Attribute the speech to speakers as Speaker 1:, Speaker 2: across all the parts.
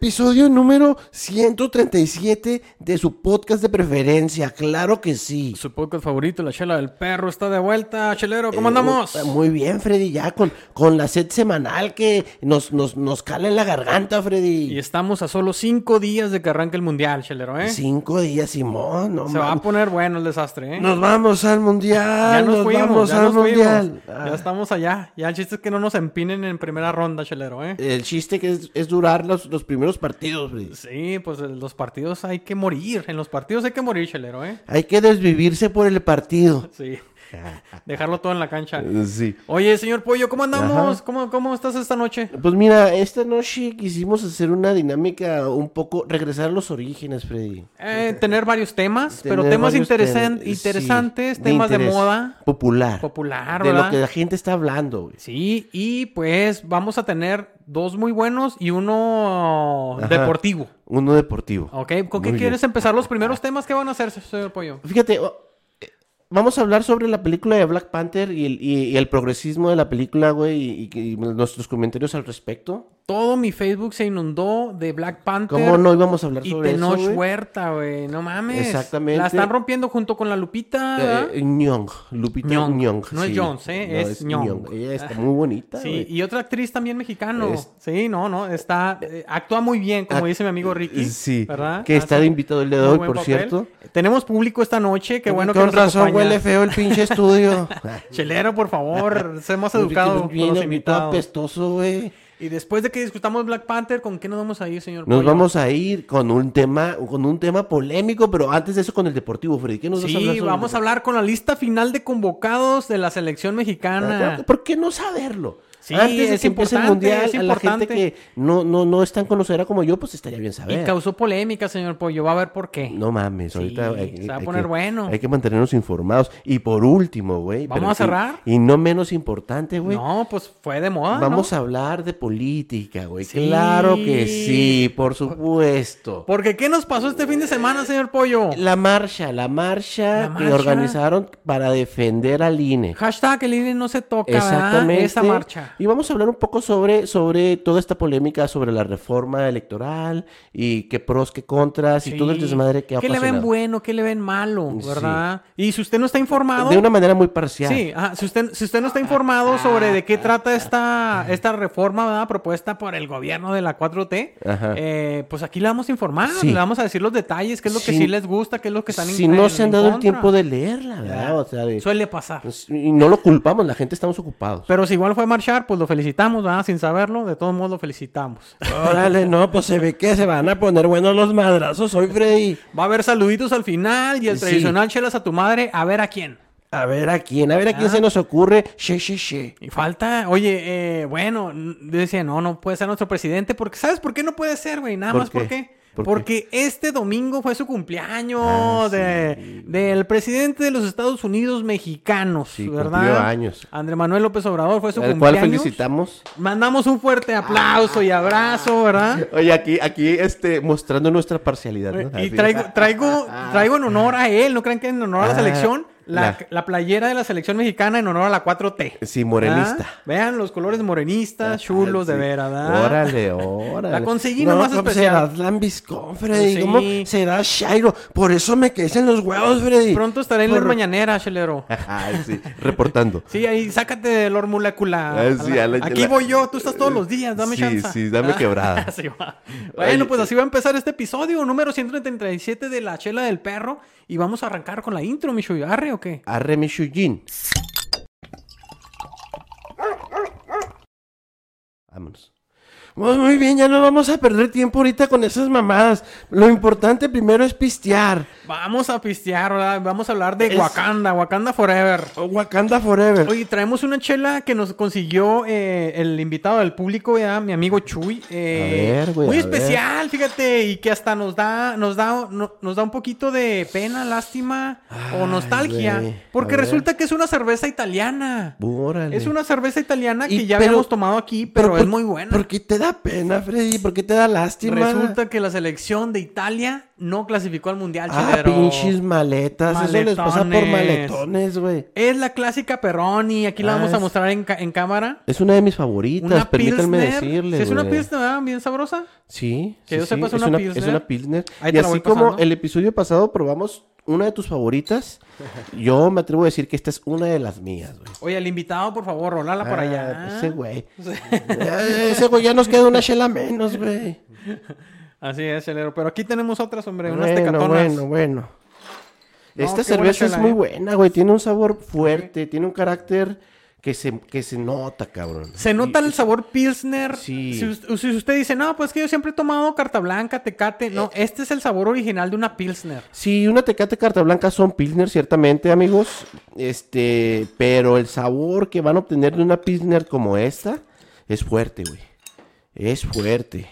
Speaker 1: Episodio número 137 de su podcast de preferencia, claro que sí.
Speaker 2: Su podcast favorito, la chela del perro, está de vuelta. Chelero, ¿cómo andamos?
Speaker 1: Eh, muy bien, Freddy, ya con, con la sed semanal que nos, nos, nos cala en la garganta,
Speaker 2: y
Speaker 1: Freddy.
Speaker 2: estamos a solo cinco días de que arranque el mundial, chelero, ¿eh?
Speaker 1: Cinco días, Simón, no
Speaker 2: Se va a
Speaker 1: mames.
Speaker 2: poner bueno el desastre, ¿eh?
Speaker 1: Nos vamos al mundial,
Speaker 2: ya nos, fuimos,
Speaker 1: vamos
Speaker 2: ya
Speaker 1: al
Speaker 2: nos fuimos.
Speaker 1: mundial.
Speaker 2: Ya
Speaker 1: Ah,
Speaker 2: estamos allá. Ya el chiste es que no nos empinen en primera ronda, chelero, ¿eh?
Speaker 1: El chiste que es, es durar los, los primeros partidos, Freddy.
Speaker 2: Sí, pues eh, los partidos hay que morir. En los partidos hay que morir, chelero, ¿eh?
Speaker 1: Hay que desvivirse por el partido. Ah,
Speaker 2: Sí. Dejarlo todo en la cancha.
Speaker 1: Sí.
Speaker 2: Oye, señor Pollo, ¿cómo andamos?
Speaker 1: Eh. Ajá.
Speaker 2: ¿Cómo, ¿Cómo estás esta noche?
Speaker 1: Pues mira, esta noche quisimos hacer una dinámica un poco, regresar a los orígenes, Freddy.
Speaker 2: Eh, tener varios temas, pero
Speaker 1: Tener
Speaker 2: temas
Speaker 1: varios
Speaker 2: interesan-
Speaker 1: temas,
Speaker 2: interesantes,
Speaker 1: sí,
Speaker 2: temas de,
Speaker 1: interés
Speaker 2: moda,
Speaker 1: Popular.
Speaker 2: popular,
Speaker 1: de
Speaker 2: ¿verdad?
Speaker 1: lo que la gente está hablando, güey.
Speaker 2: Sí, y pues vamos a tener dos muy buenos y uno
Speaker 1: Ajá.
Speaker 2: deportivo.
Speaker 1: Uno deportivo.
Speaker 2: ¿Ok? ¿Con qué
Speaker 1: Muy bien.
Speaker 2: quieres empezar los primeros temas? ¿Qué van a hacer, señor Pollo?
Speaker 1: Fíjate, o- eh, vamos a hablar sobre la película de Black Panther y el, y- y el progresismo de la película, güey, y, y- y nuestros comentarios al respecto.
Speaker 2: Todo mi Facebook se inundó de Black Panther.
Speaker 1: ¿Cómo no íbamos a hablar
Speaker 2: Y
Speaker 1: sobre eso,
Speaker 2: Tenoch
Speaker 1: güey?
Speaker 2: Huerta, güey. No mames.
Speaker 1: Exactamente.
Speaker 2: La están rompiendo junto con la Lupita. ¿verdad?
Speaker 1: Eh, Ñong, Lupita
Speaker 2: Ñong.
Speaker 1: Ñong.
Speaker 2: No es Jones, ¿eh? Es Ñong.
Speaker 1: Ella está muy bonita,
Speaker 2: Sí,
Speaker 1: güey.
Speaker 2: y otra actriz también mexicano.
Speaker 1: Es-
Speaker 2: Sí, no, no, está, eh, actúa muy bien, como
Speaker 1: Ac- eh,
Speaker 2: dice mi amigo Ricky.
Speaker 1: Sí,
Speaker 2: ¿verdad?
Speaker 1: que está
Speaker 2: Hace
Speaker 1: de invitado el día de
Speaker 2: muy
Speaker 1: hoy,
Speaker 2: buen
Speaker 1: por
Speaker 2: papel.
Speaker 1: cierto.
Speaker 2: Tenemos público esta noche, qué bueno que
Speaker 1: Con
Speaker 2: nos
Speaker 1: razón
Speaker 2: acompaña.
Speaker 1: huele feo el pinche estudio.
Speaker 2: Chelero, por favor, seamos educados con
Speaker 1: Bien, bien
Speaker 2: los
Speaker 1: todo
Speaker 2: invitados.
Speaker 1: apestoso, güey.
Speaker 2: Y después de que discutamos Black Panther, ¿con qué nos vamos a ir, señor?
Speaker 1: Nos
Speaker 2: Pollo?
Speaker 1: vamos a ir con un tema con un tema polémico, pero antes de eso con el deportivo, Freddy. ¿Qué nos vas a hablar
Speaker 2: Sí,
Speaker 1: sobre
Speaker 2: vamos a
Speaker 1: el
Speaker 2: hablar con la lista final de convocados de la selección
Speaker 1: deportivo?
Speaker 2: mexicana.
Speaker 1: Ah, ¿Por qué no saberlo?
Speaker 2: Sí,
Speaker 1: antes de
Speaker 2: es
Speaker 1: que empiece el
Speaker 2: importante,
Speaker 1: mundial,
Speaker 2: es
Speaker 1: a la gente
Speaker 2: importante.
Speaker 1: que no, no, no es tan conocedora como yo, pues estaría bien
Speaker 2: Y
Speaker 1: saber.
Speaker 2: causó polémica, señor Pollo, va a ver por qué.
Speaker 1: No mames, ahorita
Speaker 2: Sí,
Speaker 1: hay,
Speaker 2: se va a
Speaker 1: hay
Speaker 2: poner
Speaker 1: que,
Speaker 2: bueno.
Speaker 1: hay que mantenernos informados. Y por último, güey.
Speaker 2: ¿Vamos
Speaker 1: pero
Speaker 2: a
Speaker 1: sí,
Speaker 2: cerrar?
Speaker 1: Y, no menos importante, güey.
Speaker 2: No, pues fue de moda, ¿no?
Speaker 1: Vamos a hablar de política, güey.
Speaker 2: Sí.
Speaker 1: Claro que sí, por supuesto.
Speaker 2: Porque ¿qué nos pasó este fin de semana, señor Pollo?
Speaker 1: La marcha, la marcha,
Speaker 2: La
Speaker 1: que
Speaker 2: marcha.
Speaker 1: organizaron para defender al INE.
Speaker 2: Hashtag el INE no se toca, ¿verdad?
Speaker 1: Exactamente.
Speaker 2: Esa marcha.
Speaker 1: Y vamos a hablar un poco sobre, sobre toda esta polémica sobre la reforma electoral y qué pros, qué contras y todo el
Speaker 2: Sí.
Speaker 1: desmadre que ha
Speaker 2: ¿Qué le ven
Speaker 1: ocasionado.
Speaker 2: bueno? ¿Qué le ven malo?
Speaker 1: Sí.
Speaker 2: ¿Verdad? Y si usted no está informado...
Speaker 1: De una manera muy parcial.
Speaker 2: Sí, ajá, si, usted, si usted no está informado sobre de qué trata esta, esta reforma ¿verdad? propuesta por el gobierno de la 4T,
Speaker 1: Ajá.
Speaker 2: eh, pues aquí le vamos a informar,
Speaker 1: Sí.
Speaker 2: le vamos a decir los detalles, qué es lo que
Speaker 1: Si-
Speaker 2: sí les gusta, qué es lo que están en-
Speaker 1: si no
Speaker 2: en-
Speaker 1: se han
Speaker 2: en
Speaker 1: dado el
Speaker 2: contra.
Speaker 1: tiempo de leerla, ¿verdad? O sea, de- Pues,
Speaker 2: Suele pasar.
Speaker 1: y no lo culpamos, la gente estamos ocupados.
Speaker 2: Pero si igual fue a marchar, pues lo felicitamos, ¿verdad? Sin saberlo, de todos modos lo felicitamos.
Speaker 1: Órale, no, pues se ve que se van a poner buenos los madrazos hoy, Freddy.
Speaker 2: Va a haber saluditos al final y el
Speaker 1: Sí.
Speaker 2: tradicional chelas a tu madre, a ver a quién.
Speaker 1: A ver a quién, a ver a quién se nos ocurre. She, she, she.
Speaker 2: Y falta, oye, eh, bueno, n- decía, no, no puede ser nuestro presidente, porque ¿sabes por qué no puede ser, güey? Nada
Speaker 1: ¿Por
Speaker 2: más por
Speaker 1: qué?
Speaker 2: qué.
Speaker 1: ¿Por qué?
Speaker 2: Porque este domingo fue su cumpleaños
Speaker 1: Ah,
Speaker 2: de- del presidente de los Estados Unidos mexicanos,
Speaker 1: Sí,
Speaker 2: ¿verdad?
Speaker 1: cumplió años.
Speaker 2: Andrés Manuel López Obrador fue su
Speaker 1: Al cual
Speaker 2: cumpleaños.
Speaker 1: felicitamos.
Speaker 2: Mandamos un fuerte aplauso y abrazo, ¿verdad?
Speaker 1: Oye, aquí, aquí, este, mostrando nuestra parcialidad. ¿no?
Speaker 2: Pues, Y
Speaker 1: Así.
Speaker 2: traigo, traigo, traigo en honor a él, no crean que en honor a la
Speaker 1: Ah,
Speaker 2: selección, la,
Speaker 1: la-
Speaker 2: la playera de la selección mexicana en honor a la 4T.
Speaker 1: Sí, morenista. Ah,
Speaker 2: ¿Ah? Vean los colores morenistas, chulos de
Speaker 1: Sí.
Speaker 2: veras, ¿ah?
Speaker 1: Órale, órale.
Speaker 2: La conseguí nomás
Speaker 1: ¿cómo
Speaker 2: especial.
Speaker 1: Será pues, Lambiscón, Freddy.
Speaker 2: Sí.
Speaker 1: ¿Cómo será Shairo? Por eso me quedé en los huevos, Freddy.
Speaker 2: Pronto estaré en la
Speaker 1: Por- Ah.
Speaker 2: mañanera, chelero.
Speaker 1: Ay, sí, reportando.
Speaker 2: Sí, ahí sácate del hormulácula.
Speaker 1: Ah, sí, a la-
Speaker 2: Aquí
Speaker 1: la-
Speaker 2: voy yo, tú estás todos los días, dame
Speaker 1: Sí,
Speaker 2: chance.
Speaker 1: sí, dame
Speaker 2: Ah,
Speaker 1: quebrada.
Speaker 2: sí, va. Bueno,
Speaker 1: Oye, eh,
Speaker 2: pues así va a empezar este episodio, número 137 de La Chela del Perro. Y vamos a arrancar con la intro, mi chuy. ¿Arre o qué?
Speaker 1: Arre mi Shujin. Vámonos. Muy, muy bien, ya no vamos a perder tiempo ahorita con esas mamadas. Lo importante primero es pistear.
Speaker 2: Vamos a pistear, ¿verdad? Vamos a hablar de
Speaker 1: Es-
Speaker 2: Wakanda, Wakanda Forever.
Speaker 1: Oh, Wakanda Forever.
Speaker 2: Oye, traemos una chela que nos consiguió eh, el invitado del público, ya, mi amigo Chuy. eh,
Speaker 1: A ver, güey,
Speaker 2: muy
Speaker 1: a
Speaker 2: especial, fíjate, y que hasta nos da, nos da, no- nos da un poquito de pena, lástima o
Speaker 1: Ay,
Speaker 2: nostalgia.
Speaker 1: güey,
Speaker 2: porque
Speaker 1: a ver.
Speaker 2: resulta que es una cerveza italiana.
Speaker 1: Órale.
Speaker 2: Es una cerveza italiana que
Speaker 1: Y-
Speaker 2: ya
Speaker 1: pero-
Speaker 2: habíamos tomado aquí, pero, es
Speaker 1: por-
Speaker 2: muy buena.
Speaker 1: ¿Por qué te da pena, Freddy? ¿Por qué te da lástima?
Speaker 2: Resulta que la selección de Italia no clasificó al mundial,
Speaker 1: Ah,
Speaker 2: chelero.
Speaker 1: pinches maletas. Eso les pasa por
Speaker 2: Maletones.
Speaker 1: maletones, güey.
Speaker 2: Es la clásica Perroni. Aquí la
Speaker 1: Ah,
Speaker 2: vamos a
Speaker 1: es-
Speaker 2: mostrar en, ca- en cámara.
Speaker 1: Es una de mis favoritas,
Speaker 2: Una
Speaker 1: permítanme
Speaker 2: Pilsner.
Speaker 1: decirle.
Speaker 2: Sí, es una
Speaker 1: güey.
Speaker 2: Pilsner ¿verdad? bien sabrosa.
Speaker 1: Sí,
Speaker 2: Que
Speaker 1: sí,
Speaker 2: yo sepa,
Speaker 1: sí,
Speaker 2: es una
Speaker 1: Es
Speaker 2: Pilsner.
Speaker 1: una Pilsner.
Speaker 2: Ahí
Speaker 1: y
Speaker 2: te la voy
Speaker 1: así como
Speaker 2: pasando.
Speaker 1: el episodio pasado probamos una de tus favoritas, yo me atrevo a decir que esta es una de las mías, güey.
Speaker 2: Oye, el invitado, por favor, rolala para
Speaker 1: Ah,
Speaker 2: allá.
Speaker 1: Ese güey. Eh, Ese güey ya nos queda una chela menos, güey.
Speaker 2: Así es, chelero. Pero aquí tenemos otras, hombre, unas
Speaker 1: Bueno,
Speaker 2: tecatonas.
Speaker 1: bueno, bueno.
Speaker 2: No,
Speaker 1: Esta
Speaker 2: qué
Speaker 1: cerveza
Speaker 2: buena
Speaker 1: es
Speaker 2: chela,
Speaker 1: muy
Speaker 2: eh.
Speaker 1: buena, güey. Tiene un sabor fuerte, tiene un carácter que se, que se nota, cabrón.
Speaker 2: Se nota
Speaker 1: Y-
Speaker 2: el sabor Pilsner.
Speaker 1: Sí.
Speaker 2: Si, us- si usted dice, no, pues que yo siempre he tomado carta blanca, tecate. No,
Speaker 1: Eh.
Speaker 2: este es el sabor original de una Pilsner.
Speaker 1: Sí, una Tecate Carta Blanca son Pilsner, ciertamente, amigos. Este, pero el sabor que van a obtener de una Pilsner como esta es fuerte, güey. Es fuerte.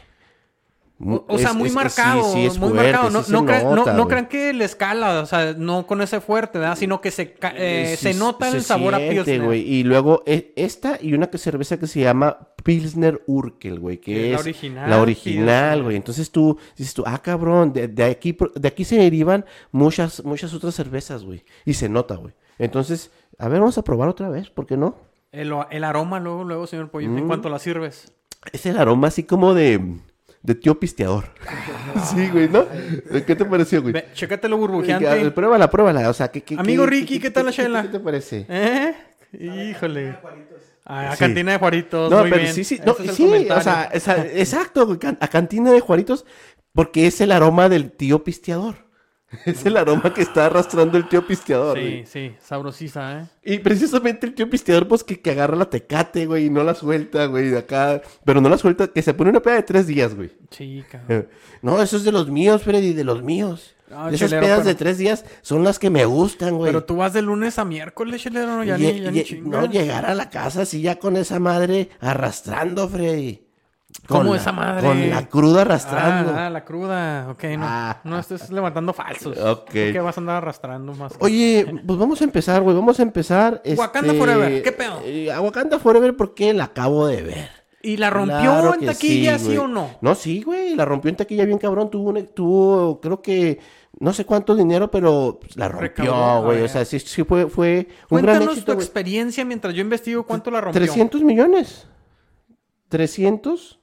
Speaker 2: O, o sea,
Speaker 1: Es-
Speaker 2: muy
Speaker 1: es- es-
Speaker 2: marcado.
Speaker 1: sí, sí, es
Speaker 2: muy
Speaker 1: fuerte,
Speaker 2: marcado. No,
Speaker 1: sí
Speaker 2: no
Speaker 1: se
Speaker 2: crean- no-
Speaker 1: nota,
Speaker 2: no
Speaker 1: güey.
Speaker 2: crean que le escala, o sea, no con ese fuerte, ¿verdad? Sino que se, ca- eh,
Speaker 1: Sí,
Speaker 2: se nota el
Speaker 1: se
Speaker 2: sabor
Speaker 1: siente,
Speaker 2: a Pilsner.
Speaker 1: güey. Y luego e- esta y una que- cerveza que se llama Pilsner Urkel, güey,
Speaker 2: Que
Speaker 1: que
Speaker 2: es
Speaker 1: es
Speaker 2: la original,
Speaker 1: la original,
Speaker 2: Pilsner.
Speaker 1: güey. Entonces tú dices tú, ah, cabrón, de, de aquí pro- de aquí se derivan muchas muchas otras cervezas, güey, y se nota, güey. Entonces, a ver, vamos a probar otra vez, ¿por qué no?
Speaker 2: El, el aroma luego, luego, señor Pollo,
Speaker 1: Mm.
Speaker 2: en cuanto la sirves.
Speaker 1: Es el aroma así como de de tío pisteador. sí, güey, ¿no? ¿Qué te pareció, güey?
Speaker 2: Ve, chécatelo
Speaker 1: A ver,
Speaker 2: burbujeante.
Speaker 1: Pruébala, pruébala, o sea, ¿qué, qué-
Speaker 2: Amigo
Speaker 1: qué-
Speaker 2: Ricky, ¿qué tal la chela?
Speaker 1: ¿Qué te parece?
Speaker 2: ¿Eh? Híjole. Ah,
Speaker 1: Sí.
Speaker 2: cantina de Juaritos.
Speaker 1: No,
Speaker 2: muy
Speaker 1: pero
Speaker 2: bien.
Speaker 1: sí, sí,
Speaker 2: Ese
Speaker 1: no,
Speaker 2: es el
Speaker 1: sí, o
Speaker 2: comentario.
Speaker 1: sea, o sea, exacto, güey, can- a cantina de Juaritos, porque es el aroma del tío pisteador. Es el aroma que está arrastrando el tío pisteador,
Speaker 2: Sí,
Speaker 1: güey.
Speaker 2: sí, sabrosita, ¿eh?
Speaker 1: Y precisamente el tío pisteador, pues, que, que agarra la tecate, güey, y no la suelta, güey, de acá. Pero no la suelta, que se pone una peda de tres días, güey.
Speaker 2: Chica.
Speaker 1: Eh, No, eso es de los míos, Freddy, de los míos.
Speaker 2: Ah,
Speaker 1: De Esas
Speaker 2: chelero,
Speaker 1: pedas
Speaker 2: pero-
Speaker 1: de tres días son las que me gustan, güey.
Speaker 2: Pero tú vas de lunes a miércoles, chelero, no, ya
Speaker 1: Lle-
Speaker 2: ni, ya ni
Speaker 1: lle- no
Speaker 2: chingas.
Speaker 1: llegar a la casa así ya con esa madre arrastrando, Freddy. Con
Speaker 2: ¿Cómo
Speaker 1: la-
Speaker 2: esa madre?
Speaker 1: Con la cruda arrastrando.
Speaker 2: Ah, ah, la cruda. Ok, no.
Speaker 1: Ah.
Speaker 2: No estés levantando falsos.
Speaker 1: Ok.
Speaker 2: Que vas a andar arrastrando más.
Speaker 1: Oye, pues vamos a empezar, güey. Vamos a empezar.
Speaker 2: Wakanda
Speaker 1: este,
Speaker 2: Forever, ¿qué pedo?
Speaker 1: eh, a Wakanda Forever porque la acabo de ver.
Speaker 2: ¿Y la rompió
Speaker 1: Claro
Speaker 2: en
Speaker 1: que
Speaker 2: taquilla, sí,
Speaker 1: güey.
Speaker 2: o no?
Speaker 1: No, sí, güey. La rompió en taquilla bien cabrón. Tuvo, un- tuvo creo que, no sé cuánto dinero, pero pues, la
Speaker 2: Recaudó,
Speaker 1: rompió,
Speaker 2: a
Speaker 1: güey. O
Speaker 2: ver.
Speaker 1: sea, sí, sí fue, fue un gran
Speaker 2: Cuéntanos tu
Speaker 1: éxito. güey.
Speaker 2: experiencia mientras yo investigo cuánto la rompió.
Speaker 1: 300 millones. 300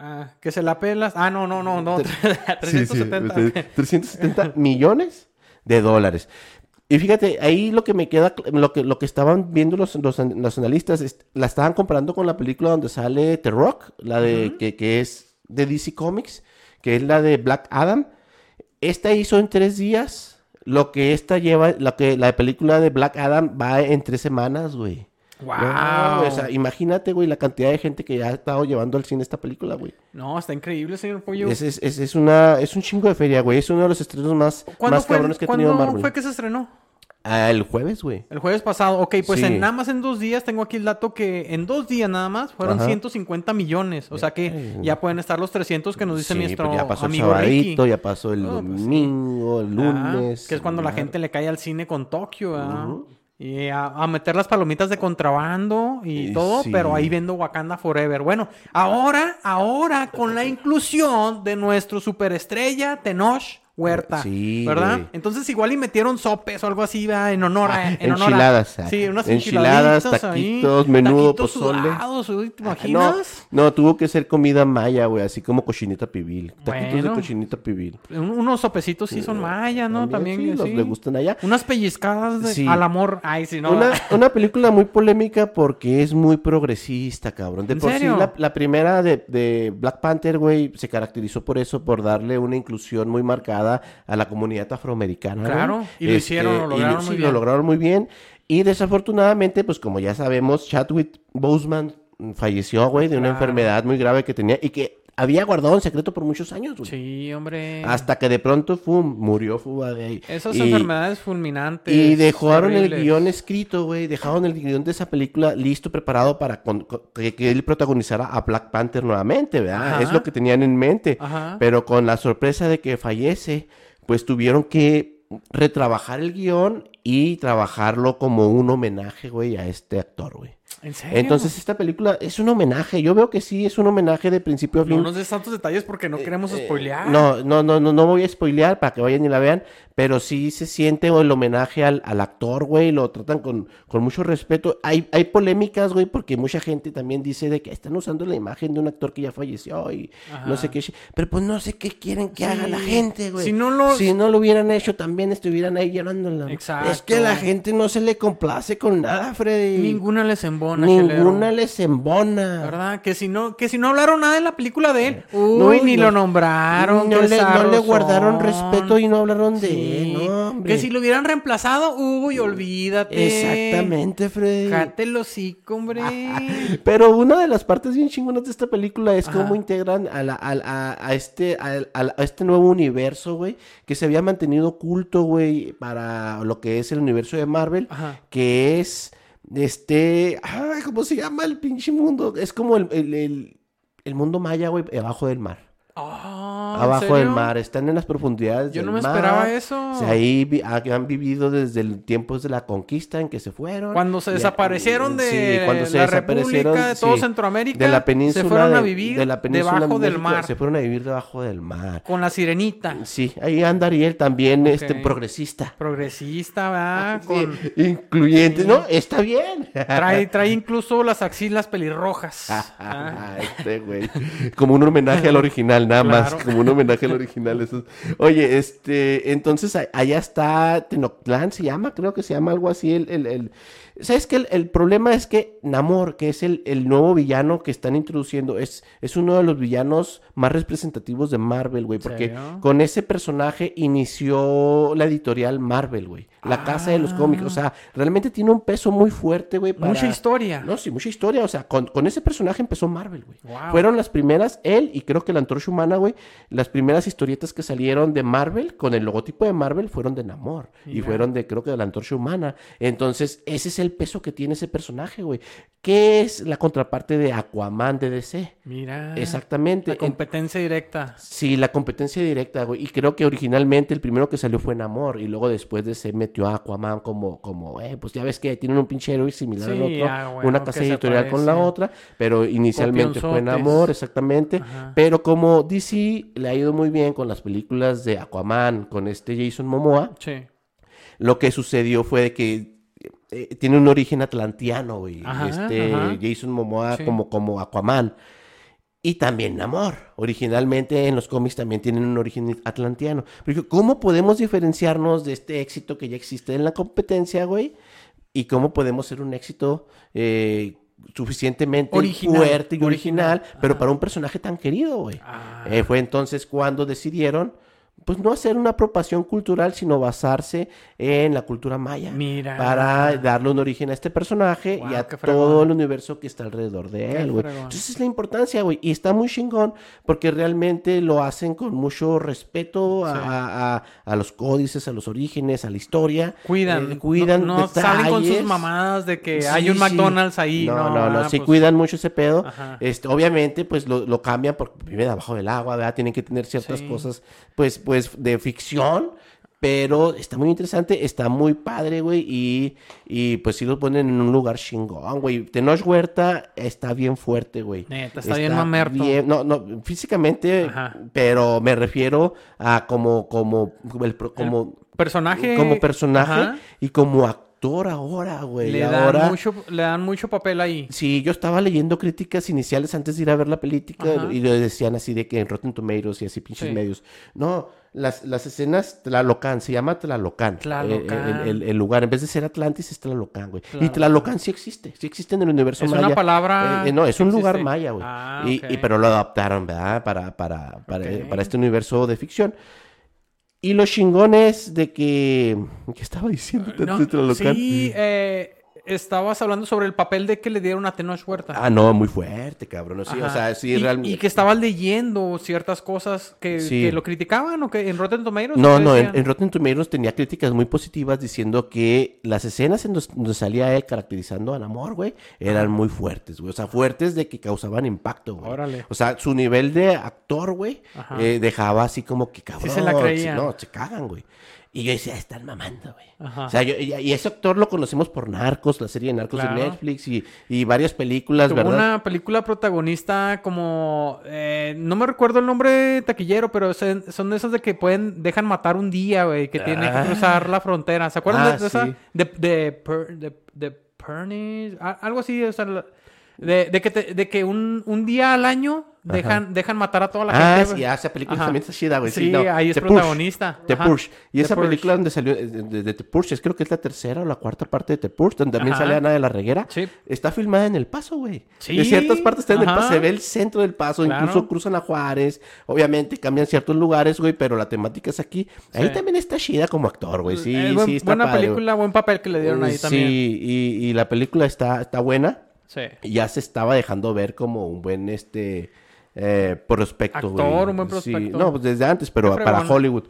Speaker 2: Ah, que se la pelas. Ah, no, no, no, no. 370.
Speaker 1: Sí, sí, 370 millones de dólares. Y fíjate, ahí lo que me queda, cl- lo que, lo que estaban viendo los, los, an- los analistas, es- la estaban comparando con la película donde sale The Rock, la de, que, que es de DC Comics, que es la de Black Adam. Esta hizo en tres días lo que esta lleva, lo que la película de Black Adam va en tres semanas, güey.
Speaker 2: Guau.
Speaker 1: o sea, imagínate, güey, la cantidad de gente que ya ha estado llevando al cine esta película, güey.
Speaker 2: No, está increíble, señor Pollo.
Speaker 1: Es, es, es, es una, es un chingo de feria, güey. Es uno de los estrenos más,
Speaker 2: ¿Cuándo,
Speaker 1: más
Speaker 2: fue,
Speaker 1: cabrones que ha tenido
Speaker 2: ¿cuándo
Speaker 1: Marvel.
Speaker 2: fue que se estrenó?
Speaker 1: Ah, el jueves, güey.
Speaker 2: El jueves pasado. Ok, pues
Speaker 1: Sí.
Speaker 2: en nada más en dos días, tengo aquí el dato que en dos días nada más fueron
Speaker 1: Ajá.
Speaker 2: 150 millones. O sea que
Speaker 1: Ay.
Speaker 2: ya pueden estar los 300 que nos dice
Speaker 1: Sí,
Speaker 2: nuestro
Speaker 1: pues ya pasó
Speaker 2: amigo
Speaker 1: el sabadito,
Speaker 2: Ricky.
Speaker 1: ya pasó el
Speaker 2: Ah, pues sí.
Speaker 1: domingo, el
Speaker 2: Ah,
Speaker 1: lunes.
Speaker 2: que es cuando la
Speaker 1: mar-
Speaker 2: gente le cae al cine con Tokio, ¿verdad? Y a, a meter las palomitas de contrabando y
Speaker 1: Y
Speaker 2: todo,
Speaker 1: sí.
Speaker 2: pero ahí viendo Wakanda Forever. Bueno, ahora, ahora con la inclusión de nuestro superestrella Tenoch Huerta,
Speaker 1: Sí,
Speaker 2: ¿verdad?
Speaker 1: güey.
Speaker 2: Entonces igual y metieron sopes o algo así ¿verdad? en honor a,
Speaker 1: Ah,
Speaker 2: en honor a-
Speaker 1: enchiladas, ah.
Speaker 2: sí, unas
Speaker 1: Enchiladas,
Speaker 2: enchiladitas ahí,
Speaker 1: taquitos, menudo,
Speaker 2: taquitos
Speaker 1: pozole.
Speaker 2: sudados, uy, ¿te
Speaker 1: Ah,
Speaker 2: imaginas?
Speaker 1: No, no, tuvo que ser comida maya, güey. Así como cochinita pibil. Taquitos
Speaker 2: Bueno.
Speaker 1: de cochinita pibil.
Speaker 2: Un- unos sopecitos sí son mayas, ¿no? También,
Speaker 1: sí, los
Speaker 2: sí.
Speaker 1: le gustan allá.
Speaker 2: Unas pellizcadas de-
Speaker 1: Sí.
Speaker 2: al amor. Ay, si no.
Speaker 1: Una, una película muy polémica porque es muy progresista, cabrón. De
Speaker 2: ¿En
Speaker 1: por
Speaker 2: serio?
Speaker 1: sí, la, la primera de, de Black Panther, güey, se caracterizó por eso, por darle una inclusión muy marcada a la comunidad afroamericana. güey.
Speaker 2: Claro, y lo hicieron, lo
Speaker 1: y
Speaker 2: lograron muy
Speaker 1: sí,
Speaker 2: bien.
Speaker 1: lo lograron muy bien. Y desafortunadamente, pues como ya sabemos, Chadwick Boseman mm, falleció, güey, de una
Speaker 2: Claro.
Speaker 1: enfermedad muy grave que tenía y que había guardado en secreto por muchos años, güey.
Speaker 2: Sí, hombre.
Speaker 1: Hasta que de pronto, fum, murió, fuga de ahí.
Speaker 2: Esas
Speaker 1: Y-
Speaker 2: enfermedades fulminantes.
Speaker 1: y dejaron
Speaker 2: terribles.
Speaker 1: el guión escrito, güey. Dejaron el guión de esa película listo, preparado para con- con- que, que él protagonizara a Black Panther nuevamente, ¿verdad?
Speaker 2: Ajá.
Speaker 1: Es lo que tenían en mente.
Speaker 2: Ajá.
Speaker 1: Pero con la sorpresa de que fallece, pues tuvieron que retrabajar el guión y trabajarlo como un homenaje, güey, a este actor, güey.
Speaker 2: ¿En serio?
Speaker 1: Entonces esta película es un homenaje, yo veo que sí, es un homenaje de principio a fin.
Speaker 2: no nos des tantos detalles porque no queremos spoilear.
Speaker 1: Eh, No, no, no, no, no voy a spoilear para que vayan y la vean, pero sí se siente el homenaje al, al actor, güey, lo tratan con, con mucho respeto. Hay, hay polémicas, güey, porque mucha gente también dice de que están usando la imagen de un actor que ya falleció y no sé qué, shi- pero pues no sé qué quieren que haga la
Speaker 2: Sí.
Speaker 1: gente, güey.
Speaker 2: Si no lo-
Speaker 1: Si no lo hubieran hecho, también estuvieran ahí llorándola.
Speaker 2: Exacto.
Speaker 1: Es que la gente no se le complace con nada, Freddy.
Speaker 2: Ninguna les embona,
Speaker 1: Ninguna
Speaker 2: Gelero.
Speaker 1: les embona.
Speaker 2: ¿Verdad? Que si no, que si no hablaron nada de la película de él. Uy,
Speaker 1: Eh, No,
Speaker 2: ni
Speaker 1: no-
Speaker 2: lo nombraron.
Speaker 1: No le,
Speaker 2: qué
Speaker 1: no le
Speaker 2: zarros
Speaker 1: guardaron
Speaker 2: son.
Speaker 1: respeto y no hablaron de
Speaker 2: Sí.
Speaker 1: él. No, hombre.
Speaker 2: que si lo hubieran reemplazado, uy, olvídate.
Speaker 1: Exactamente, Ah, Freddy.
Speaker 2: Cállate el hocico, hombre.
Speaker 1: Pero una de las partes bien chingonas de esta película es
Speaker 2: Ajá.
Speaker 1: cómo integran a, la- al- a- a este, al- al- a este nuevo universo, güey, que se había mantenido oculto, güey, para lo que es el universo de Marvel,
Speaker 2: Ajá.
Speaker 1: que es, este, ay, ¿cómo se llama el pinche mundo? Es como el, el- el- el mundo maya, güey, abajo del mar.
Speaker 2: Ah, ¿en
Speaker 1: abajo del
Speaker 2: serio?
Speaker 1: mar, están en las profundidades
Speaker 2: Yo
Speaker 1: del
Speaker 2: no me
Speaker 1: mar.
Speaker 2: esperaba eso.
Speaker 1: O sea, ahí vi- ah, que han vivido desde el tiempos de la conquista en que se fueron.
Speaker 2: Cuando se
Speaker 1: Y- eh,
Speaker 2: desaparecieron de
Speaker 1: sí, cuando se
Speaker 2: la
Speaker 1: desaparecieron,
Speaker 2: República de todo
Speaker 1: sí,
Speaker 2: Centroamérica,
Speaker 1: de la península
Speaker 2: se fueron a
Speaker 1: de-
Speaker 2: vivir
Speaker 1: de la península
Speaker 2: debajo
Speaker 1: de
Speaker 2: del
Speaker 1: México,
Speaker 2: mar
Speaker 1: Se fueron a vivir debajo del mar.
Speaker 2: con la sirenita.
Speaker 1: Sí, ahí anda Ariel también, este
Speaker 2: Ok.
Speaker 1: progresista.
Speaker 2: Progresista, ¿verdad? Con...
Speaker 1: Ah, Sí, incluyente, ¿no? Está bien.
Speaker 2: Trae, trae incluso las axilas pelirrojas.
Speaker 1: Ah,
Speaker 2: ¿verdad?
Speaker 1: este güey. Como un homenaje al original, nada
Speaker 2: Claro.
Speaker 1: más. Como un homenaje al original. eso. Oye, este, entonces a- allá está Tenochtitlán, se llama, creo que se llama algo así. El, el, el- ¿Sabes que el, el problema es que Namor, que es el, el nuevo villano que están introduciendo, es, es uno de los villanos más representativos de Marvel, güey. Porque
Speaker 2: serio?
Speaker 1: con ese personaje inició la editorial Marvel, güey. La casa de los cómics. O sea, realmente tiene un peso muy fuerte, güey. para-
Speaker 2: Ah. Mucha historia.
Speaker 1: no, sí, mucha historia. O sea, con, con ese personaje empezó Marvel, güey.
Speaker 2: Wow.
Speaker 1: Fueron las primeras, él y creo que la Antorcha Humana, güey, las primeras historietas que salieron de Marvel con el logotipo de Marvel fueron de Namor y
Speaker 2: Mira.
Speaker 1: fueron de, creo que de la Antorcha Humana. Entonces, ese es el peso que tiene ese personaje, güey. ¿Qué es la contraparte de Aquaman de DC?
Speaker 2: Mira.
Speaker 1: Exactamente.
Speaker 2: Ah, La competencia directa.
Speaker 1: Sí, la competencia directa, güey. Y creo que originalmente el primero que salió fue Namor. Y luego después de se metió a Aquaman como, como, eh, pues ya ves que tienen un pinche héroe similar
Speaker 2: Sí,
Speaker 1: al otro.
Speaker 2: ah, bueno,
Speaker 1: una
Speaker 2: que
Speaker 1: casa
Speaker 2: se
Speaker 1: editorial con la
Speaker 2: parece.
Speaker 1: otra. Pero inicialmente fue
Speaker 2: Copionzotes.
Speaker 1: Namor, exactamente.
Speaker 2: Ajá.
Speaker 1: Pero como DC le ha ido muy bien con las películas de Aquaman, con este Jason Momoa,
Speaker 2: Sí.
Speaker 1: lo que sucedió fue de que eh, tiene un origen atlantiano, güey.
Speaker 2: Ajá,
Speaker 1: este
Speaker 2: ajá.
Speaker 1: Jason Momoa
Speaker 2: Sí.
Speaker 1: como, como Aquaman. Y también Namor. Originalmente en los cómics también tienen un origen atlantiano. Pero digo, ¿cómo podemos diferenciarnos de este éxito que ya existe en la competencia, güey? ¿Y cómo podemos ser un éxito eh, suficientemente
Speaker 2: Original,
Speaker 1: fuerte y original,
Speaker 2: original,
Speaker 1: pero
Speaker 2: ajá.
Speaker 1: para un personaje tan querido, güey?
Speaker 2: Ah,
Speaker 1: Eh, fue entonces cuando decidieron, pues no hacer una apropiación cultural, sino basarse en la cultura maya.
Speaker 2: Mira.
Speaker 1: Para darle un origen a este personaje y
Speaker 2: Ah. Guau,
Speaker 1: a
Speaker 2: qué fregón.
Speaker 1: todo el universo que está alrededor de
Speaker 2: Qué
Speaker 1: él, güey.
Speaker 2: fregón.
Speaker 1: Entonces es la importancia, güey. Y está muy chingón porque realmente lo hacen con mucho respeto a,
Speaker 2: Sí.
Speaker 1: a- a- a los códices, a los orígenes, a la historia.
Speaker 2: cuidan.
Speaker 1: Eh, cuidan
Speaker 2: No, no salen con sus
Speaker 1: detalles.
Speaker 2: mamadas de que
Speaker 1: Sí,
Speaker 2: hay un
Speaker 1: sí.
Speaker 2: McDonald's ahí.
Speaker 1: No,
Speaker 2: No,
Speaker 1: no, no,
Speaker 2: ah,
Speaker 1: sí
Speaker 2: pues,
Speaker 1: cuidan mucho ese pedo.
Speaker 2: Ajá.
Speaker 1: Este, obviamente, pues lo, lo cambian porque viven abajo del agua, ¿verdad? Tienen que tener ciertas
Speaker 2: Sí.
Speaker 1: cosas, pues, pues, de ficción. Pero está muy interesante, está muy padre, güey. Y, y pues sí lo ponen en un lugar chingón, güey. Tenoch Huerta está bien fuerte, güey.
Speaker 2: Neta, está bien mamerto.
Speaker 1: bien- no, no, físicamente,
Speaker 2: Ajá.
Speaker 1: pero me refiero a como, como, como, el pro- como,
Speaker 2: Personaje.
Speaker 1: como personaje
Speaker 2: Ajá.
Speaker 1: y como actor ahora, güey.
Speaker 2: Le dan,
Speaker 1: ahora,
Speaker 2: mucho, le dan mucho papel ahí.
Speaker 1: Sí, yo estaba leyendo críticas iniciales antes de ir a ver la película
Speaker 2: Ajá.
Speaker 1: y lo decían así de que en Rotten Tomatoes y así pinches
Speaker 2: Sí.
Speaker 1: medios. No, las, las escenas Tlalocan, se llama Tlalocan.
Speaker 2: Tlalocan.
Speaker 1: eh, El, el- el lugar, en vez de ser Atlantis, es Tlalocan, güey. Y
Speaker 2: Tlalocan.
Speaker 1: Tlalocan sí existe, sí existe en el universo
Speaker 2: Es
Speaker 1: maya.
Speaker 2: una palabra
Speaker 1: Eh, eh, no, es
Speaker 2: que
Speaker 1: un lugar
Speaker 2: existe.
Speaker 1: maya, güey.
Speaker 2: Ah,
Speaker 1: y,
Speaker 2: ok.
Speaker 1: y- pero lo adaptaron, ¿verdad? Para, para, para, eh,
Speaker 2: Ok.
Speaker 1: para este universo de ficción. Y los chingones de que... ¿Qué estaba diciendo de
Speaker 2: No,
Speaker 1: Tlalocan?
Speaker 2: sí, eh, estabas hablando sobre el papel de que le dieron a Tenoch Huerta.
Speaker 1: Ah, no, muy fuerte, cabrón. Sí, o
Speaker 2: Ajá.
Speaker 1: sea, sí,
Speaker 2: y,
Speaker 1: realmente...
Speaker 2: y que estabas leyendo ciertas cosas que,
Speaker 1: Sí.
Speaker 2: que lo criticaban o que en Rotten Tomatoes.
Speaker 1: No,
Speaker 2: ¿qué
Speaker 1: no, en,
Speaker 2: decían?
Speaker 1: en Rotten Tomatoes tenía críticas muy positivas diciendo que las escenas en dos- donde salía él caracterizando a Namor, güey, eran muy fuertes, güey. O sea, fuertes de que causaban impacto, güey.
Speaker 2: Órale.
Speaker 1: O sea, su nivel de actor, güey,
Speaker 2: Ajá.
Speaker 1: eh, dejaba así como que cabrón.
Speaker 2: la creían.
Speaker 1: no, se cagan, güey. Y yo decía, están mamando, güey.
Speaker 2: Ajá.
Speaker 1: O sea, yo- y, y ese actor lo conocemos por Narcos, la serie de Narcos
Speaker 2: Claro.
Speaker 1: de Netflix y, y varias películas,
Speaker 2: Tuvo
Speaker 1: ¿verdad?
Speaker 2: una película protagonista como... eh, no me recuerdo el nombre taquillero, pero se- son de esas de que pueden... Dejan matar un día, güey, que tienen que
Speaker 1: Ah.
Speaker 2: cruzar la frontera. ¿Se acuerdan
Speaker 1: Ah,
Speaker 2: de, de esa?
Speaker 1: sí.
Speaker 2: De, de, per- de, de Pernice, a- algo así, o sea... la- De, de que, te- de que un, un día al año dejan, dejan matar a toda la
Speaker 1: Ah,
Speaker 2: gente.
Speaker 1: sí,
Speaker 2: güey.
Speaker 1: ah, esa película
Speaker 2: Ajá.
Speaker 1: también está chida, güey.
Speaker 2: Sí,
Speaker 1: no,
Speaker 2: ahí es
Speaker 1: The Purge.
Speaker 2: protagonista.
Speaker 1: The
Speaker 2: Ajá.
Speaker 1: Purge. Y
Speaker 2: The
Speaker 1: esa
Speaker 2: Purge.
Speaker 1: película donde salió eh, de, de The Purge, es- creo que es la tercera o la cuarta parte de The Purge, donde también
Speaker 2: Ajá.
Speaker 1: sale Ana de la Reguera.
Speaker 2: Sí.
Speaker 1: Está filmada en El Paso, güey.
Speaker 2: Sí,
Speaker 1: En ciertas partes está en El Paso,
Speaker 2: ajá.
Speaker 1: se ve el centro del Paso,
Speaker 2: Claro.
Speaker 1: incluso cruzan a Juárez. Obviamente cambian ciertos lugares, güey, pero la temática es aquí. Ahí
Speaker 2: Sí.
Speaker 1: también está chida como actor, güey. Pues Sí,
Speaker 2: Eh, buen-
Speaker 1: sí, está
Speaker 2: buena
Speaker 1: padre, güey.
Speaker 2: película, buen papel que le dieron ahí
Speaker 1: Sí,
Speaker 2: también.
Speaker 1: y, y la película está, está buena.
Speaker 2: Sí.
Speaker 1: Ya se estaba dejando ver como un buen este eh, prospecto. güey.
Speaker 2: Actor, un buen
Speaker 1: Sí,
Speaker 2: prospecto.
Speaker 1: No, pues desde antes, pero
Speaker 2: Qué
Speaker 1: para
Speaker 2: fregón.
Speaker 1: Hollywood.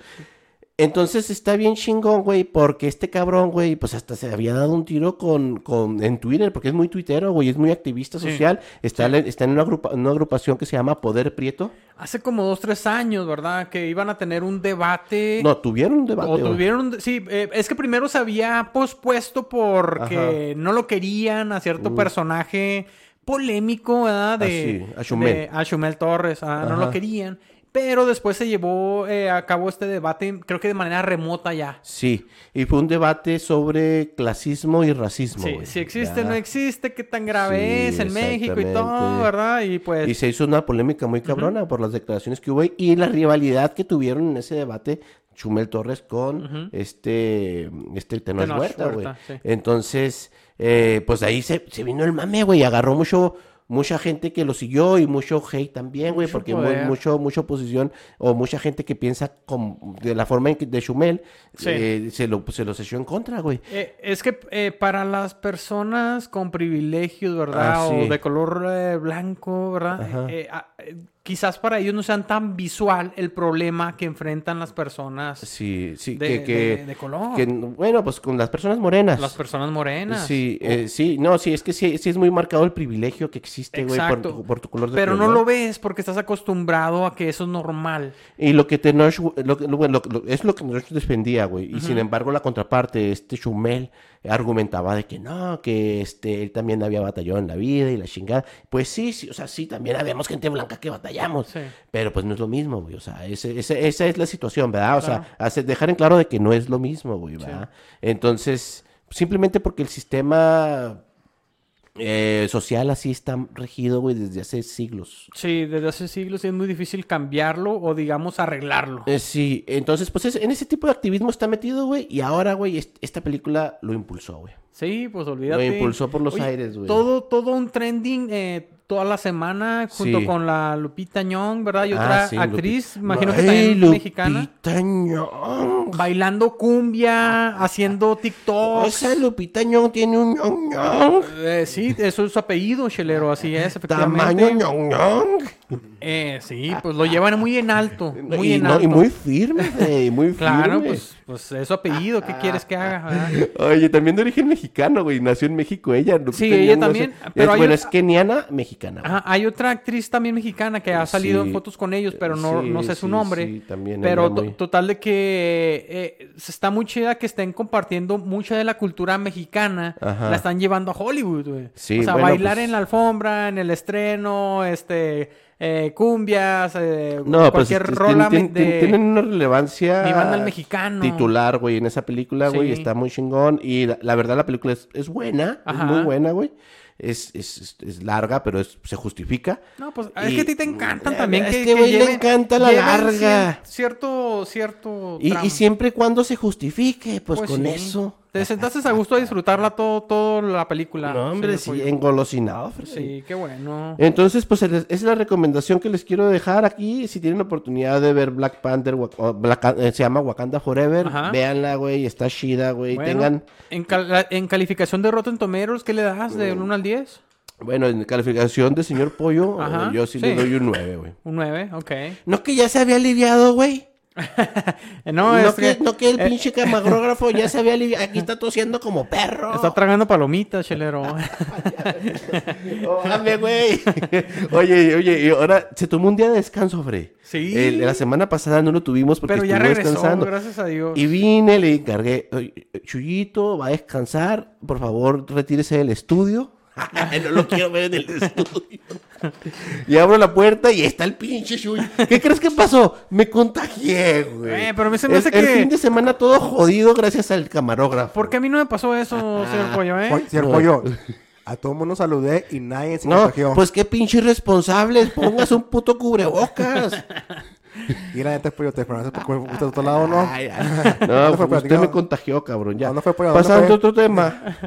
Speaker 1: Entonces está bien chingón, güey, porque este cabrón, güey, pues hasta se había dado un tiro con, con en Twitter, porque es muy tuitero, güey, es muy activista
Speaker 2: Sí.
Speaker 1: social. Está, en- está en una, agrupa- una agrupación que se llama Poder Prieto.
Speaker 2: Hace como dos, tres años, ¿verdad? Que iban a tener un debate.
Speaker 1: No, tuvieron un debate.
Speaker 2: O
Speaker 1: güey.
Speaker 2: tuvieron, sí, eh, es que primero se había pospuesto porque no lo querían a cierto personaje polémico, ¿verdad? De,
Speaker 1: Ah, sí, a Chumel.
Speaker 2: de- a Chumel Torres, ah, no lo
Speaker 1: Ajá.
Speaker 2: querían. Pero después se llevó eh, a cabo este debate, creo que de manera remota ya.
Speaker 1: Sí, y fue un debate sobre clasismo y racismo.
Speaker 2: Sí,
Speaker 1: güey.
Speaker 2: si existe,
Speaker 1: Ya.
Speaker 2: no existe, qué tan grave
Speaker 1: Sí,
Speaker 2: es en México y todo,
Speaker 1: exactamente.
Speaker 2: ¿verdad? Y pues...
Speaker 1: Y se hizo una polémica muy cabrona por las declaraciones que hubo ahí y la rivalidad que tuvieron en ese debate Chumel Torres con
Speaker 2: Ujú.
Speaker 1: este, este Tenoch,
Speaker 2: Tenoch
Speaker 1: Huerta, güey.
Speaker 2: Huerta, sí.
Speaker 1: Entonces, eh, pues ahí se, se vino el mame, güey, y agarró mucho... Mucha gente que lo siguió y mucho hate también, güey,
Speaker 2: Mucho
Speaker 1: porque mu-
Speaker 2: poder.
Speaker 1: mucho, mucha oposición o mucha gente que piensa com- de la forma en que, de Chumel
Speaker 2: Sí.
Speaker 1: eh, se, lo, se los echó en contra, güey.
Speaker 2: Eh, es que eh, para las personas con privilegios, ¿verdad?
Speaker 1: Ah,
Speaker 2: O
Speaker 1: sí.
Speaker 2: de color eh, blanco,
Speaker 1: Ajá.
Speaker 2: ¿verdad? Eh, eh, ah, eh, quizás para ellos no sean tan visual el problema que enfrentan las personas
Speaker 1: Sí, sí,
Speaker 2: de,
Speaker 1: que, que,
Speaker 2: de- de color.
Speaker 1: que, bueno, pues con las personas morenas.
Speaker 2: Las personas morenas.
Speaker 1: Sí, eh, sí, no, sí, es que sí, sí es muy marcado el privilegio que existe, güey, por,
Speaker 2: Exacto.
Speaker 1: tu- por tu color de
Speaker 2: Pero
Speaker 1: piel,
Speaker 2: no lo ves porque estás acostumbrado a que eso es normal.
Speaker 1: Y lo que Tenoch, lo, que- lo- bueno, lo- lo- es lo que Tenoch defendía, güey. Y sin embargo, la contraparte, este Chumel, argumentaba de que no, que este, él también había batallado en la vida y la chingada. Pues sí, sí, o sea, sí, también habíamos gente blanca que batallamos.
Speaker 2: Sí.
Speaker 1: Pero pues no es lo mismo, güey. O sea, ese- ese- esa es la situación, ¿verdad? O
Speaker 2: Claro.
Speaker 1: sea, hace- dejar en claro de que no es lo mismo, güey, ¿verdad? Entonces, simplemente porque el sistema eh, social así está regido, güey, desde hace siglos.
Speaker 2: Sí, desde hace siglos es muy difícil cambiarlo o, digamos, arreglarlo.
Speaker 1: Eh, sí, entonces, pues es- en ese tipo de activismo está metido, güey. Y ahora, güey, est- esta película lo impulsó, güey.
Speaker 2: Sí, pues olvídate.
Speaker 1: Lo impulsó por los aires, güey.
Speaker 2: Todo, todo un trending eh, toda la semana junto
Speaker 1: Sí.
Speaker 2: con la Lupita Ñong, ¿verdad? Y
Speaker 1: Ah,
Speaker 2: otra
Speaker 1: sí,
Speaker 2: actriz,
Speaker 1: Lupi-
Speaker 2: imagino que
Speaker 1: Ay,
Speaker 2: también
Speaker 1: Lupita
Speaker 2: mexicana.
Speaker 1: Ñong.
Speaker 2: Bailando cumbia, haciendo TikTok.
Speaker 1: Esa Lupita Ñong tiene un Ñong Ñong.
Speaker 2: Eh, sí, eso es su apellido, Chelero, así es,
Speaker 1: Tamaño
Speaker 2: efectivamente.
Speaker 1: Ñong Ñong.
Speaker 2: Eh, sí, pues lo llevan muy en alto, muy
Speaker 1: y,
Speaker 2: en
Speaker 1: no,
Speaker 2: alto.
Speaker 1: y muy firme, güey, muy firme. Ah,
Speaker 2: Claro, pues, pues es su apellido, ¿qué quieres que haga? verdad?
Speaker 1: Oye, también de origen mexicano, güey. Nació en México ella. Lupita
Speaker 2: Sí,
Speaker 1: Nyong'o, no
Speaker 2: ella
Speaker 1: sé.
Speaker 2: también, pero Ah,
Speaker 1: es,
Speaker 2: hay
Speaker 1: bueno,
Speaker 2: un-
Speaker 1: es keniana mexicana. güey.
Speaker 2: Ajá, hay otra actriz también mexicana que ha salido en
Speaker 1: Sí.
Speaker 2: fotos con ellos, pero no,
Speaker 1: Sí,
Speaker 2: no sé su
Speaker 1: sí,
Speaker 2: nombre.
Speaker 1: sí, también
Speaker 2: pero
Speaker 1: ella
Speaker 2: to-
Speaker 1: muy-
Speaker 2: total de que eh, se está muy chida que estén compartiendo mucha de la cultura mexicana.
Speaker 1: Ajá.
Speaker 2: La están llevando a Hollywood, güey.
Speaker 1: Sí,
Speaker 2: o sea,
Speaker 1: bueno,
Speaker 2: bailar
Speaker 1: pues-
Speaker 2: en la alfombra, en el estreno, este, eh, cumbias, eh,
Speaker 1: No, pues
Speaker 2: cualquier
Speaker 1: este,
Speaker 2: rola
Speaker 1: tienen,
Speaker 2: me- de-
Speaker 1: tienen- tienen una relevancia
Speaker 2: Mi banda el mexicano.
Speaker 1: titular, güey, en esa película, güey,
Speaker 2: Sí.
Speaker 1: está muy chingón y la, la verdad la película es, es buena,
Speaker 2: Ajá.
Speaker 1: es muy buena, güey. Es, es, es- es larga, pero es- se justifica.
Speaker 2: No, pues
Speaker 1: Y-
Speaker 2: es que a ti te encantan
Speaker 1: Eh,
Speaker 2: también.
Speaker 1: es
Speaker 2: que,
Speaker 1: que, güey, le
Speaker 2: lleven-
Speaker 1: encanta la
Speaker 2: lleven
Speaker 1: larga.
Speaker 2: cien- Cierto, cierto.
Speaker 1: Y,
Speaker 2: tramo.
Speaker 1: y siempre y cuando se justifique, pues,
Speaker 2: Pues
Speaker 1: con
Speaker 2: sí.
Speaker 1: eso.
Speaker 2: Te sentaste a gusto a disfrutarla todo, todo la película.
Speaker 1: No, hombre,
Speaker 2: señor
Speaker 1: sí,
Speaker 2: Pollo.
Speaker 1: engolosinado, Fred.
Speaker 2: Sí, qué bueno.
Speaker 1: Entonces, pues el- es la recomendación que les quiero dejar aquí. Si tienen oportunidad de ver Black Panther, Wak- o Black- eh, se llama Wakanda Forever,
Speaker 2: Ajá.
Speaker 1: véanla, güey, está chida, güey.
Speaker 2: Bueno,
Speaker 1: Tengan,
Speaker 2: En, cal- en calificación de Rotten Tomatoes, ¿qué le das de
Speaker 1: Mm.
Speaker 2: 1 al 10?
Speaker 1: bueno, en calificación de señor Pollo,
Speaker 2: Ajá,
Speaker 1: eh, yo sí, le
Speaker 2: sí.
Speaker 1: doy un 9, güey.
Speaker 2: Un 9, ok. Eh,
Speaker 1: No que ya se había aliviado, güey.
Speaker 2: no,
Speaker 1: No,
Speaker 2: es
Speaker 1: que,
Speaker 2: que eh,
Speaker 1: no que el pinche camarógrafo ya se había aliviado. Aquí está tosiendo como perro.
Speaker 2: está tragando palomitas, chelero.
Speaker 1: Ah, Órale, güey. oye, oye, y ahora se tomó un día de descanso, Fre.
Speaker 2: Sí.
Speaker 1: El- la semana pasada no lo tuvimos porque
Speaker 2: Pero ya
Speaker 1: estuvo
Speaker 2: regresó,
Speaker 1: descansando.
Speaker 2: gracias a Dios.
Speaker 1: Y vine, le encargué, "Oye, Chuyito, va a descansar, por favor, retírese del estudio. no lo quiero ver en el estudio. y abro la puerta y está el pinche Chuy. ¿Qué crees que pasó? Me contagié, güey.
Speaker 2: Eh, pero a mí se me
Speaker 1: El-
Speaker 2: hace
Speaker 1: El
Speaker 2: que-
Speaker 1: fin de semana todo jodido gracias al camarógrafo.
Speaker 2: ¿Por qué a mí no me pasó eso,
Speaker 1: Ah,
Speaker 2: señor Pollo, eh?
Speaker 3: Oye, Señor
Speaker 1: No.
Speaker 3: Pollo, a todo mundo saludé y nadie se
Speaker 1: No,
Speaker 3: contagió.
Speaker 1: pues qué pinche irresponsables. Póngase un puto cubrebocas.
Speaker 3: Y la neta es Pollo, te conoces por por- por otro lado, ¿no?
Speaker 1: Ay, ay. No, pues
Speaker 3: No fue
Speaker 1: usted
Speaker 3: platicado.
Speaker 1: me contagió, cabrón. Ya.
Speaker 3: No, no fue por- no
Speaker 1: Pasando a
Speaker 3: fue.
Speaker 1: otro tema.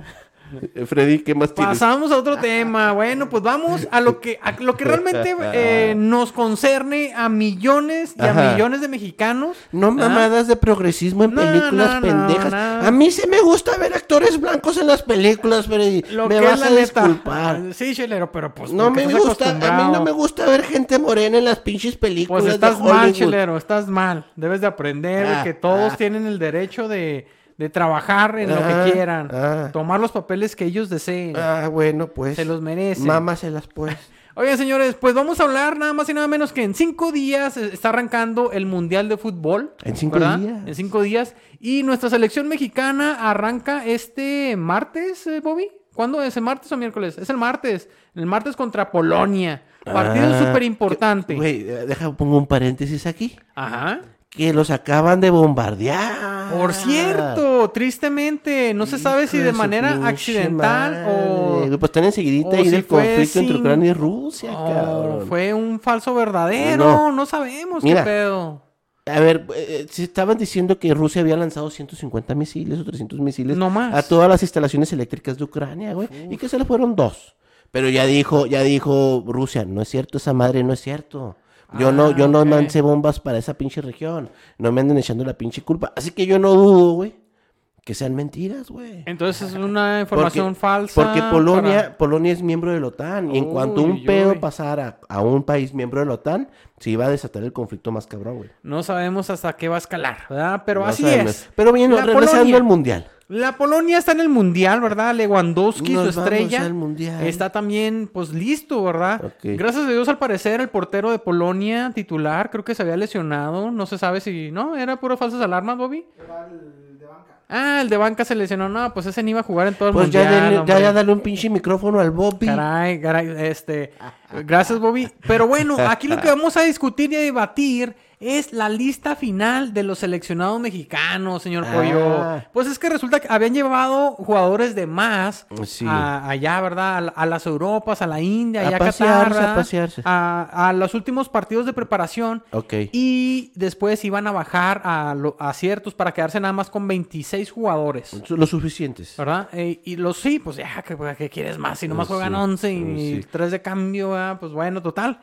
Speaker 1: Eh, Freddy, ¿qué más tienes?
Speaker 2: Pasamos a otro tema. Bueno, pues vamos a lo que, a lo que realmente eh, nos concerne a millones y
Speaker 1: Ajá.
Speaker 2: a millones de mexicanos.
Speaker 1: No mamadas de progresismo en
Speaker 2: ¿Ah? No,
Speaker 1: películas
Speaker 2: no, no,
Speaker 1: pendejas.
Speaker 2: no.
Speaker 1: A mí sí me gusta ver actores blancos en las películas, Freddy.
Speaker 2: Lo
Speaker 1: me
Speaker 2: que
Speaker 1: vas
Speaker 2: es la
Speaker 1: a
Speaker 2: neta.
Speaker 1: disculpar.
Speaker 2: Sí, chelero, pero pues.
Speaker 1: No
Speaker 2: porque
Speaker 1: me
Speaker 2: estás
Speaker 1: gusta, a mí no
Speaker 2: acostumbrado.
Speaker 1: me gusta ver gente morena en las pinches películas
Speaker 2: Pues estás
Speaker 1: de
Speaker 2: mal,
Speaker 1: Hollywood.
Speaker 2: chelero, estás mal. Debes de aprender güey,
Speaker 1: Ah,
Speaker 2: que todos
Speaker 1: ah.
Speaker 2: tienen el derecho de, de trabajar en lo
Speaker 1: Ah,
Speaker 2: que quieran.
Speaker 1: ah.
Speaker 2: Tomar los papeles que ellos deseen.
Speaker 1: Ah, bueno, pues.
Speaker 2: Se los merecen.
Speaker 1: Mámaselas, pues.
Speaker 2: Oigan, señores, pues vamos a hablar nada más y nada menos que en cinco días eh, está arrancando el Mundial de Fútbol.
Speaker 1: En cinco días.
Speaker 2: En cinco días. Y nuestra selección mexicana arranca este martes, eh, Bobby. ¿Cuándo es? ¿El martes o miércoles? Es el martes. El martes contra Polonia. Partido
Speaker 1: Ah,
Speaker 2: súper importante.
Speaker 1: que- Güey, eh, deja, pongo un paréntesis aquí.
Speaker 2: Ajá.
Speaker 1: Que los acaban de bombardear.
Speaker 2: Por cierto, tristemente, no se sabe si
Speaker 1: Hijo
Speaker 2: de
Speaker 1: su
Speaker 2: manera
Speaker 1: pinche
Speaker 2: accidental o,
Speaker 1: madre. Pues están enseguidita
Speaker 2: o
Speaker 1: ahí
Speaker 2: si
Speaker 1: del
Speaker 2: fue
Speaker 1: conflicto entre
Speaker 2: sin-
Speaker 1: Ucrania y Rusia,
Speaker 2: o
Speaker 1: cabrón.
Speaker 2: fue un falso verdadero.
Speaker 1: No.
Speaker 2: No, sabemos
Speaker 1: Mira.
Speaker 2: qué pedo.
Speaker 1: A ver, eh, se estaban diciendo que Rusia había lanzado 150 misiles o 300 misiles
Speaker 2: No más.
Speaker 1: a todas las instalaciones eléctricas de Ucrania, güey, y que se le fueron dos. Pero ya dijo, ya dijo Rusia, no es cierto, esa madre no es cierto. Yo no,
Speaker 2: Ah,
Speaker 1: yo no
Speaker 2: ok.
Speaker 1: lancé bombas para esa pinche región. No me anden echando la pinche culpa. Así que yo no dudo, güey, que sean mentiras, güey.
Speaker 2: Entonces es una información falsa.
Speaker 1: Porque Polonia,
Speaker 2: para-
Speaker 1: Polonia es miembro de la OTAN. Y en cuanto
Speaker 2: Uy,
Speaker 1: un
Speaker 2: uy,
Speaker 1: pedo
Speaker 2: uy.
Speaker 1: pasara a un país miembro de la OTAN, se iba a desatar el conflicto más cabrón, güey.
Speaker 2: No sabemos hasta qué va a escalar, ¿verdad? Pero
Speaker 1: No
Speaker 2: así
Speaker 1: sabemos.
Speaker 2: es.
Speaker 1: Pero bien,
Speaker 2: la
Speaker 1: regresando
Speaker 2: Polonia,
Speaker 1: al mundial.
Speaker 2: la Polonia está en el mundial, ¿verdad? Lewandowski,
Speaker 1: Nos
Speaker 2: su
Speaker 1: vamos
Speaker 2: estrella.
Speaker 1: al Mundial.
Speaker 2: Está también, pues listo, ¿verdad?
Speaker 1: Ok.
Speaker 2: Gracias a Dios, al parecer, el portero de Polonia, titular, creo que se había lesionado. No se sabe si. ¿No? ¿Era puro falsas alarmas, Bobby? Ah, el de banca se lesionó. No, pues ese ni iba a jugar en todo el
Speaker 1: Pues ya,
Speaker 2: mundial.
Speaker 1: denle- ya,
Speaker 2: hombre.
Speaker 1: ya dale un pinche micrófono al Bobby.
Speaker 2: Caray, caray, este. Gracias, Bobby. Pero bueno, aquí lo que vamos a discutir y a debatir es la lista final de los seleccionados mexicanos, señor
Speaker 1: Ah.
Speaker 2: Pollo. Pues es que resulta que habían llevado jugadores de más
Speaker 1: Sí.
Speaker 2: a- allá, ¿verdad? A, la- a las Europas, a la India,
Speaker 1: A
Speaker 2: allá a
Speaker 1: pasearse,
Speaker 2: Qatar,
Speaker 1: a
Speaker 2: ¿verdad?
Speaker 1: pasearse.
Speaker 2: A, a los últimos partidos de preparación.
Speaker 1: Ok.
Speaker 2: Y después iban a bajar a, lo- a ciertos para quedarse nada más con 26 jugadores.
Speaker 1: Los suficientes.
Speaker 2: ¿Verdad? Eh, y los sí, pues ya, ¿qué, qué quieres más? Si nomás
Speaker 1: Pues Sí,
Speaker 2: juegan 11 y
Speaker 1: sí.
Speaker 2: 3 de cambio, ¿verdad? pues bueno, total.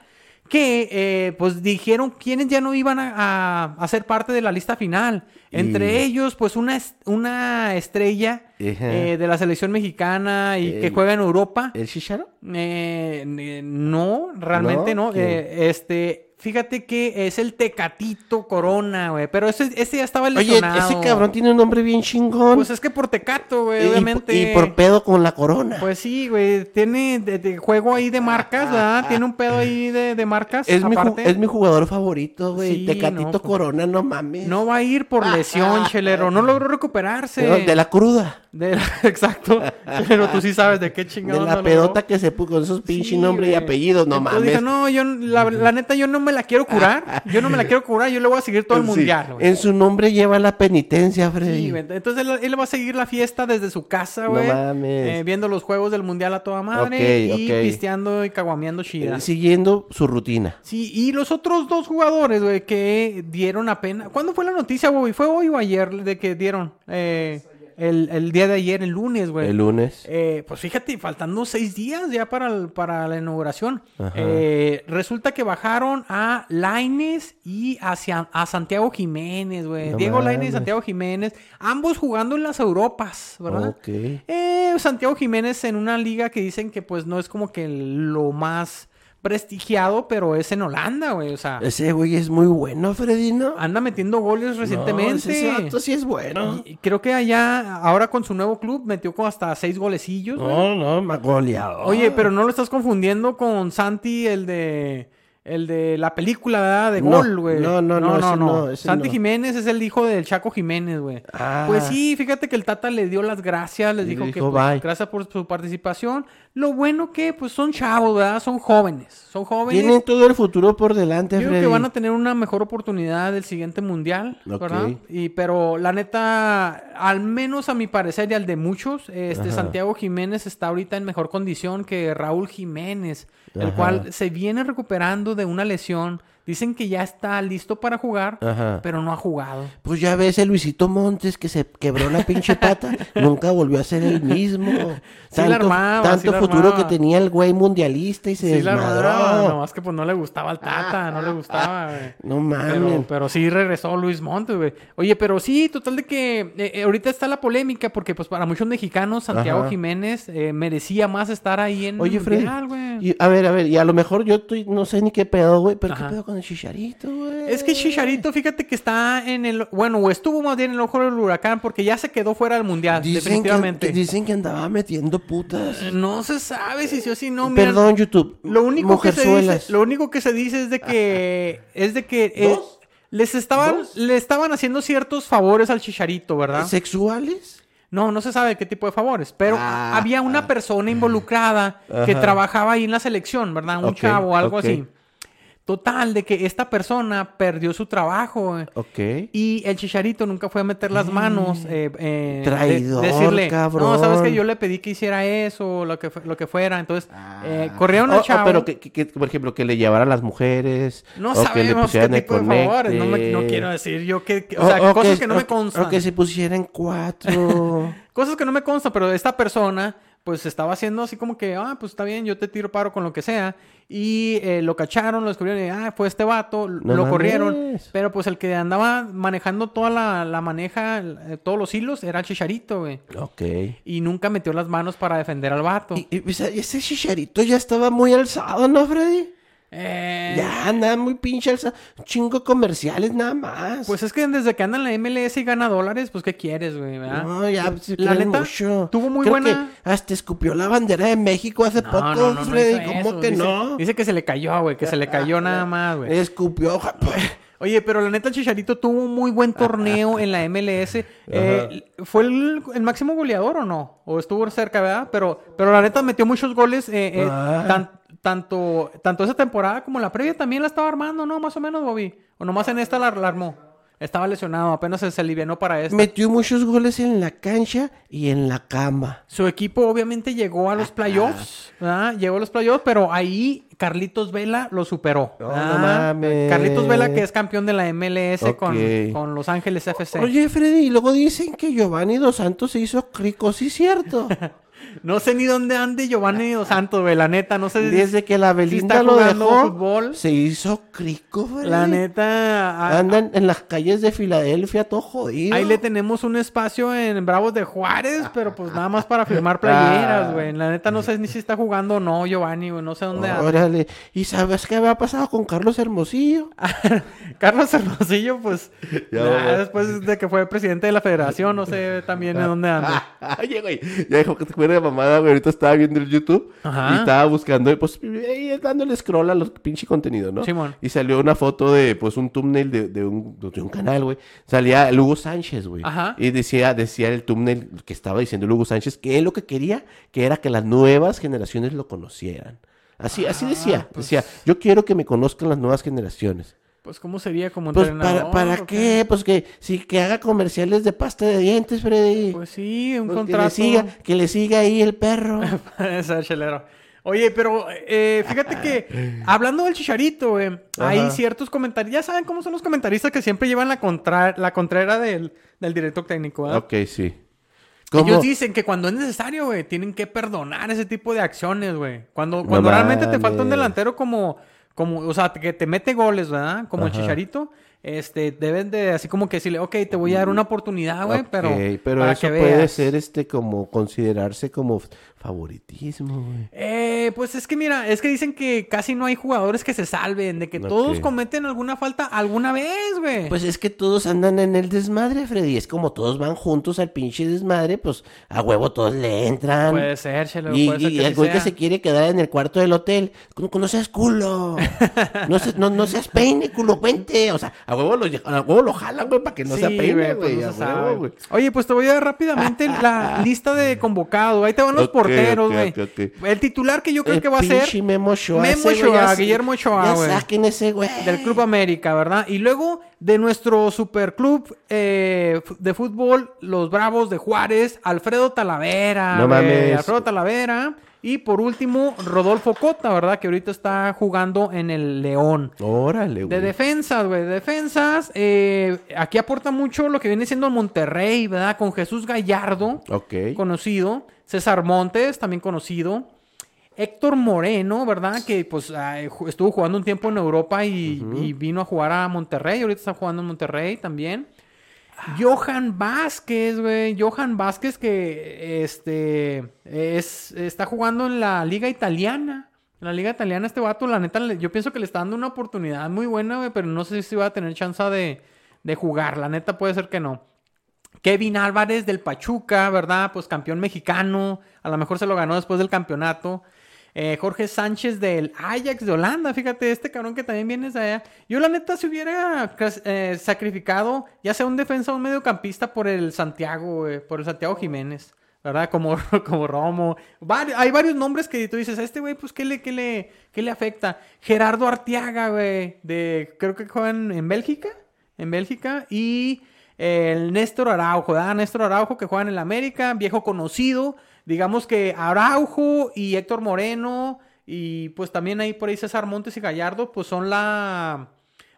Speaker 2: Que eh, pues dijeron quienes ya no iban a, a- a ser parte de la lista final. Entre
Speaker 1: Y-
Speaker 2: ellos, pues una, es- una estrella
Speaker 1: Ejá.
Speaker 2: eh, de la selección mexicana y que
Speaker 1: El-
Speaker 2: juega en Europa.
Speaker 1: ¿El Shisharo?
Speaker 2: Eh, eh, no, realmente
Speaker 1: ¿No?
Speaker 2: no.
Speaker 1: ¿Quién?
Speaker 2: Eh, este, fíjate que es el Tecatito Corona, güey. Pero ese, ese ya estaba
Speaker 1: Oye,
Speaker 2: lesionado.
Speaker 1: ese cabrón tiene un nombre bien chingón.
Speaker 2: Pues es que por Tecato,
Speaker 1: Y-
Speaker 2: güey,
Speaker 1: y,
Speaker 2: obviamente.
Speaker 1: y por pedo con la corona.
Speaker 2: Pues sí, güey, tiene de, de juego ahí de marcas, ¿verdad? Tiene un pedo ahí de, de marcas.
Speaker 1: es, mi ju-
Speaker 2: aparte.
Speaker 1: es mi jugador favorito, güey.
Speaker 2: Sí,
Speaker 1: Tecatito
Speaker 2: no, pues-
Speaker 1: Corona, no mames.
Speaker 2: No va a ir por lesión, Chelero. No logró recuperarse.
Speaker 1: No, De la cruda.
Speaker 2: De la- Exacto. Pero tú sí sabes de qué
Speaker 1: De
Speaker 2: chingado.
Speaker 1: la
Speaker 2: no
Speaker 1: pedota
Speaker 2: logró.
Speaker 1: que se puso con esos pinches
Speaker 2: Sí,
Speaker 1: nombres y
Speaker 2: güey.
Speaker 1: apellidos, no
Speaker 2: Entonces
Speaker 1: mames.
Speaker 2: dijo, no, yo, n- la, la neta, yo no me la quiero curar. Yo no me la quiero curar. Yo le voy a seguir todo el
Speaker 1: Sí,
Speaker 2: mundial, güey.
Speaker 1: En su nombre lleva la penitencia, Freddy.
Speaker 2: Sí, güey. entonces él, él va a seguir la fiesta desde su casa,
Speaker 1: No
Speaker 2: güey.
Speaker 1: mames.
Speaker 2: eh, viendo los juegos del mundial a toda madre.
Speaker 1: Ok,
Speaker 2: y
Speaker 1: ok.
Speaker 2: pisteando y caguameando chida.
Speaker 1: Eh, Siguiendo su rutina.
Speaker 2: Sí, y los otros dos jugadores, güey, que dieron apenas... ¿Cuándo fue la noticia, Bobby? ¿Fue hoy o ayer de que dieron? Eh, el, el día de ayer, el lunes, güey.
Speaker 1: El lunes.
Speaker 2: Eh, pues fíjate, faltando seis días ya para, el- para la inauguración.
Speaker 1: Ajá.
Speaker 2: Eh, resulta que bajaron a Laines y hacia, a Santiago Jiménez, güey.
Speaker 1: No
Speaker 2: Diego Laines
Speaker 1: mames.
Speaker 2: y Santiago Jiménez. Ambos jugando en las Europas, ¿verdad?
Speaker 1: Ok.
Speaker 2: Eh, Santiago Jiménez en una liga que dicen que pues no es como que lo más prestigiado, pero es en Holanda, güey. O sea,
Speaker 1: Ese güey es muy bueno, Freddy, ¿no?
Speaker 2: anda metiendo goles
Speaker 1: No, ese
Speaker 2: Ah, recientemente.
Speaker 1: vato sí es bueno.
Speaker 2: Y- y creo que allá, ahora con su nuevo club, metió como hasta seis golecillos, güey.
Speaker 1: No, no, ma- goleador.
Speaker 2: pues Oye, pero no lo estás confundiendo con Santi, el de. El de la película, ¿verdad? De
Speaker 1: No,
Speaker 2: gol, güey.
Speaker 1: no, no, no, ese no, ese
Speaker 2: Santi
Speaker 1: no.
Speaker 2: Jiménez es el hijo del Chaco Jiménez, güey.
Speaker 1: Ah.
Speaker 2: Pues sí, fíjate que el Tata le dio las gracias, les
Speaker 1: Y
Speaker 2: dijo,
Speaker 1: le
Speaker 2: que
Speaker 1: dijo,
Speaker 2: pues,
Speaker 1: "Bye".
Speaker 2: gracias por su participación. Lo bueno que, pues, son chavos, ¿verdad? Son jóvenes. Son jóvenes.
Speaker 1: Tienen todo el futuro por delante,
Speaker 2: Yo creo
Speaker 1: Freddy.
Speaker 2: que van a tener una mejor oportunidad del siguiente mundial,
Speaker 1: Ok.
Speaker 2: ¿verdad? Y pero la neta, al menos a mi parecer y al de muchos, este
Speaker 1: Ajá.
Speaker 2: Santiago Jiménez está ahorita en mejor condición que Raúl Jiménez, el
Speaker 1: Ajá.
Speaker 2: cual se viene recuperando de una lesión. Dicen que ya está listo para jugar,
Speaker 1: Ajá.
Speaker 2: pero no ha jugado.
Speaker 1: Pues ya ves el Luisito Montes que se quebró la pinche pata, nunca volvió a ser el mismo.
Speaker 2: Sí la armaba,
Speaker 1: tanto
Speaker 2: sí la
Speaker 1: futuro
Speaker 2: armaba.
Speaker 1: que tenía el güey mundialista y se
Speaker 2: Sí, la
Speaker 1: desmadró.
Speaker 2: verdad, nomás que pues no le gustaba al Tata, no le gustaba, güey.
Speaker 1: No
Speaker 2: Pero, pues,
Speaker 1: mames.
Speaker 2: pero sí regresó Luis Montes, güey. Oye, pero sí, total de que eh, eh, ahorita está la polémica porque pues para muchos mexicanos Santiago
Speaker 1: Ajá.
Speaker 2: Jiménez eh, merecía más estar ahí en
Speaker 1: Oye,
Speaker 2: el
Speaker 1: Freddy.
Speaker 2: Mundial, mm, güey.
Speaker 1: y- a ver, a ver, y a lo mejor yo estoy, no sé ni qué pedo, güey, pero
Speaker 2: Ajá.
Speaker 1: qué pedo con el chicharito, güey.
Speaker 2: Es que Chicharito, fíjate que está en el... Bueno, o estuvo más bien en el ojo del huracán porque ya se quedó fuera del Mundial,
Speaker 1: Dicen que,
Speaker 2: definitivamente.
Speaker 1: que dicen que andaba metiendo putas.
Speaker 2: No se sabe si sí o si no, mira.
Speaker 1: Perdón, YouTube.
Speaker 2: Lo único, que se
Speaker 1: Mujerzuelas.
Speaker 2: dice, lo único que se dice es de que es de que eh,
Speaker 1: ¿Dos?
Speaker 2: les estaban
Speaker 1: ¿Dos?
Speaker 2: le estaban haciendo ciertos favores al Chicharito, ¿verdad?
Speaker 1: ¿Sexuales?
Speaker 2: No, no se sabe qué tipo de favores, pero
Speaker 1: Ah,
Speaker 2: había una persona involucrada que
Speaker 1: Ajá.
Speaker 2: trabajaba ahí en la selección, ¿verdad? Un
Speaker 1: Ok,
Speaker 2: chavo, algo
Speaker 1: ok.
Speaker 2: así. Total, de que esta persona perdió su trabajo güey,
Speaker 1: Ok.
Speaker 2: y el chicharito nunca fue a meter las manos. eh, eh, de-
Speaker 1: Mm. Traidor, cabrón.
Speaker 2: No, sabes que yo le pedí que hiciera eso, lo que, fu- lo que fuera. Entonces, eh, corrieron al
Speaker 1: Oh, oh,
Speaker 2: chavo.
Speaker 1: pero que, que- que, por ejemplo, que le llevara a las mujeres.
Speaker 2: No
Speaker 1: o que le
Speaker 2: sabemos qué
Speaker 1: pusieran el
Speaker 2: tipo de favores. No, me- no
Speaker 1: conecte.
Speaker 2: quiero decir yo que. que- o sea, cosas que, no me constan.
Speaker 1: O que se pusieran cuatro.
Speaker 2: Cosas que no me consta, pero esta persona pues estaba haciendo así como que, ah, pues está bien, yo te tiro paro con lo que sea. Y eh, lo cacharon, lo descubrieron, y, ah, fue este vato, lo
Speaker 1: mames.
Speaker 2: corrieron. Pero pues el que andaba manejando toda la, la maneja, eh, todos los hilos, era el Chicharito, güey.
Speaker 1: ok.
Speaker 2: Y nunca metió las manos para defender al vato.
Speaker 1: Y, y, o sea, ese chicharito ya estaba muy alzado, ¿no, Freddy?
Speaker 2: Eh,
Speaker 1: Ya, nada, muy pinche alzado. Un chingo comerciales nada más.
Speaker 2: Pues es que desde que anda en la MLS y gana dólares, pues ¿qué quieres, güey? verdad?
Speaker 1: No, ya pues, se
Speaker 2: La
Speaker 1: creen
Speaker 2: neta,
Speaker 1: mucho.
Speaker 2: tuvo muy
Speaker 1: Creo
Speaker 2: buena-
Speaker 1: que hasta escupió la bandera de México hace
Speaker 2: No,
Speaker 1: poco,
Speaker 2: no, no, no
Speaker 1: Freddy.
Speaker 2: hizo
Speaker 1: ¿Cómo
Speaker 2: eso.
Speaker 1: que
Speaker 2: Dice-
Speaker 1: no?
Speaker 2: Dice que se le cayó, güey, que se le cayó nada más, güey.
Speaker 1: Escupió. ja, pues.
Speaker 2: Oye, pero la neta, el Chicharito tuvo un muy buen torneo en la MLS. Eh, ¿Fue el, el máximo goleador o no? O estuvo cerca, ¿verdad? Pero, pero la neta metió muchos goles. eh, eh,
Speaker 1: Ah.
Speaker 2: tan- tanto, tanto esa temporada como la previa también la estaba armando, ¿no? Más o menos, Bobby. O nomás en esta la, la armó. Estaba lesionado, apenas se, se alivianó para esta.
Speaker 1: Metió muchos goles en la cancha y en la cama.
Speaker 2: Su equipo obviamente llegó a
Speaker 1: Ah,
Speaker 2: los playoffs, ¿verdad? Llegó a los playoffs, pero ahí Carlitos Vela lo superó.
Speaker 1: No,
Speaker 2: ¿verdad?
Speaker 1: no mames.
Speaker 2: Carlitos Vela, que es campeón de la MLS con,
Speaker 1: Ok.
Speaker 2: con Los Ángeles FC.
Speaker 1: Oye, Freddy, y luego dicen que Giovanni Dos Santos se hizo crico, sí, cierto.
Speaker 2: No sé ni dónde ande Giovanni Dos Santos, güey, la neta, no sé.
Speaker 1: Ah, Desde que la Belinda
Speaker 2: está
Speaker 1: lo
Speaker 2: jugando
Speaker 1: dejó,
Speaker 2: fútbol.
Speaker 1: se hizo crico, Freddy.
Speaker 2: La neta, a-
Speaker 1: Andan en las calles de Filadelfia todo jodido.
Speaker 2: ahí le tenemos un espacio en Bravos de Juárez, pero pues nada más para
Speaker 1: Ah,
Speaker 2: firmar playeras, güey. La neta, no sé ni si está jugando o no Giovanni, güey, no sé dónde anda.
Speaker 1: Órale. ¿Y sabes qué había pasado con Carlos Hermosillo?
Speaker 2: Carlos Hermosillo, pues,
Speaker 1: Ya,
Speaker 2: nah,
Speaker 1: güey.
Speaker 2: después de que fue presidente de la federación, no sé también
Speaker 1: Ah.
Speaker 2: en dónde anda.
Speaker 1: Oye, güey, ya dijo que te fuera de mamada, güey. Ahorita estaba viendo el YouTube
Speaker 2: Ajá.
Speaker 1: y estaba buscando, y pues, ahí dándole scroll a los pinche contenido, ¿no?
Speaker 2: Simón.
Speaker 1: Y salió una foto de, pues, un thumbnail de, de un, pues, de un canal, güey. Salía el Hugo Sánchez, güey.
Speaker 2: Ajá.
Speaker 1: Y decía, decía el thumbnail que estaba diciendo el Hugo Sánchez que él lo que quería que era que las nuevas generaciones lo conocieran. Así, así
Speaker 2: Ah,
Speaker 1: decía. Decía, yo quiero que me conozcan las nuevas generaciones.
Speaker 2: Pues, ¿cómo sería como
Speaker 1: Pues, ¿para,
Speaker 2: entrenador?
Speaker 1: para
Speaker 2: o
Speaker 1: qué? Pues que, sí, que haga comerciales de pasta de dientes, Freddy.
Speaker 2: Pues sí, un
Speaker 1: Pues
Speaker 2: contrato.
Speaker 1: Que le, siga, que le siga ahí el perro.
Speaker 2: Esa chelero. Oye, pero eh, fíjate que hablando del chicharito, güey, hay ciertos comentarios. Ya saben cómo son los comentaristas que siempre llevan la, contra la contraera del, del director técnico. ¿verdad?
Speaker 1: ok, sí.
Speaker 2: Ellos dicen que cuando es necesario, güey, tienen que perdonar ese tipo de acciones, güey. Cuando,
Speaker 1: No
Speaker 2: cuando realmente te falta un
Speaker 1: mames.
Speaker 2: delantero como, como, o sea, que te mete goles, ¿verdad? Como el
Speaker 1: Ajá.
Speaker 2: chicharito. Este, deben de así como que decirle, ok, te voy a dar una oportunidad, ah, güey, pero,
Speaker 1: Mm. Ok, pero
Speaker 2: para
Speaker 1: eso
Speaker 2: que
Speaker 1: puede
Speaker 2: veas".
Speaker 1: ser este como considerarse como favoritismo, güey.
Speaker 2: Eh, Eh, pues es que mira, es que dicen que casi no hay jugadores que se salven, de que todos
Speaker 1: Ok.
Speaker 2: cometen alguna falta alguna vez, güey.
Speaker 1: Pues es que todos andan en el desmadre, Freddy. Es como todos van juntos al pinche desmadre, pues a huevo todos le entran.
Speaker 2: puede ser, Chelo,
Speaker 1: y
Speaker 2: puede ser
Speaker 1: y el
Speaker 2: que Pues, sí
Speaker 1: güey que
Speaker 2: sea.
Speaker 1: se quiere quedar en el cuarto del hotel, no, no seas culo, no, seas- no, no seas peine, culo, vente. O sea, a huevo lo, a huevo lo jalan, güey, para que no sea
Speaker 2: Sí,
Speaker 1: peine,
Speaker 2: güey, pues
Speaker 1: güey.
Speaker 2: no
Speaker 1: a
Speaker 2: se
Speaker 1: huevo,
Speaker 2: sabe.
Speaker 1: güey.
Speaker 2: Oye, pues te voy a dar rápidamente la lista de convocados. Ahí te van los
Speaker 1: Ok,
Speaker 2: porteros,
Speaker 1: ok,
Speaker 2: güey.
Speaker 1: ok, ok.
Speaker 2: El titular que yo creo
Speaker 1: El
Speaker 2: que va a
Speaker 1: pinche
Speaker 2: ser
Speaker 1: Memo Ochoa.
Speaker 2: Memo
Speaker 1: ese güey,
Speaker 2: Ochoa,
Speaker 1: ya sa-
Speaker 2: Guillermo Ochoa,
Speaker 1: ya
Speaker 2: güey.
Speaker 1: saquen ese güey.
Speaker 2: del Club América, ¿verdad? Y luego de nuestro superclub eh, fu- de fútbol, los Bravos de Juárez, Alfredo Talavera.
Speaker 1: No
Speaker 2: güey,
Speaker 1: mames.
Speaker 2: Alfredo Talavera. Y por último, Rodolfo Cota, ¿verdad? Que ahorita está jugando en el León.
Speaker 1: Órale,
Speaker 2: De
Speaker 1: güey.
Speaker 2: defensas, güey, de defensas. eh, aquí aporta mucho lo que viene siendo Monterrey, ¿verdad? Con Jesús Gallardo,
Speaker 1: Ok.
Speaker 2: conocido. César Montes, también conocido. Héctor Moreno, ¿verdad? Que pues ah, ju- estuvo jugando un tiempo en Europa y, y vino a jugar a Monterrey. Ahorita está jugando en Monterrey también. Johan Vázquez, güey. Johan Vázquez que este es, está jugando en la liga italiana. En la liga italiana este vato, la neta, le- yo pienso que le está dando una oportunidad muy buena, güey, pero no sé si va a tener chance de, de jugar. La neta puede ser que no. Kevin Álvarez del Pachuca, ¿verdad? Pues campeón mexicano. A lo mejor se lo ganó después del campeonato. Eh, Jorge Sánchez del Ajax de Holanda, fíjate, este cabrón que también viene de allá. Yo la neta se hubiera cras- eh, sacrificado ya sea un defensa o un mediocampista por el Santiago, güey, por el Santiago Jiménez, ¿verdad? Como, como Romo. Vari- hay varios nombres que tú dices, a este güey, pues, ¿qué le, qué, le, ¿qué le afecta? Gerardo Arteaga, güey, de, creo que juega en- en Bélgica, en Bélgica. Y el Néstor Araujo, ¿verdad? Néstor Araujo que juega en el América, viejo conocido. Digamos que Araujo y Héctor Moreno y pues también ahí por ahí César Montes y Gallardo, pues son la,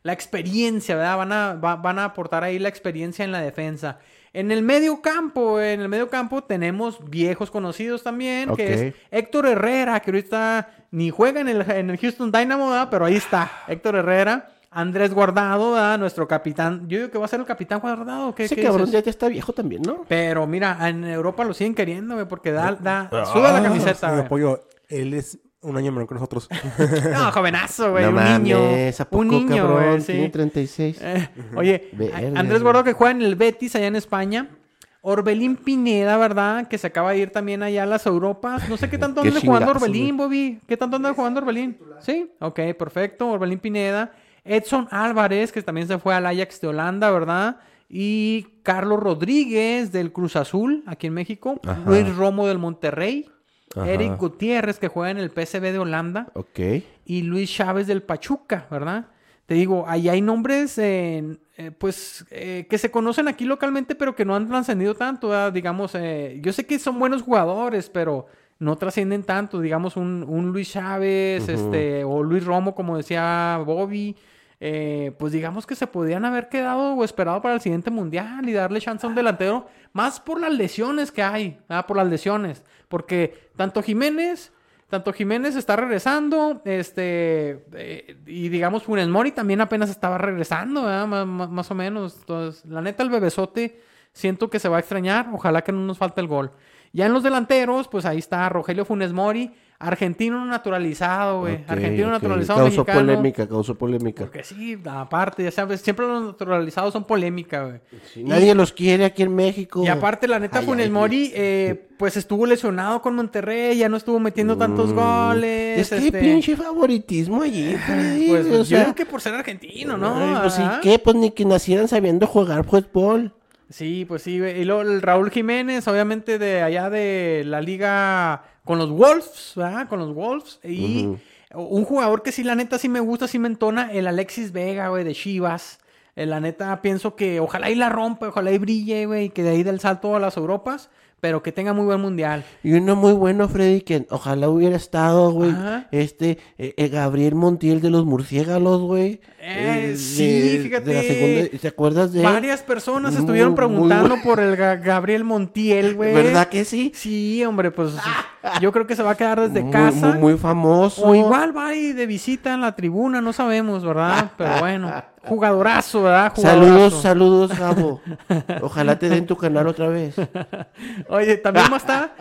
Speaker 2: la experiencia, ¿verdad? Van a, va- van a aportar ahí la experiencia en la defensa. En el medio campo, en el medio campo tenemos viejos conocidos también, que es
Speaker 1: Ok.
Speaker 2: Héctor Herrera, que ahorita ni juega en el, en el Houston Dynamo, ¿verdad? pero ahí está, Héctor Herrera. Andrés Guardado, ¿verdad? nuestro capitán. Yo digo que va a ser el capitán Guardado. ¿Qué,
Speaker 1: Ese
Speaker 2: qué
Speaker 1: cabrón
Speaker 2: dices?
Speaker 1: ya está viejo también, ¿no?
Speaker 2: Pero mira, en Europa lo siguen queriendo, güey, porque da, da, suda la
Speaker 3: Ah,
Speaker 2: camiseta,
Speaker 3: señor
Speaker 2: güey.
Speaker 3: Pollo, él es un año menor que nosotros.
Speaker 2: No, jovenazo, güey,
Speaker 1: no
Speaker 2: un
Speaker 1: mames,
Speaker 2: niño.
Speaker 1: ¿a poco,
Speaker 2: un niño,
Speaker 1: cabrón?
Speaker 2: güey,
Speaker 1: Tiene
Speaker 2: sí.
Speaker 1: 36.
Speaker 2: Eh, oye,
Speaker 1: Verga,
Speaker 2: a-
Speaker 1: güey.
Speaker 2: Andrés Guardado que juega en el Betis allá en España. Orbelín Pineda, ¿verdad? Que se acaba de ir también allá a las Europas. No sé qué tanto
Speaker 1: Qué
Speaker 2: anda jugando
Speaker 1: chingazo,
Speaker 2: Orbelín, Bobby. ¿Qué tanto anda jugando Orbelín? Sí, ok, perfecto. Orbelín Pineda. Edson Álvarez, que también se fue al Ajax de Holanda, ¿verdad? Y Carlos Rodríguez del Cruz Azul, aquí en México.
Speaker 1: Ajá.
Speaker 2: Luis Romo del Monterrey.
Speaker 1: Ajá.
Speaker 2: Eric Gutiérrez, que juega en el PSV de Holanda
Speaker 1: Ok.
Speaker 2: y Luis Chávez del Pachuca, ¿verdad? Te digo, ahí hay nombres, eh, eh, pues, eh, que se conocen aquí localmente, pero que no han trascendido tanto, ¿verdad? digamos, eh, yo sé que son buenos jugadores, pero no trascienden tanto, digamos, un, un Luis Chávez, este, o Luis Romo, como decía Bobby, eh, pues digamos que se podían haber quedado o esperado para el siguiente mundial y darle chance a un delantero, más por las lesiones que hay, ¿verdad? por las lesiones, porque tanto Jiménez tanto Jiménez está regresando, este, eh, y digamos Funes Mori también apenas estaba regresando, ¿verdad? Má- má- más o menos. Entonces, la neta, el bebesote siento que se va a extrañar, ojalá que no nos falte el gol. Ya en los delanteros, pues ahí está Rogelio Funes Mori, argentino naturalizado, güey.
Speaker 1: Ok,
Speaker 2: argentino
Speaker 1: ok.
Speaker 2: naturalizado
Speaker 1: Causó
Speaker 2: mexicano.
Speaker 1: polémica, causó polémica.
Speaker 2: Porque sí, aparte, ya sabes, siempre los naturalizados son polémica, güey.
Speaker 1: Sí, nadie los quiere aquí en México.
Speaker 2: Y aparte, la neta,
Speaker 1: Ay,
Speaker 2: Funes
Speaker 1: ay,
Speaker 2: Mori, eh, pues estuvo lesionado con Monterrey, ya no estuvo metiendo tantos
Speaker 1: Mm.
Speaker 2: goles.
Speaker 1: Es que hay
Speaker 2: este,
Speaker 1: pinche favoritismo allí, Freddy,
Speaker 2: Pues
Speaker 1: o
Speaker 2: yo
Speaker 1: sea,
Speaker 2: creo que por ser argentino, ¿no? ¿ah?
Speaker 1: ay, pues sí,
Speaker 2: Ajá.
Speaker 1: ¿qué? Pues ni que nacieran sabiendo jugar fútbol.
Speaker 2: Sí, pues sí. güey. Y luego el Raúl Jiménez, obviamente de allá de la liga con los Wolves, ¿verdad? Con los Wolves. Y
Speaker 1: Ujú.
Speaker 2: un jugador que sí, la neta, sí me gusta, sí me entona, el Alexis Vega, güey, de Chivas. Eh, la neta, pienso que ojalá y la rompa, ojalá y brille, güey, y que de ahí del salto a las Europas, pero que tenga muy buen mundial.
Speaker 1: Y uno muy bueno, Freddy, que ojalá hubiera estado, güey.
Speaker 2: Ajá.
Speaker 1: Este, eh, eh, Gabriel Montiel de los murciélagos, güey.
Speaker 2: Eh,
Speaker 1: Eh,
Speaker 2: sí, fíjate.
Speaker 1: la segunda- ¿Te acuerdas de él?
Speaker 2: Varias personas
Speaker 1: Muy-
Speaker 2: estuvieron
Speaker 1: muy
Speaker 2: preguntando
Speaker 1: bueno.
Speaker 2: por el Ga- Gabriel Montiel, güey.
Speaker 1: ¿Verdad que sí?
Speaker 2: Sí, hombre, pues Yo creo que se va a quedar desde
Speaker 1: muy,
Speaker 2: casa.
Speaker 1: muy, muy famoso.
Speaker 2: O igual va y de visita en la tribuna, no sabemos, ¿verdad? Pero bueno, jugadorazo, ¿verdad?
Speaker 1: Saludos,
Speaker 2: Jugadorazo.
Speaker 1: saludos, Gabo. Ojalá te den tu canal otra vez.
Speaker 2: Oye, también va a estar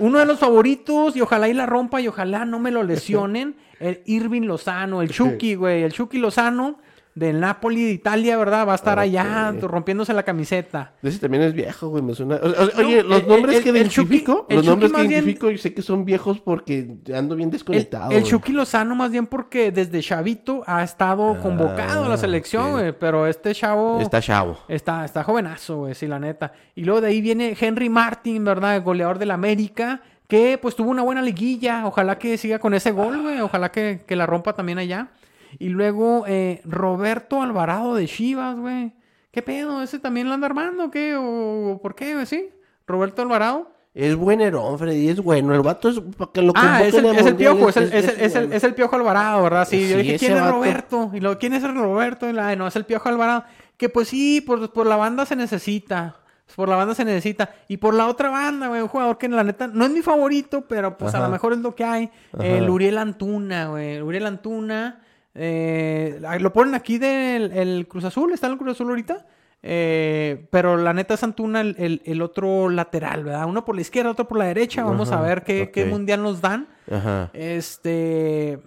Speaker 2: uno de los favoritos y ojalá y la rompa y ojalá no me lo lesionen. El Irving Lozano, el Chucky, güey. El Chucky Lozano del Napoli de Italia, ¿verdad? Va a estar allá
Speaker 1: Ok.
Speaker 2: rompiéndose la camiseta.
Speaker 1: Ese también es viejo, güey, me suena. o- o- oye,
Speaker 2: No,
Speaker 1: los
Speaker 2: el-
Speaker 1: nombres
Speaker 2: el-
Speaker 1: que
Speaker 2: el
Speaker 1: identifico,
Speaker 2: Chucky- el
Speaker 1: los
Speaker 2: Chucky
Speaker 1: nombres que
Speaker 2: más bien-
Speaker 1: identifico, yo sé que son viejos porque ando bien
Speaker 2: El,
Speaker 1: desconectado.
Speaker 2: el
Speaker 1: güey.
Speaker 2: Chucky Lozano más bien porque desde chavito ha estado convocado a la selección,
Speaker 1: Ah, ok.
Speaker 2: güey. Pero este chavo...
Speaker 1: está chavo.
Speaker 2: Está, está jovenazo, güey, sí, la neta. Y luego de ahí viene Henry Martin, ¿verdad? El goleador del América, que pues tuvo una buena liguilla. Ojalá que siga con ese gol, güey. Ojalá que, que la rompa también allá. Y luego eh, Roberto Alvarado de Chivas, güey. ¿Qué pedo? ¿Ese también lo anda armando o qué? ¿O por qué, güey? ¿Sí? Roberto Alvarado.
Speaker 1: Es buen herón, Freddy, es bueno. El vato es para que lo
Speaker 2: Ah,
Speaker 1: convoquen
Speaker 2: es el,
Speaker 1: al
Speaker 2: es el
Speaker 1: Mundial,
Speaker 2: piojo, es el, es, el, es el-
Speaker 1: bueno.
Speaker 2: es el piojo Alvarado, ¿verdad? Sí, yo
Speaker 1: Sí,
Speaker 2: dije,
Speaker 1: ese
Speaker 2: ¿quién es
Speaker 1: vato.
Speaker 2: Roberto? Y luego, ¿quién es el Roberto? Y la, "Ay, no, es el piojo Alvarado. Que pues sí, por, por la banda se necesita. Por la banda se necesita. Y por la otra banda, güey, un jugador que la neta no es mi favorito, pero pues a
Speaker 1: Ajá.
Speaker 2: lo mejor es lo que hay.
Speaker 1: Ajá.
Speaker 2: El Uriel Antuna, güey. El Uriel Antuna. eh, lo ponen aquí del el Cruz Azul, está en el Cruz Azul ahorita. Eh, pero la neta es Antuna el, el- el otro lateral, ¿verdad? Uno por la izquierda, otro por la derecha. Vamos a
Speaker 1: Ajá,
Speaker 2: ver qué, qué
Speaker 1: ok.
Speaker 2: mundial nos dan.
Speaker 1: Ajá.
Speaker 2: Este.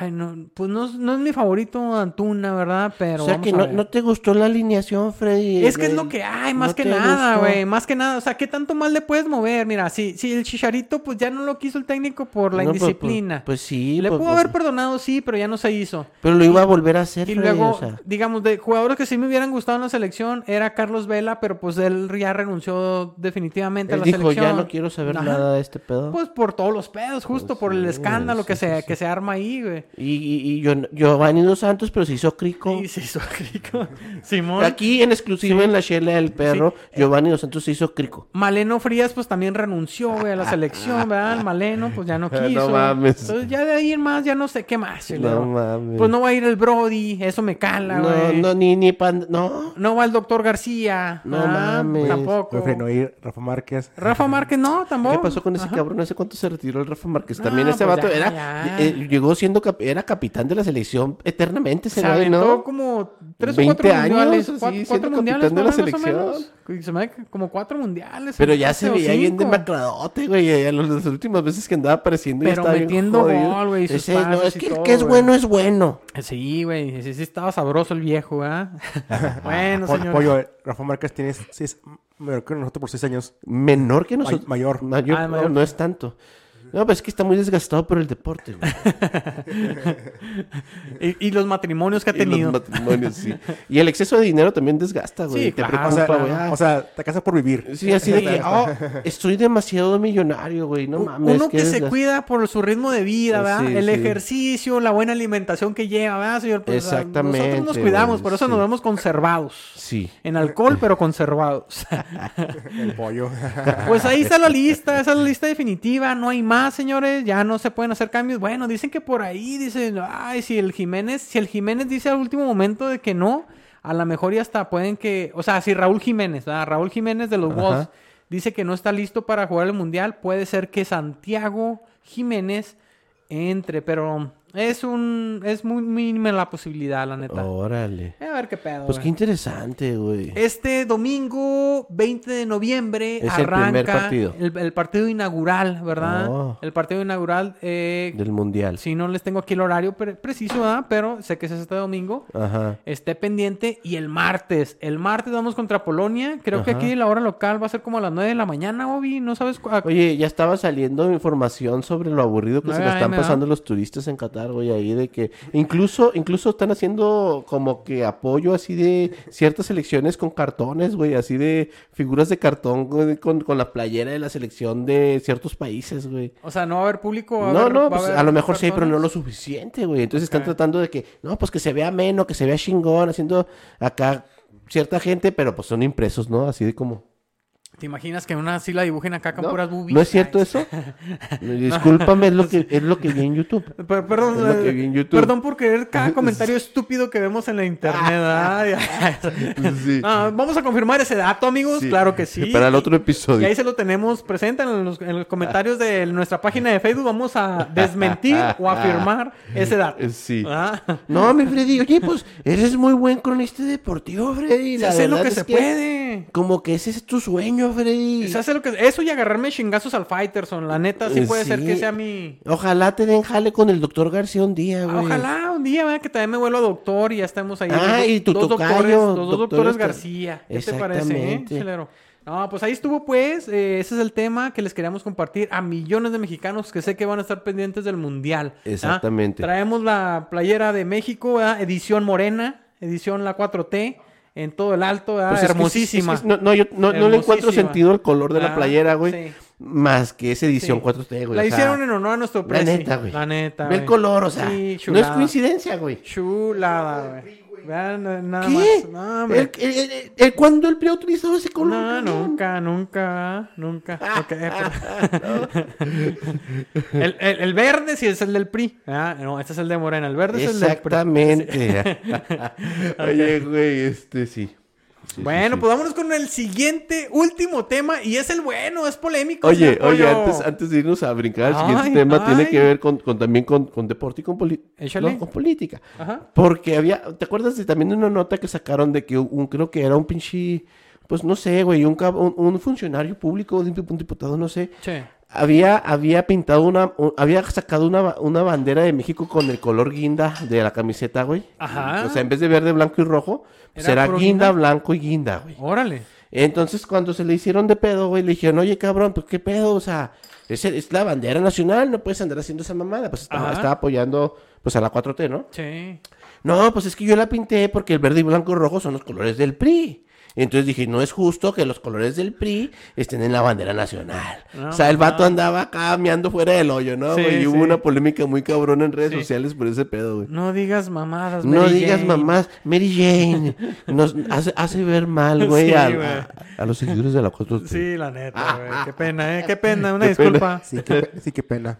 Speaker 2: ay, no, pues no, es- no es mi favorito Antuna, ¿verdad? Pero.
Speaker 1: o sea
Speaker 2: vamos
Speaker 1: que
Speaker 2: a
Speaker 1: no,
Speaker 2: ver.
Speaker 1: no te gustó la alineación, Freddy.
Speaker 2: Es que es
Speaker 1: el-
Speaker 2: lo que hay,
Speaker 1: no
Speaker 2: más que
Speaker 1: te
Speaker 2: nada,
Speaker 1: gustó.
Speaker 2: güey. Más que nada. O sea, ¿qué tanto más le puedes mover? Mira, si, si el chicharito, pues ya no lo quiso el técnico por la
Speaker 1: No, pues-
Speaker 2: indisciplina.
Speaker 1: Pues, pues sí.
Speaker 2: le
Speaker 1: pues-
Speaker 2: pudo
Speaker 1: pues-
Speaker 2: haber perdonado, sí, pero ya no se hizo.
Speaker 1: Pero lo iba a volver a hacer,
Speaker 2: Y
Speaker 1: Freddy,
Speaker 2: luego,
Speaker 1: o sea.
Speaker 2: digamos, de jugadores que sí me hubieran gustado en la selección era Carlos Vela, pero pues él ya renunció definitivamente
Speaker 1: Él
Speaker 2: a la
Speaker 1: dijo,
Speaker 2: selección.
Speaker 1: ya no quiero saber
Speaker 2: Ajá.
Speaker 1: nada de este pedo.
Speaker 2: Pues por todos los pedos, justo
Speaker 1: Pues
Speaker 2: por el
Speaker 1: sí,
Speaker 2: escándalo que,
Speaker 1: sí,
Speaker 2: se,
Speaker 1: sí, sí.
Speaker 2: que se arma ahí, güey.
Speaker 1: Y, y, y Gio- Giovanni Dos Santos, pero se hizo crico.
Speaker 2: Y se hizo crico. Simón.
Speaker 1: Aquí en exclusiva en la chela del perro,
Speaker 2: Eh.
Speaker 1: Giovanni Dos Santos se hizo crico.
Speaker 2: Maleno Frías, pues también renunció, güey, a la selección, ¿verdad? El Maleno, pues ya no
Speaker 1: No
Speaker 2: quiso.
Speaker 1: mames.
Speaker 2: Entonces, ya de ahí en más, ya no sé qué más. y
Speaker 1: No
Speaker 2: luego,
Speaker 1: mames.
Speaker 2: Pues no va a ir el Brody, eso me cala,
Speaker 1: No,
Speaker 2: güey. No,
Speaker 1: no, ni, ni pan. No.
Speaker 2: va el doctor García.
Speaker 1: No
Speaker 2: ¿verdad?
Speaker 1: mames.
Speaker 2: Tampoco.
Speaker 3: Oye, no ir Rafa Márquez.
Speaker 2: Rafa Márquez, no, tampoco.
Speaker 1: ¿Qué pasó con ese
Speaker 2: Ajá.
Speaker 1: cabrón? ¿Hace cuánto se retiró el Rafa Márquez?
Speaker 2: No,
Speaker 1: También ese
Speaker 2: pues
Speaker 1: vato
Speaker 2: ya,
Speaker 1: era,
Speaker 2: ya.
Speaker 1: eh, llegó siendo cap- era capitán de la selección eternamente,
Speaker 2: Se
Speaker 1: ese güey,
Speaker 2: aventó
Speaker 1: ¿no?
Speaker 2: como tres o
Speaker 1: 20
Speaker 2: cuatro
Speaker 1: años,
Speaker 2: mundiales.
Speaker 1: así,
Speaker 2: cuat- cuatro,
Speaker 1: siendo
Speaker 2: mundiales,
Speaker 1: capitán de la
Speaker 2: por ahí, más o
Speaker 1: selección.
Speaker 2: menos. Se me hace Como cuatro mundiales.
Speaker 1: Pero ya se
Speaker 2: hace, o
Speaker 1: veía bien
Speaker 2: cinco.
Speaker 1: demacradote, güey. eh, Las las últimas veces que andaba apareciendo ya
Speaker 2: Pero
Speaker 1: estaba bien
Speaker 2: metiendo
Speaker 1: jodido.
Speaker 2: gol, güey, y sus
Speaker 1: Ese, no,
Speaker 2: pases
Speaker 1: es
Speaker 2: y
Speaker 1: que el
Speaker 2: todo,
Speaker 1: que es
Speaker 2: güey.
Speaker 1: bueno es bueno.
Speaker 2: Sí, güey, sí, sí estaba sabroso el viejo, ¿ah? bueno,
Speaker 3: Po-
Speaker 2: señor.
Speaker 3: Pollo, eh, Rafa Márquez tiene seis, mayor que nosotros por seis años.
Speaker 1: Menor que nosotros.
Speaker 3: mayor.
Speaker 1: Mayor,
Speaker 2: Ah,
Speaker 1: no,
Speaker 2: mayor.
Speaker 1: no es tanto. No, pues es que está muy desgastado por el deporte, güey.
Speaker 2: Y, y los matrimonios que ha
Speaker 1: Y los
Speaker 2: tenido.
Speaker 1: matrimonios, sí. Y el exceso de dinero también desgasta, güey.
Speaker 2: Sí,
Speaker 1: te
Speaker 2: claro,
Speaker 3: o, sea,
Speaker 1: preocupa, güey. Ah,
Speaker 3: o sea, te casas por vivir.
Speaker 1: sí, así de que, oh, estoy demasiado millonario, güey. No
Speaker 2: U-
Speaker 1: mames.
Speaker 2: Uno
Speaker 1: qué
Speaker 2: que se
Speaker 1: desgast-
Speaker 2: cuida por su ritmo de vida, ¿verdad?
Speaker 1: Sí,
Speaker 2: el
Speaker 1: sí.
Speaker 2: ejercicio, la buena alimentación que lleva, ¿verdad, señor? Pues, o sea, Nosotros nos
Speaker 1: Exactamente,
Speaker 2: cuidamos,
Speaker 1: güey,
Speaker 2: por eso
Speaker 1: sí.
Speaker 2: nos vemos conservados.
Speaker 1: Sí.
Speaker 2: En alcohol, pero conservados.
Speaker 1: ah.
Speaker 3: El pollo.
Speaker 2: Pues ahí está la lista, esa es la lista definitiva, no hay más, señores, ya no se pueden hacer cambios. Bueno, dicen que por ahí dicen, ay, si el Jiménez, si el Jiménez dice al último momento de que no, a lo mejor ya hasta pueden que, o sea, si Raúl Jiménez, ¿verdad? Raúl Jiménez de los
Speaker 1: Ajá.
Speaker 2: Wolves dice que no está listo para jugar el Mundial, puede ser que Santiago Jiménez entre, pero es un es muy mínima la posibilidad, la neta. Ah,
Speaker 1: Órale.
Speaker 2: A ver qué pedo.
Speaker 1: Oh. Pues
Speaker 2: güey.
Speaker 1: qué interesante, güey.
Speaker 2: Este domingo 20 de noviembre
Speaker 1: Es el
Speaker 2: arranca
Speaker 1: primer partido.
Speaker 2: El, el partido inaugural, ¿verdad?
Speaker 1: Oh.
Speaker 2: El partido inaugural. Eh,
Speaker 1: Del mundial.
Speaker 2: si no les tengo aquí el horario pre- preciso, ¿verdad? Pero sé que es este domingo.
Speaker 1: Ajá.
Speaker 2: Esté pendiente. Y el martes. El martes vamos contra Polonia. Creo que
Speaker 1: Ajá.
Speaker 2: aquí la hora local va a ser como a las 9 de la mañana, Obi. No sabes. cu- a-
Speaker 1: Oye, ya estaba saliendo información sobre lo aburrido que se
Speaker 2: Nueve
Speaker 1: la están
Speaker 2: AM, ¿no?
Speaker 1: pasando los turistas en Qatar, güey, ahí de que incluso incluso están haciendo como que apoyo así de ciertas selecciones con cartones, güey, así de figuras de cartón güey, con, con la playera de la selección de ciertos países, güey.
Speaker 2: O sea, no va a haber público. va a
Speaker 1: No,
Speaker 2: haber- va
Speaker 1: no, pues
Speaker 2: haber
Speaker 1: a lo mejor sí hay, pero no
Speaker 2: personas.
Speaker 1: lo suficiente, güey. Entonces
Speaker 2: Ok.
Speaker 1: están tratando de que, no, pues que se vea ameno, que se vea chingón, haciendo acá cierta gente, pero pues son impresos, ¿no? Así de como...
Speaker 2: ¿Te imaginas que una sí la dibujen acá con
Speaker 1: ¿No?
Speaker 2: puras boobies?
Speaker 1: ¿No es cierto
Speaker 2: Ay,
Speaker 1: eso? Discúlpame, es lo que, es lo que vi en YouTube.
Speaker 2: Per- perdón,
Speaker 1: Es lo que
Speaker 2: eh,
Speaker 1: vi en YouTube.
Speaker 2: perdón por creer cada comentario estúpido que vemos en la internet. ay, ay.
Speaker 1: Sí.
Speaker 2: Ah, vamos a confirmar ese dato, amigos.
Speaker 1: Sí.
Speaker 2: Claro que sí.
Speaker 1: Para el otro
Speaker 2: Y
Speaker 1: episodio.
Speaker 2: ahí se lo tenemos presente en los, en los comentarios de nuestra página de Facebook. Vamos a desmentir o afirmar ese dato.
Speaker 1: Eh, Sí.
Speaker 2: Ah,
Speaker 1: No, mi Freddy, oye, pues eres muy buen cronista deportivo, Freddy.
Speaker 2: Se
Speaker 1: La
Speaker 2: hace lo
Speaker 1: verdad
Speaker 2: que
Speaker 1: es
Speaker 2: se puede.
Speaker 1: Como que ese es tu sueño, Freddy.
Speaker 2: Se hace lo que... Eso y agarrarme chingazos al Fighterson. La neta, sí
Speaker 1: Eh,
Speaker 2: puede ser que
Speaker 1: sí.
Speaker 2: sea mi...
Speaker 1: Ojalá te den jale con el doctor García un día,
Speaker 2: Ah,
Speaker 1: güey.
Speaker 2: Ojalá un día, ¿verdad? Que también me vuelva doctor y ya estemos ahí.
Speaker 1: Ah,
Speaker 2: Los
Speaker 1: y tu tocayo,
Speaker 2: doctores, los dos
Speaker 1: doctor
Speaker 2: doctores
Speaker 1: este-
Speaker 2: García. ¿Qué te parece, eh,
Speaker 1: Exactamente.
Speaker 2: chelero? No, pues ahí estuvo, pues. eh, ese es el tema que les queríamos compartir a millones de mexicanos que sé que van a estar pendientes del Mundial. ¿ah?
Speaker 1: Exactamente.
Speaker 2: Traemos la playera de México, ¿verdad? edición morena, edición la 4T, en todo el alto, ¿verdad?
Speaker 1: Pues es que sí,
Speaker 2: Ah, hermosísima.
Speaker 1: es que no, no, yo no, no le encuentro
Speaker 2: Hermosísima.
Speaker 1: sentido al color de
Speaker 2: Ah,
Speaker 1: la playera, güey.
Speaker 2: sí.
Speaker 1: Más que esa edición
Speaker 2: Sí.
Speaker 1: 4T, güey.
Speaker 2: la
Speaker 1: o sea,
Speaker 2: hicieron en honor a nuestro
Speaker 1: La
Speaker 2: presidente.
Speaker 1: neta, güey.
Speaker 2: La neta,
Speaker 1: Ve el
Speaker 2: güey.
Speaker 1: color, o sea.
Speaker 2: Sí,
Speaker 1: no es
Speaker 2: chulada.
Speaker 1: coincidencia, güey.
Speaker 2: Chulada, güey. Vean, eh, nada
Speaker 1: ¿Qué?
Speaker 2: más. No, hombre.
Speaker 1: el, el, el- el- ¿Cuándo el PRI ha utilizado ese color? cabrón?
Speaker 2: No,
Speaker 1: Ah.
Speaker 2: nunca, nunca, nunca. Ok, eh, pero- el, el- el verde sí es el del PRI. Ah, no, este es el de Morena. El verde es el del PRI.
Speaker 1: Exactamente. Oye, güey, este sí. Sí, sí,
Speaker 2: Bueno,
Speaker 1: sí.
Speaker 2: pues vámonos con el siguiente, último tema. Y es el bueno, es polémico.
Speaker 1: Oye,
Speaker 2: señor
Speaker 1: oye,
Speaker 2: pues, Pollo.
Speaker 1: antes, antes de irnos a brincar, el siguiente
Speaker 2: Ay,
Speaker 1: tema
Speaker 2: ay.
Speaker 1: tiene que ver con, con- también con, con deporte y con, poli-
Speaker 2: Échale.
Speaker 1: no, con política.
Speaker 2: Ajá.
Speaker 1: Porque había, ¿te acuerdas de también una nota que sacaron de que un, creo que era un pinche, pues no sé, güey, un, cab- un, un funcionario público, un dip- un diputado, no sé,
Speaker 2: Che.
Speaker 1: había, había pintado una, un- había sacado una, ba- una bandera de México con el color guinda de la camiseta, güey.
Speaker 2: Ajá.
Speaker 1: O sea, en vez de verde, blanco y rojo, pues
Speaker 2: Era
Speaker 1: era,
Speaker 2: puro
Speaker 1: guinda,
Speaker 2: guinda.
Speaker 1: blanco y guinda, güey.
Speaker 2: Órale.
Speaker 1: Entonces, cuando se le hicieron de pedo, güey, le dijeron, oye, cabrón, pues qué pedo, o sea, es, el- es la bandera nacional, no puedes andar haciendo esa mamada. Pues estaba,
Speaker 2: Ajá.
Speaker 1: estaba apoyando, pues a la 4T, ¿no?
Speaker 2: Che.
Speaker 1: No, pues es que yo la pinté porque el verde y blanco y rojo son los colores del PRI. Entonces dije, no es justo que los colores del PRI estén en la bandera nacional.
Speaker 2: No,
Speaker 1: o sea, el vato andaba acá meando fuera del hoyo, ¿no?
Speaker 2: Sí,
Speaker 1: güey? Y hubo
Speaker 2: sí.
Speaker 1: una polémica muy cabrona en redes
Speaker 2: Sí.
Speaker 1: sociales por ese pedo, güey.
Speaker 2: No digas mamadas,
Speaker 1: No
Speaker 2: Mary
Speaker 1: digas
Speaker 2: Jane.
Speaker 1: mamás, Mary Jane. Nos hace, hace ver mal, güey,
Speaker 2: Sí,
Speaker 1: a,
Speaker 2: güey.
Speaker 1: a- a los seguidores de la 4T.
Speaker 2: Sí, la neta, güey. Qué pena, ¿eh? Qué pena, una
Speaker 1: Qué pena.
Speaker 2: disculpa.
Speaker 3: Sí, qué, pe- sí, qué pena.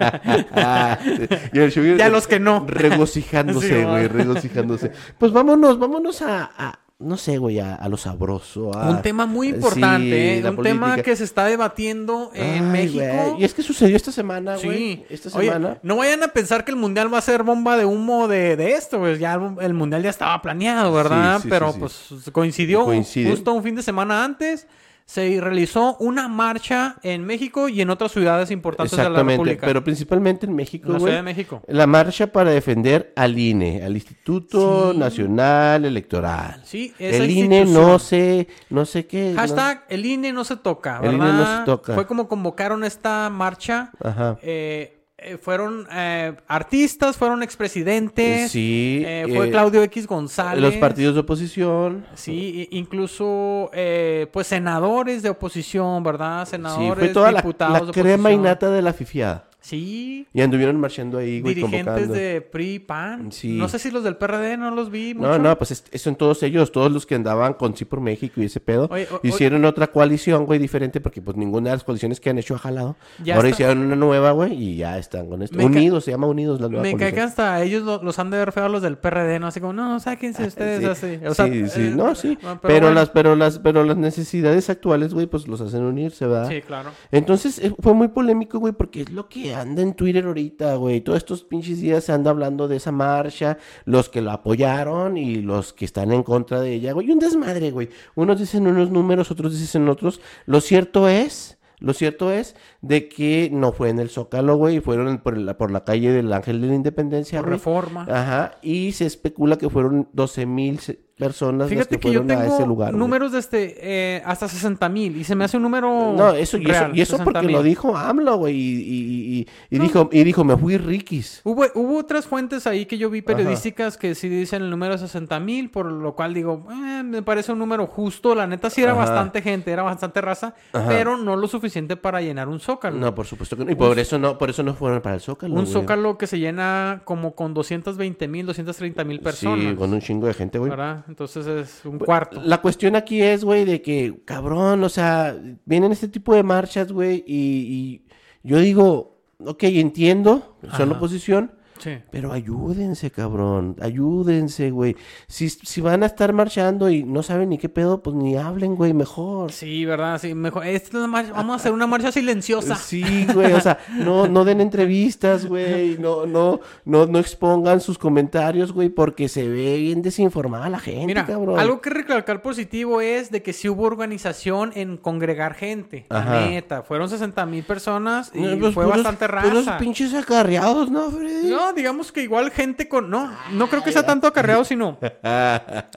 Speaker 1: Ah, sí. Y el Sugar
Speaker 2: Ya los que no.
Speaker 1: Regocijándose,
Speaker 2: Sí,
Speaker 1: güey,
Speaker 2: va.
Speaker 1: regocijándose. Pues vámonos, vámonos a, a- no sé, güey, a, a lo sabroso. a-
Speaker 2: Un tema muy
Speaker 1: Ah, sí,
Speaker 2: importante, ¿eh?
Speaker 1: la
Speaker 2: un tema
Speaker 1: política.
Speaker 2: que se está debatiendo en
Speaker 1: Ay,
Speaker 2: México.
Speaker 1: güey, Y es que sucedió esta semana,
Speaker 2: Sí.
Speaker 1: güey. Esta
Speaker 2: Oye,
Speaker 1: semana.
Speaker 2: no vayan a pensar que el mundial va a ser bomba de humo de, de esto, pues ya el, el mundial ya estaba planeado, ¿verdad?
Speaker 1: Sí, sí,
Speaker 2: Pero
Speaker 1: sí, sí.
Speaker 2: pues coincidió
Speaker 1: Coincide.
Speaker 2: justo un fin de semana antes. Se realizó una marcha en México y en otras ciudades importantes de la
Speaker 1: Exactamente,
Speaker 2: República.
Speaker 1: pero principalmente en México,
Speaker 2: en la
Speaker 1: güey.
Speaker 2: Ciudad de México.
Speaker 1: La marcha para defender al INE, al Instituto
Speaker 2: Sí.
Speaker 1: Nacional Electoral.
Speaker 2: Sí, esa
Speaker 1: El INE
Speaker 2: institución.
Speaker 1: no sé, no sé qué. no-
Speaker 2: Hashtag el INE no se toca, ¿verdad?
Speaker 1: El INE no se toca.
Speaker 2: Fue como convocaron esta marcha.
Speaker 1: Ajá.
Speaker 2: Eh, eh, fueron eh, artistas, fueron expresidentes.
Speaker 1: Sí,
Speaker 2: Eh, fue
Speaker 1: eh,
Speaker 2: Claudio X González.
Speaker 1: Los partidos de oposición.
Speaker 2: Sí, i- incluso eh, pues senadores de oposición, ¿verdad? Senadores,
Speaker 1: Sí, fue toda la,
Speaker 2: diputados
Speaker 1: la
Speaker 2: de
Speaker 1: crema
Speaker 2: oposición.
Speaker 1: innata de la fifiada.
Speaker 2: Sí,
Speaker 1: Y anduvieron marchando ahí, güey,
Speaker 2: dirigentes
Speaker 1: convocando.
Speaker 2: de PRI, PAN.
Speaker 1: Sí.
Speaker 2: No sé si los del PRD no los vi mucho.
Speaker 1: No, no, pues es- son todos ellos, todos los que andaban con Sí por México y ese pedo.
Speaker 2: Oye, o-
Speaker 1: hicieron otra coalición, güey, diferente, porque pues ninguna de las coaliciones que han hecho ha jalado.
Speaker 2: Ya
Speaker 1: Ahora
Speaker 2: está.
Speaker 1: hicieron una nueva, güey, y ya están con esto.
Speaker 2: Me ca-
Speaker 1: Unidos, se llama Unidos la nueva
Speaker 2: Me cae que
Speaker 1: coalición.
Speaker 2: hasta ellos lo- los han de ver feo a los del PRD, ¿no? Así como, no, sáquense ustedes
Speaker 1: Ah, Sí,
Speaker 2: así. O sea,
Speaker 1: sí, sí,
Speaker 2: eh,
Speaker 1: no, sí.
Speaker 2: no,
Speaker 1: Pero, las,
Speaker 2: bueno.
Speaker 1: pero, las, pero las necesidades actuales, güey, pues los hacen unirse, ¿verdad?
Speaker 2: Sí, claro.
Speaker 1: Entonces eh, fue muy polémico, güey, porque es lo que anda en Twitter ahorita, güey. Todos estos pinches días se anda hablando de esa marcha, los que la apoyaron y los que están en contra de ella, güey. Un desmadre, güey. Unos dicen unos números, otros dicen otros. Lo cierto es, lo cierto es de que no fue en el Zócalo, güey, fueron por la, por la calle del Ángel de la Independencia,
Speaker 2: Por
Speaker 1: güey.
Speaker 2: reforma.
Speaker 1: Ajá, y se especula que fueron 12 mil personas las
Speaker 2: Fíjate
Speaker 1: que
Speaker 2: que yo
Speaker 1: fueron a
Speaker 2: tengo
Speaker 1: ese lugar. güey.
Speaker 2: números de este, eh, hasta 60 mil. Y se me hace un número.
Speaker 1: No, eso, y
Speaker 2: real,
Speaker 1: eso, y eso
Speaker 2: 60,000.
Speaker 1: porque lo dijo AMLO, güey, y, y- y- y dijo, y dijo, me fui riquis.
Speaker 2: Hubo, hubo otras fuentes ahí que yo vi periodísticas que sí dicen el número 60 mil, por lo cual digo, "Eh, me parece un número justo. La neta sí era
Speaker 1: Ajá.
Speaker 2: bastante gente, era bastante raza, pero no lo suficiente para llenar un zócalo.
Speaker 1: No, por supuesto que no, y por eso no, por eso no fueron para el Zócalo,
Speaker 2: un
Speaker 1: güey.
Speaker 2: zócalo que se llena como con 220 mil, 230 mil personas.
Speaker 1: Sí, con un chingo de gente, güey.
Speaker 2: ¿verdad? Ajá, entonces es un cuarto.
Speaker 1: La cuestión aquí es, güey, de que, cabrón, o sea, vienen este tipo de marchas, güey, y, y yo digo, ok, entiendo, son
Speaker 2: Ajá.
Speaker 1: oposición,
Speaker 2: Sí.
Speaker 1: pero ayúdense, cabrón, ayúdense, güey. Si, si van a estar marchando y no saben ni qué pedo, pues ni hablen, güey, mejor.
Speaker 2: Sí, ¿verdad? Sí, mejor. Esta es la marcha- Vamos a hacer una marcha silenciosa.
Speaker 1: Sí, güey, o sea, no, no den entrevistas, güey, no, no, no, no expongan sus comentarios, güey, porque se ve bien desinformada la gente,
Speaker 2: Mira,
Speaker 1: cabrón.
Speaker 2: algo que recalcar positivo es de que sí hubo organización en congregar gente. La
Speaker 1: Ajá.
Speaker 2: neta, fueron 60 mil personas y
Speaker 1: No, pues,
Speaker 2: fue
Speaker 1: puros-
Speaker 2: bastante
Speaker 1: Puros
Speaker 2: raza.
Speaker 1: pinches acarreados, ¿no, Freddy?
Speaker 2: No, digamos que igual gente con... No, no creo que sea tanto acarreado, sino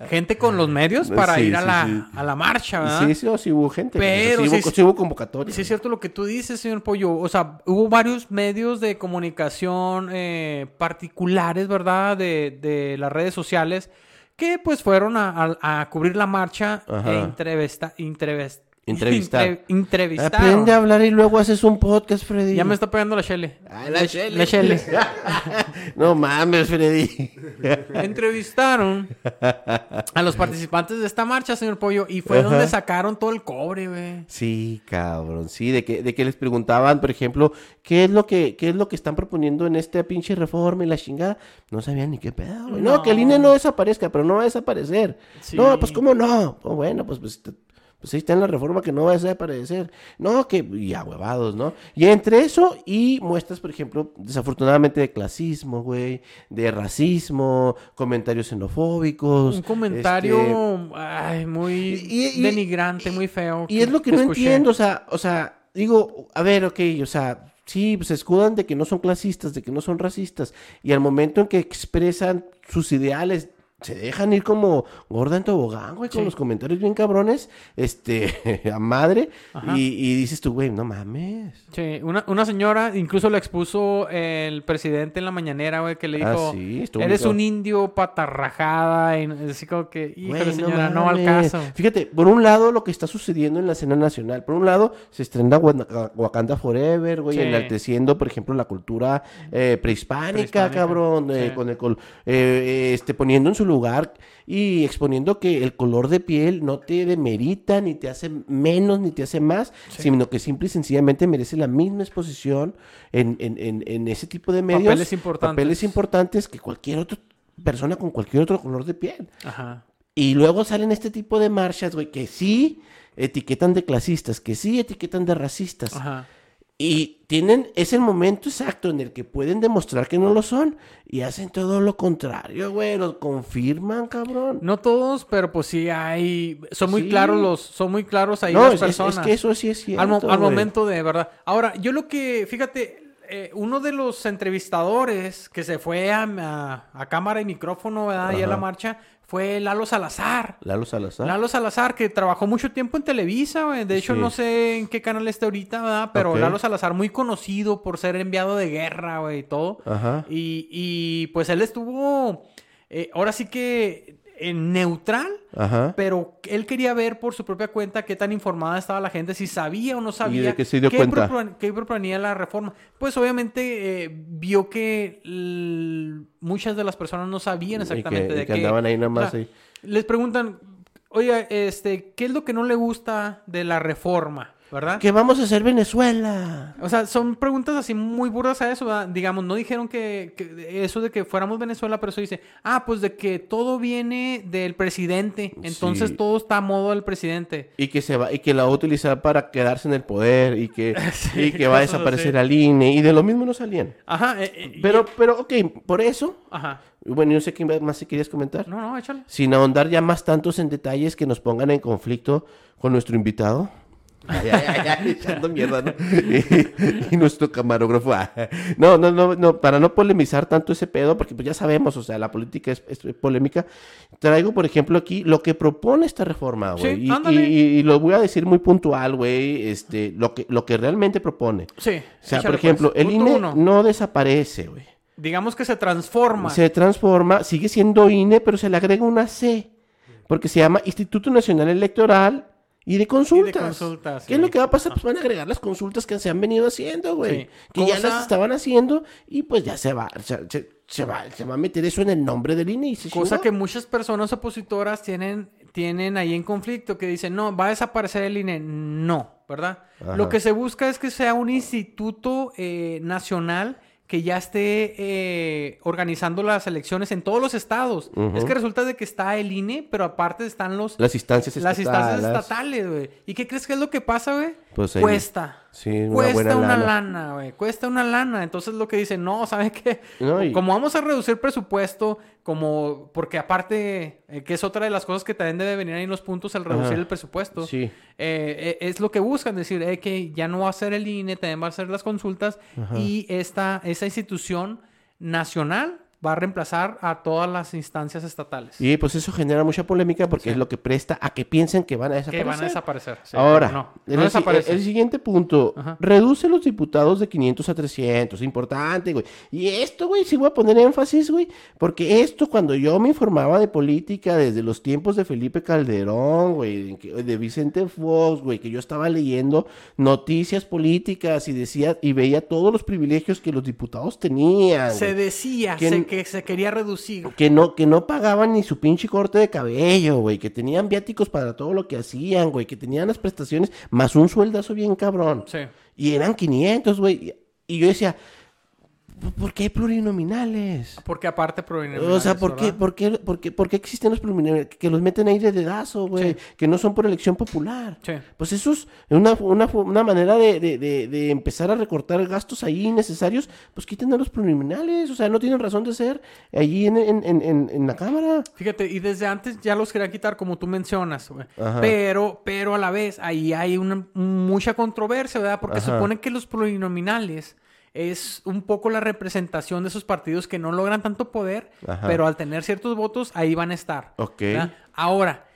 Speaker 2: gente con los medios para
Speaker 1: Pues Sí,
Speaker 2: ir a,
Speaker 1: sí,
Speaker 2: la,
Speaker 1: sí.
Speaker 2: a la marcha, ¿verdad?
Speaker 1: Sí, sí, no, sí hubo gente.
Speaker 2: ¿ah? Pero
Speaker 1: o sea, sí,
Speaker 2: sí
Speaker 1: hubo,
Speaker 2: es-
Speaker 1: sí hubo convocatoria.
Speaker 2: Sí, es cierto lo que tú dices, señor Pollo. O sea, hubo varios medios de comunicación eh, particulares, ¿verdad? De, de las redes sociales que pues fueron a, a- a cubrir la marcha
Speaker 1: Ajá.
Speaker 2: e entrevista, entreves-
Speaker 1: Entrevistar.
Speaker 2: entre- entrevistaron.
Speaker 1: Aprende a hablar y luego haces un podcast, Freddy.
Speaker 2: Ya me está pegando la Shelley.
Speaker 1: Ay, Ah, la Shelley.
Speaker 2: La Shelley.
Speaker 1: No mames, Freddy.
Speaker 2: entrevistaron a los participantes de esta marcha, señor Pollo, y fue
Speaker 1: Ajá.
Speaker 2: donde sacaron todo el cobre, güey.
Speaker 1: Sí, cabrón, sí, de que, de que les preguntaban, por ejemplo, ¿qué es lo que, qué es lo que están proponiendo en esta pinche reforma y la chingada? No sabían ni qué pedo, güey. No, que el
Speaker 2: No.
Speaker 1: INE no desaparezca, pero no va a desaparecer.
Speaker 2: Sí.
Speaker 1: No, pues cómo no. Oh, bueno, pues, pues, t- pues ahí está en la reforma que no va a desaparecer. No, que, y a huevados, ¿no? Y entre eso y muestras, por ejemplo, desafortunadamente de clasismo, güey, de racismo, comentarios xenofóbicos.
Speaker 2: Un comentario
Speaker 1: este,
Speaker 2: ay, muy
Speaker 1: Y- y- y-
Speaker 2: denigrante, muy feo.
Speaker 1: y es lo que no
Speaker 2: escuché.
Speaker 1: entiendo, o sea, o sea, digo, a ver, ok, o sea, sí, pues, se escudan de que no son clasistas, de que no son racistas, y al momento en que expresan sus ideales, se dejan ir como gorda en tobogán, güey, con
Speaker 2: Sí.
Speaker 1: los comentarios bien cabrones, este, a madre,
Speaker 2: Ajá.
Speaker 1: y, y dices tú, güey, no mames.
Speaker 2: Sí, una, una señora incluso la expuso el presidente en la mañanera, güey, que le
Speaker 1: Ah,
Speaker 2: dijo,
Speaker 1: sí, estuvo muy
Speaker 2: eres
Speaker 1: cabrón".
Speaker 2: un indio patarrajada, y así como que, híjole,
Speaker 1: Güey,
Speaker 2: señora, no, al
Speaker 1: mames.
Speaker 2: caso.
Speaker 1: Fíjate, por un lado lo que está sucediendo en la escena nacional, por un lado se estrena Wanda- Wakanda Forever, güey,
Speaker 2: Sí.
Speaker 1: enalteciendo, por ejemplo, la cultura eh, prehispánica,
Speaker 2: Prehispánica,
Speaker 1: cabrón, eh,
Speaker 2: sí.
Speaker 1: con el col- eh, eh, este, poniendo en su lugar y exponiendo que el color de piel no te demerita, ni te hace menos, ni te hace más,
Speaker 2: Sí.
Speaker 1: sino que simple y sencillamente merece la misma exposición en, en- en- en ese tipo de medios.
Speaker 2: Papeles importantes.
Speaker 1: Papeles importantes que cualquier otra persona con cualquier otro color de piel.
Speaker 2: Ajá.
Speaker 1: Y luego salen este tipo de marchas, güey, que sí etiquetan de clasistas, que sí etiquetan de racistas.
Speaker 2: Ajá.
Speaker 1: Y tienen, es el momento exacto en el que pueden demostrar que no lo son. Y hacen todo lo contrario, güey. Lo confirman, cabrón.
Speaker 2: No todos, pero pues sí hay, son muy
Speaker 1: Sí.
Speaker 2: claros los, son muy claros ahí
Speaker 1: No,
Speaker 2: las
Speaker 1: es, es- es
Speaker 2: personas.
Speaker 1: que eso sí es cierto.
Speaker 2: al, mo- al
Speaker 1: güey.
Speaker 2: momento de verdad. Ahora, yo lo que, fíjate, eh, uno de los entrevistadores que se fue a, a- a cámara y micrófono, ¿verdad? Y a la
Speaker 1: Ajá.
Speaker 2: marcha, fue Lalo Salazar.
Speaker 1: Lalo Salazar.
Speaker 2: Lalo Salazar, que trabajó mucho tiempo en Televisa, güey. De hecho,
Speaker 1: Sí.
Speaker 2: no sé en qué canal está ahorita, ¿verdad? Pero
Speaker 1: Ok.
Speaker 2: Lalo Salazar, muy conocido por ser enviado de guerra, güey, y todo.
Speaker 1: Ajá.
Speaker 2: Y, y, pues él estuvo, eh, ahora sí que eh, neutral,
Speaker 1: Ajá.
Speaker 2: pero él quería ver por su propia cuenta qué tan informada estaba la gente, si sabía o no sabía.
Speaker 1: de qué se dio cuenta?
Speaker 2: propon- qué proponía la reforma? Pues obviamente eh, vio que l- muchas de las personas no
Speaker 1: Y
Speaker 2: sabían exactamente
Speaker 1: que- y
Speaker 2: de
Speaker 1: que
Speaker 2: qué.
Speaker 1: andaban ahí nada
Speaker 2: o
Speaker 1: más
Speaker 2: sea,
Speaker 1: ahí.
Speaker 2: Les preguntan, oye, este, ¿qué es lo que no le gusta de la reforma? ¿Verdad?
Speaker 1: Que vamos a hacer Venezuela.
Speaker 2: O sea, son preguntas así muy burdas a eso, ¿verdad? digamos, no dijeron que, que eso de que fuéramos Venezuela, pero eso dice, ah, pues de que todo viene del presidente, entonces
Speaker 1: Sí.
Speaker 2: todo está a modo del presidente.
Speaker 1: Y que se va, y que la va a utilizar para quedarse en el poder, y que,
Speaker 2: Sí,
Speaker 1: y que va a
Speaker 2: cosas
Speaker 1: desaparecer
Speaker 2: así.
Speaker 1: al INE, y de lo mismo no salían.
Speaker 2: Ajá, eh, eh, y-
Speaker 1: Pero, pero, ok, por eso,
Speaker 2: Ajá.
Speaker 1: Bueno, yo sé qué más si querías comentar.
Speaker 2: No, no, échale.
Speaker 1: Sin ahondar ya más tantos en detalles que nos pongan en conflicto con nuestro invitado. Ay, ay, ay, ay, echando mierda, ¿no? y, y nuestro camarógrafo. ah. No, no, no, no, para no polemizar tanto ese pedo, porque pues ya sabemos, o sea, la política es, es polémica. Traigo, por ejemplo, aquí lo que propone esta reforma, güey.
Speaker 2: Sí,
Speaker 1: y,
Speaker 2: ándale.
Speaker 1: y- y- y lo voy a decir muy puntual, güey, este, lo que, lo que realmente propone.
Speaker 2: Sí.
Speaker 1: O sea, por
Speaker 2: échale,
Speaker 1: ejemplo,
Speaker 2: pues.
Speaker 1: el
Speaker 2: Punto
Speaker 1: INE
Speaker 2: uno.
Speaker 1: no desaparece, güey.
Speaker 2: Digamos que se transforma.
Speaker 1: Se transforma, sigue siendo INE, pero se le agrega una C, porque se llama Instituto Nacional Electoral y de Consultas.
Speaker 2: consultas,
Speaker 1: ¿Qué es lo
Speaker 2: sí.
Speaker 1: que va a pasar? Pues van a agregar las consultas que se han venido haciendo, güey.
Speaker 2: Sí.
Speaker 1: Que ya
Speaker 2: Cosa-
Speaker 1: las estaban haciendo y pues ya se va. o sea, se- se va, se va a meter eso en el nombre del INE y se
Speaker 2: Cosa
Speaker 1: chingó.
Speaker 2: que muchas personas opositoras tienen, tienen ahí en conflicto, que dicen, no, va a desaparecer el INE. No, ¿verdad?
Speaker 1: Ajá.
Speaker 2: Lo que se busca es que sea un instituto eh, nacional que ya esté eh, organizando las elecciones en todos los estados.
Speaker 1: Ujú.
Speaker 2: Es que resulta de que está el INE, pero aparte están los,
Speaker 1: Las instancias
Speaker 2: las instancias
Speaker 1: estatales.
Speaker 2: estatales, güey. ¿Y qué crees que es lo que pasa, güey?
Speaker 1: Pues ahí-
Speaker 2: Cuesta.
Speaker 1: Sí, una buena
Speaker 2: Cuesta una
Speaker 1: lana.
Speaker 2: lana, güey. Cuesta una lana. Entonces lo que dicen, no, ¿sabes qué?
Speaker 1: No, y-
Speaker 2: Como vamos a reducir presupuesto, como... Porque aparte, eh, que es otra de las cosas que también debe venir ahí en los puntos al reducir
Speaker 1: Ajá.
Speaker 2: el presupuesto.
Speaker 1: Sí.
Speaker 2: eh, eh, es lo que buscan, decir, eh, que ya no va a ser el INE, también va a ser las consultas. Y esta, esa institución nacional va a reemplazar a todas las instancias estatales.
Speaker 1: Y pues eso genera mucha polémica porque es lo que presta a que piensen que van a
Speaker 2: Que
Speaker 1: desaparecer.
Speaker 2: van a desaparecer. sí,
Speaker 1: Ahora,
Speaker 2: No,
Speaker 1: el,
Speaker 2: no
Speaker 1: si-
Speaker 2: desaparecen.
Speaker 1: el siguiente punto,
Speaker 2: Ajá.
Speaker 1: reduce los diputados de 500 a 300, importante, güey. Y esto, güey, sí voy a poner énfasis, güey, porque esto cuando yo me informaba de política desde los tiempos de Felipe Calderón, güey, en que- de Vicente Fox, güey, que yo estaba leyendo noticias políticas y decía y veía todos los privilegios que los diputados tenían.
Speaker 2: Se
Speaker 1: güey.
Speaker 2: decía
Speaker 1: ¿Quién-
Speaker 2: se- que se quería reducir.
Speaker 1: Que no, que no pagaban ni su pinche corte de cabello, güey. Que tenían viáticos para todo lo que hacían, güey. Que tenían las prestaciones más un sueldazo bien cabrón.
Speaker 2: Sí.
Speaker 1: Y eran 500, güey. Y y yo decía, "¿P- ¿por qué hay plurinominales?
Speaker 2: Porque aparte proviene.
Speaker 1: O sea, ¿por qué, por, qué, por, qué, por qué existen los plurinominales? Que los meten ahí de dedazo, güey.
Speaker 2: Sí.
Speaker 1: Que no son por elección popular.
Speaker 2: Sí.
Speaker 1: Pues eso es una, una, una manera de, de- de- de empezar a recortar gastos ahí innecesarios. Pues quiten a los plurinominales. O sea, no tienen razón de ser allí en, en- en- en- en la Cámara.
Speaker 2: Fíjate, y desde antes ya los querían quitar, como tú mencionas, güey.
Speaker 1: Ajá.
Speaker 2: Pero, pero a la vez, ahí hay una mucha controversia, ¿verdad? Porque
Speaker 1: Ajá.
Speaker 2: supone que los plurinominales es un poco la representación de esos partidos que no logran tanto poder,
Speaker 1: Ajá.
Speaker 2: pero al tener ciertos votos, ahí van a estar.
Speaker 1: Ok.
Speaker 2: ¿verdad? Ahora,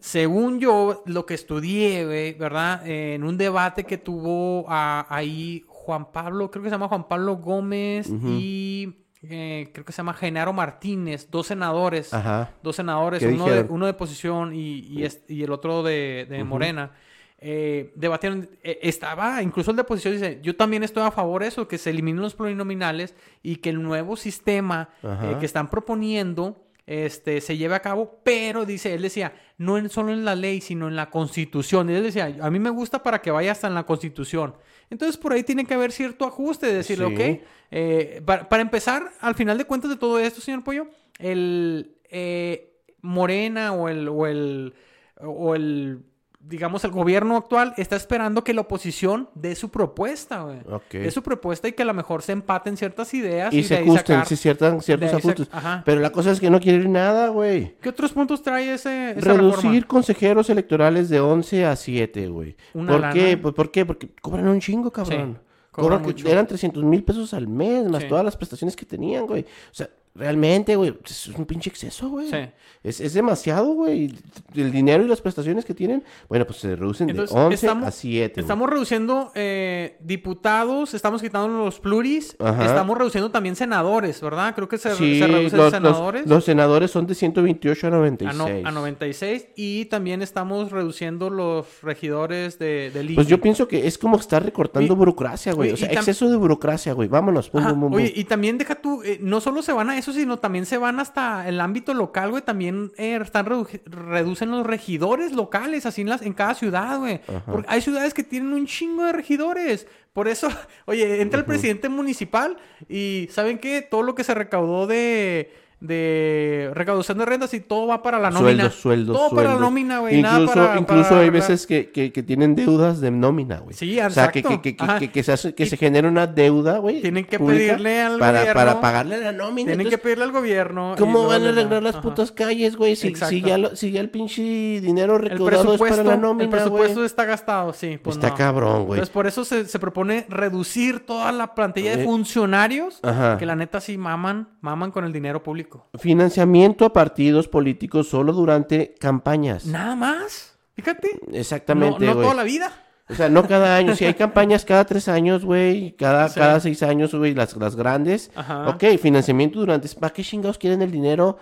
Speaker 2: según yo, lo que estudié, güey, ¿verdad? Eh, en un debate que tuvo a- ahí Juan Pablo, creo que se llama Juan Pablo Gómez y eh, creo que se llama Genaro Martínez, dos senadores.
Speaker 1: Ajá.
Speaker 2: Dos senadores,
Speaker 1: ¿Qué
Speaker 2: uno de,
Speaker 1: dijeron?
Speaker 2: uno de posición y, y es- y el otro de, de Morena. eh, debatieron, eh, estaba, incluso el de posición dice, yo también estoy a favor de eso, que se eliminen los plurinominales y que el nuevo sistema eh,
Speaker 1: Ajá.
Speaker 2: que están proponiendo este, se lleve a cabo, pero dice, él decía, no en, solo en la ley, sino en la constitución. Y él decía, a mí me gusta para que vaya hasta en la constitución. Entonces por ahí tiene que haber cierto ajuste, de decirle,
Speaker 1: Sí.
Speaker 2: ok, eh, para, para empezar, al final de cuentas de todo esto, señor Pollo, el eh, Morena o el, o el, o el, digamos, el gobierno actual está esperando que la oposición dé su propuesta, güey.
Speaker 1: Ok.
Speaker 2: Dé su propuesta y que a lo mejor se empaten ciertas ideas y,
Speaker 1: Y
Speaker 2: Ah, de
Speaker 1: se
Speaker 2: ahí
Speaker 1: ajusten,
Speaker 2: sacar-
Speaker 1: sí, ciertan- ciertos
Speaker 2: de ahí sac-
Speaker 1: ajustes.
Speaker 2: ajá.
Speaker 1: Pero la cosa es que no quieren nada, güey.
Speaker 2: ¿Qué otros puntos trae ese, esa
Speaker 1: Reducir
Speaker 2: reforma?
Speaker 1: consejeros electorales de 11 a 7, güey.
Speaker 2: Una
Speaker 1: ¿Por
Speaker 2: lana.
Speaker 1: qué? Pues, ¿Por qué? Porque cobran un chingo, cabrón.
Speaker 2: cobran
Speaker 1: Cobran-
Speaker 2: mucho.
Speaker 1: Eran 300 mil pesos al mes, más
Speaker 2: Sí.
Speaker 1: todas las prestaciones que tenían, güey. O sea, realmente, güey, es un pinche exceso, güey.
Speaker 2: Sí.
Speaker 1: Es, es demasiado, güey. El dinero y las prestaciones que tienen, bueno, pues se reducen
Speaker 2: Entonces,
Speaker 1: de 11
Speaker 2: estamos-
Speaker 1: a 7. güey.
Speaker 2: Estamos reduciendo eh, diputados, estamos quitando los pluris,
Speaker 1: Ajá.
Speaker 2: estamos reduciendo también senadores, ¿verdad? Creo que se,
Speaker 1: Sí,
Speaker 2: se reducen
Speaker 1: los, los-
Speaker 2: senadores
Speaker 1: los senadores son de 128 a
Speaker 2: a,
Speaker 1: 96.
Speaker 2: no- a 96 y también estamos reduciendo los regidores de, del
Speaker 1: Pues
Speaker 2: INE.
Speaker 1: yo pienso que es como estar recortando
Speaker 2: Y-
Speaker 1: burocracia, güey.
Speaker 2: y-
Speaker 1: O sea,
Speaker 2: y tam-
Speaker 1: exceso de burocracia, güey. Vámonos. pum,
Speaker 2: Ajá.
Speaker 1: pum, pum,
Speaker 2: Oye,
Speaker 1: pum.
Speaker 2: y también deja tú, eh, no solo se van a eso, sino también se van hasta el ámbito local, güey. También eh, están redu- reducen los regidores locales, así en, las, en cada ciudad, güey. Porque hay ciudades que tienen un chingo de regidores. Por eso, oye, entra el presidente municipal y ¿saben qué? Todo lo que se recaudó de de recaudación de rentas y todo va para la nómina.
Speaker 1: Sueldos, sueldos,
Speaker 2: todo para la
Speaker 1: sueldos.
Speaker 2: nómina, güey. nada
Speaker 1: Incluso,
Speaker 2: para-
Speaker 1: incluso
Speaker 2: para
Speaker 1: hay
Speaker 2: la-
Speaker 1: veces que, que, que tienen deudas de nómina, güey.
Speaker 2: Sí,
Speaker 1: O sea, que, que,
Speaker 2: exacto.
Speaker 1: que, que-
Speaker 2: Ajá.
Speaker 1: que- que se, hace- que
Speaker 2: Y-
Speaker 1: se genera una deuda, güey.
Speaker 2: Tienen que
Speaker 1: pública
Speaker 2: pedirle al
Speaker 1: para, Para
Speaker 2: gobierno.
Speaker 1: pagarle la nómina.
Speaker 2: Tienen
Speaker 1: Entonces,
Speaker 2: que pedirle al gobierno. y
Speaker 1: ¿Cómo
Speaker 2: luego
Speaker 1: van a
Speaker 2: les dan.
Speaker 1: arreglar las
Speaker 2: Ajá.
Speaker 1: putas calles, güey? Si, si
Speaker 2: Exacto.
Speaker 1: ya lo- si ya el pinche dinero
Speaker 2: El
Speaker 1: recaudado es
Speaker 2: presupuesto,
Speaker 1: para la
Speaker 2: el
Speaker 1: nómina, güey.
Speaker 2: presupuesto está gastado, sí. pues
Speaker 1: Está
Speaker 2: no.
Speaker 1: cabrón, güey.
Speaker 2: Entonces, por eso se, se propone reducir toda la plantilla de
Speaker 1: Eh,
Speaker 2: funcionarios
Speaker 1: ajá.
Speaker 2: que la neta sí maman, maman con el dinero público.
Speaker 1: Financiamiento a partidos políticos solo durante campañas.
Speaker 2: Nada más. Fíjate.
Speaker 1: Exactamente,
Speaker 2: no no
Speaker 1: güey.
Speaker 2: toda la vida.
Speaker 1: O sea, no cada año. Si hay campañas cada tres años, güey. Cada,
Speaker 2: Sí.
Speaker 1: cada seis años, güey. Las, las grandes.
Speaker 2: Ajá.
Speaker 1: Ok, financiamiento durante... ¿Para qué chingados quieren el dinero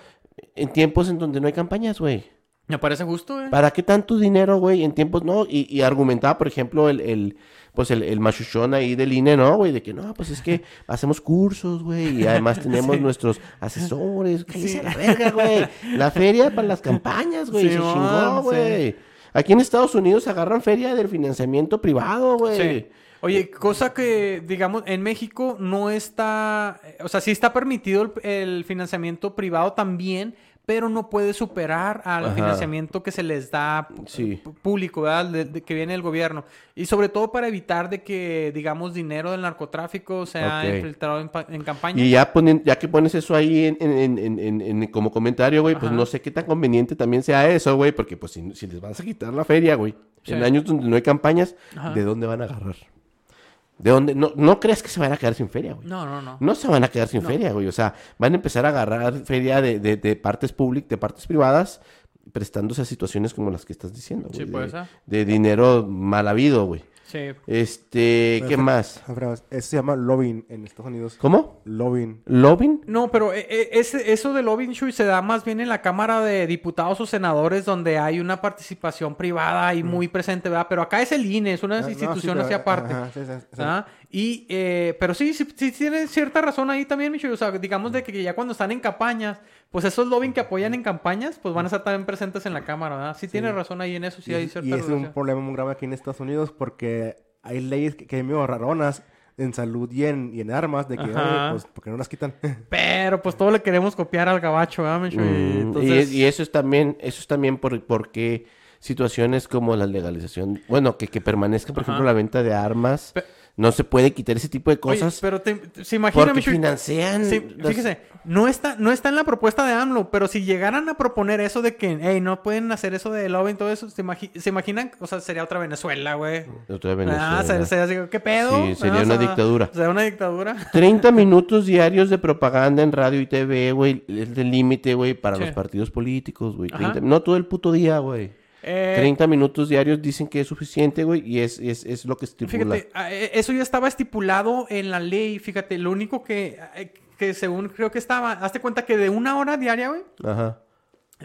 Speaker 1: en tiempos en donde no hay campañas, güey?
Speaker 2: Me parece justo, eh.
Speaker 1: ¿Para qué tanto dinero, güey? En tiempos, ¿no? Y, y argumentaba, por ejemplo, el, el pues el, el machuchón ahí del INE, ¿no, güey? De que no, pues es que hacemos cursos, güey, y además tenemos nuestros asesores. ¿Qué dice la verga, güey? La feria para las campañas, güey. se
Speaker 2: Simón,
Speaker 1: chingó,
Speaker 2: sí.
Speaker 1: güey. Aquí en Estados Unidos agarran feria del financiamiento privado, güey.
Speaker 2: Sí. Oye, cosa que, digamos, en México no está, eh, o sea, sí está permitido el, el financiamiento privado también, pero no puede superar al
Speaker 1: Ajá.
Speaker 2: financiamiento que se les da pu-
Speaker 1: Sí.
Speaker 2: pu- público, ¿verdad? De- de que viene del gobierno. Y sobre todo para evitar de que, digamos, dinero del narcotráfico sea
Speaker 1: Ok.
Speaker 2: infiltrado en, pa- en campaña.
Speaker 1: Y ya, ponen, ya que pones eso ahí en, en- en- en- en- en- como comentario, güey, pues
Speaker 2: Ajá.
Speaker 1: no sé qué tan conveniente también sea eso, güey, porque pues si, si les vas a quitar la feria, güey,
Speaker 2: Sí.
Speaker 1: en años donde no hay campañas,
Speaker 2: Ajá.
Speaker 1: ¿de dónde van a agarrar? ¿De dónde? No, no crees que se van a quedar sin feria, güey. No.
Speaker 2: No, no, no.
Speaker 1: se van a quedar sin feria, güey. O sea, van a empezar a agarrar feria de, de- de partes públicas, de partes privadas, prestándose a situaciones como las que estás diciendo, güey.
Speaker 2: Sí, puede
Speaker 1: de,
Speaker 2: ser.
Speaker 1: de dinero mal habido, güey.
Speaker 2: Sí.
Speaker 1: Este, ¿qué
Speaker 3: Pero,
Speaker 1: más?
Speaker 3: Alfredo, Eso se llama lobbying en Estados Unidos.
Speaker 1: ¿Cómo?
Speaker 3: Lobbying.
Speaker 1: ¿Lobin?
Speaker 2: No, pero eh, eh, ese- eso de lobbying Shui, se da más bien en la Cámara de Diputados o Senadores donde hay una participación privada y muy presente, ¿verdad? Pero acá es el INE, es una
Speaker 3: Mm. Ah, No, no, sí,
Speaker 2: institución
Speaker 3: pero-
Speaker 2: así aparte.
Speaker 3: ajá, sí, sí, sí.
Speaker 1: Ah,
Speaker 2: ¿verdad? Y, eh, pero sí, sí, sí tiene cierta razón ahí también, Micho. O sea, digamos de que ya cuando están en campañas, pues esos lobbying que apoyan en campañas, pues van a estar también presentes en la Cámara, ¿verdad? Sí, tiene razón ahí en eso, sí
Speaker 3: y,
Speaker 2: hay
Speaker 3: es-
Speaker 2: cierta
Speaker 3: y es un
Speaker 2: relación.
Speaker 3: problema muy grave aquí en Estados Unidos porque hay leyes que, que hay medio raronas en salud y en, y en armas de que,
Speaker 2: Ajá.
Speaker 3: "Ay, pues, porque no las quitan?
Speaker 2: Pero pues todo le queremos copiar al gabacho, ¿verdad, Micho?
Speaker 1: Mm,
Speaker 2: Y
Speaker 1: y-
Speaker 2: entonces...
Speaker 1: y, eso es también, eso es también por, porque situaciones como la legalización, bueno, que, que permanezca, por
Speaker 2: Ajá.
Speaker 1: ejemplo, la venta de armas,
Speaker 2: Pe-
Speaker 1: no se puede quitar ese tipo de
Speaker 2: Oye,
Speaker 1: cosas
Speaker 2: pero te- se imagina,
Speaker 1: porque
Speaker 2: Micho,
Speaker 1: financian.
Speaker 2: Sí,
Speaker 1: las-
Speaker 2: fíjese, no está, no está en la propuesta de AMLO, pero si llegaran a proponer eso de que, hey, no pueden hacer eso de lobby y todo eso, ¿se, imagi- se imaginan? O sea, sería otra Venezuela, güey.
Speaker 1: Otra vez
Speaker 2: Ah,
Speaker 1: Venezuela.
Speaker 2: sería, sería así, ¿qué pedo?
Speaker 1: Sí, sería
Speaker 2: Ah, o
Speaker 1: una
Speaker 2: sea,
Speaker 1: dictadura.
Speaker 2: Sería una dictadura.
Speaker 1: 30 minutos diarios de propaganda en radio y TV, güey, es el límite, güey, para
Speaker 2: Sí.
Speaker 1: los partidos políticos, güey.
Speaker 2: Ajá.
Speaker 1: 30 No todo el puto día, güey.
Speaker 2: Eh,
Speaker 1: 30 minutos diarios dicen que es suficiente, güey, y es, es, es lo que estipula.
Speaker 2: Fíjate, a- e- eso ya estaba estipulado en la ley, fíjate, lo único que, eh, que según creo que estaba, hazte cuenta que de una hora diaria, güey,
Speaker 1: Ajá.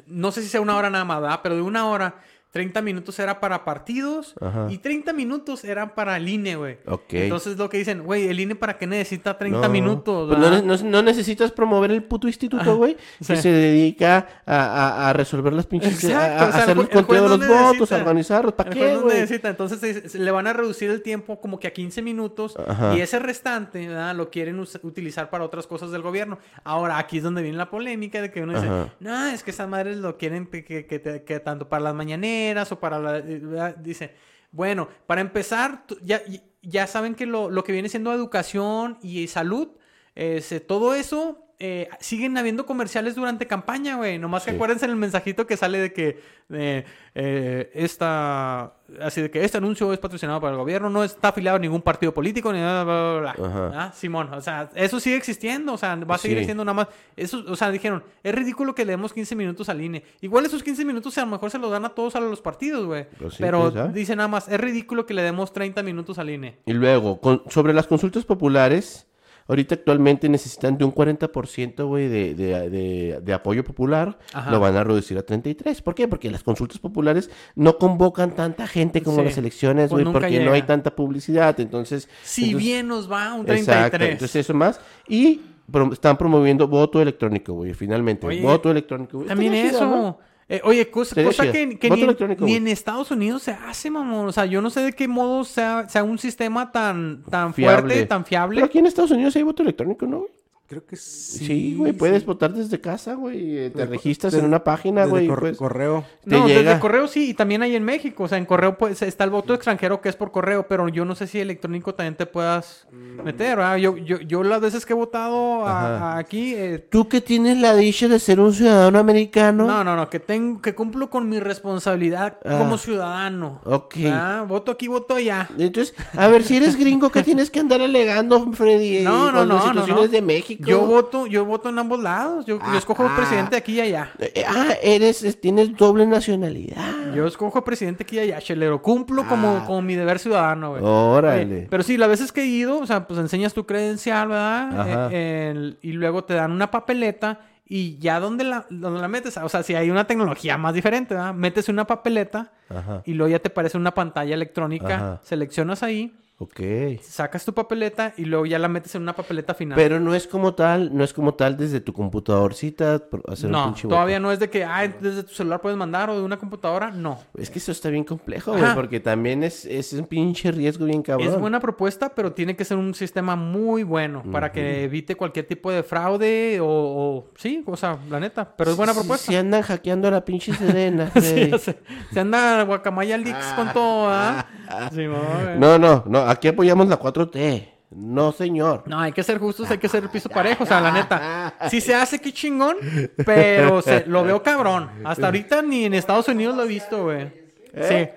Speaker 2: no sé si sea una hora nada más, ¿verdad? pero de una hora, 30 minutos era para partidos
Speaker 1: Ajá.
Speaker 2: y 30 minutos eran para el INE, güey.
Speaker 1: Ok.
Speaker 2: Entonces lo que dicen, güey, el INE para qué necesita 30
Speaker 1: No.
Speaker 2: minutos.
Speaker 1: Pues no,
Speaker 2: ¿verdad?
Speaker 1: ne- no- no necesitas promover el puto instituto, güey,
Speaker 2: sí.
Speaker 1: que se dedica a, a- a resolver las pinches...
Speaker 2: Exacto,
Speaker 1: a- a,
Speaker 2: o sea, el
Speaker 1: hacer el
Speaker 2: ju- el juez
Speaker 1: conteo de
Speaker 2: no
Speaker 1: los votos,
Speaker 2: necesita.
Speaker 1: a organizarlos. ¿Para
Speaker 2: El
Speaker 1: qué,
Speaker 2: juez no
Speaker 1: güey?
Speaker 2: necesita. Entonces se- se- le van a reducir el tiempo como que a 15 minutos
Speaker 1: Ajá.
Speaker 2: y ese restante ¿verdad? lo quieren us- utilizar para otras cosas del gobierno. Ahora, aquí es donde viene la polémica de que uno dice,
Speaker 1: Ajá.
Speaker 2: no, es que esas madres lo quieren que, que- que te- que tanto para las mañaneras o para la... eh, ¿verdad? Dice, bueno, para empezar, tú- ya, y- ya saben que lo, lo que viene siendo educación y salud, ese, todo eso... eh, siguen habiendo comerciales durante campaña, güey. Nomás que
Speaker 1: Sí.
Speaker 2: acuérdense el mensajito que sale de que eh, eh, esta, así de que este anuncio es patrocinado por el gobierno, no está afiliado a ningún partido político, ni nada, bla, bla, bla.
Speaker 1: Ajá.
Speaker 2: Ah, Simón, o sea, eso sigue existiendo, o sea, va a seguir
Speaker 1: Sí.
Speaker 2: existiendo nada más. Eso, o sea, dijeron, es ridículo que le demos 15 minutos al INE. Igual esos 15 minutos a lo mejor se los dan a todos a los partidos, güey.
Speaker 1: Pues sí,
Speaker 2: Pero
Speaker 1: quién sabe.
Speaker 2: dice nada más, es ridículo que le demos 30 minutos al E. INE.
Speaker 1: Y luego, con- sobre las consultas populares, ahorita actualmente necesitan de un 40%, güey, de, de- de- de apoyo popular.
Speaker 2: Ajá.
Speaker 1: Lo van a reducir a 33%. ¿Por qué? Porque las consultas populares no convocan tanta gente como
Speaker 2: Sí.
Speaker 1: las elecciones,
Speaker 2: Pues
Speaker 1: güey,
Speaker 2: nunca
Speaker 1: porque
Speaker 2: llega.
Speaker 1: no hay tanta publicidad. Entonces...
Speaker 2: Si
Speaker 1: entonces-
Speaker 2: bien nos va un 33.
Speaker 1: Exacto, entonces eso más. Y prom- están promoviendo voto electrónico, güey, finalmente.
Speaker 2: Oye,
Speaker 1: voto electrónico. güey.
Speaker 2: También
Speaker 1: Estaría
Speaker 2: eso.
Speaker 1: chido, Pues ¿no?
Speaker 2: Eh, oye, cosa,
Speaker 1: Sería
Speaker 2: cosa
Speaker 1: chido.
Speaker 2: que, que
Speaker 1: Voto
Speaker 2: ni, en,
Speaker 1: electrónico,
Speaker 2: ni
Speaker 1: güey.
Speaker 2: en Estados Unidos se hace, mamón. O sea, yo no sé de qué modo sea, sea un sistema tan, tan fuerte, tan fiable.
Speaker 1: Pero aquí en Estados Unidos hay voto electrónico, ¿no? güey?
Speaker 3: Creo que sí.
Speaker 1: Sí, güey, puedes
Speaker 3: sí.
Speaker 1: votar desde casa, güey. eh, Te
Speaker 3: Desde-
Speaker 1: registras
Speaker 3: desde-
Speaker 1: en una página,
Speaker 3: desde
Speaker 1: güey.
Speaker 3: cor-
Speaker 1: pues,
Speaker 3: correo.
Speaker 1: te
Speaker 2: no,
Speaker 1: llega.
Speaker 2: desde correo sí, y también hay en México. O sea, en correo pues, está el voto extranjero que es por correo, pero yo no sé si electrónico también te puedas meter. ¿verdad? Yo, yo, yo las veces que he votado a- a aquí, eh,
Speaker 1: Tú que tienes la dicha de ser un ciudadano americano.
Speaker 2: No, no, no, que tengo, que cumplo con mi responsabilidad
Speaker 1: Ah.
Speaker 2: como ciudadano.
Speaker 1: Ok.
Speaker 2: Ah, voto aquí, voto allá.
Speaker 1: Entonces, a ver, si eres gringo, ¿qué tienes que andar alegando, Freddy? eh,
Speaker 2: No, no,
Speaker 1: con las
Speaker 2: no, no,
Speaker 1: situaciones
Speaker 2: no.
Speaker 1: de México. Ah,
Speaker 2: Yo voto, yo voto en ambos lados. Yo, yo escojo
Speaker 1: Ajá.
Speaker 2: presidente aquí y allá.
Speaker 1: Eh, Ah, eres, es- tienes doble nacionalidad.
Speaker 2: Yo escojo presidente aquí y allá, chelero. Cumplo como,
Speaker 1: Ah.
Speaker 2: como mi deber ciudadano, güey.
Speaker 1: Órale.
Speaker 2: Oye, Pero sí, las veces que he ido, o sea, pues enseñas tu credencial, ¿verdad?
Speaker 1: Ajá.
Speaker 2: Eh, el- y luego te dan una papeleta Y ya donde la, donde la metes, o sea, si hay una tecnología más diferente, ¿verdad? metes una papeleta
Speaker 1: Ajá.
Speaker 2: y luego ya te parece una pantalla electrónica,
Speaker 1: Ajá.
Speaker 2: seleccionas ahí,
Speaker 1: Ok.
Speaker 2: sacas tu papeleta y luego ya la metes en una papeleta final.
Speaker 1: Pero no es como tal, no es como tal desde tu computadorcita por- hacer un
Speaker 2: no,
Speaker 1: pinche botón.
Speaker 2: todavía no es de que ah, desde tu celular puedes mandar o de una computadora, no.
Speaker 1: Es que eso está bien complejo, güey,
Speaker 2: Ajá.
Speaker 1: porque también es, es un pinche riesgo bien cabrón.
Speaker 2: Es buena propuesta, pero tiene que ser un sistema muy bueno para que evite cualquier tipo de fraude o, o- sí, o sea, la neta, pero es buena
Speaker 1: Si-
Speaker 2: propuesta.
Speaker 1: Si andan hackeando a la pinche Serena,
Speaker 2: Sí,
Speaker 1: güey.
Speaker 2: ya sé. Se anda guacamaya leaks con todo, ¿ah? Sí, mo, güey. no,
Speaker 1: No, no, no, aquí apoyamos la 4T. No, señor.
Speaker 2: hay que ser justos, hay que ser piso parejo, o sea, la neta. Si se hace, qué chingón, pero se- lo veo cabrón. Hasta ahorita ni en Estados Unidos lo he visto, güey. Sí.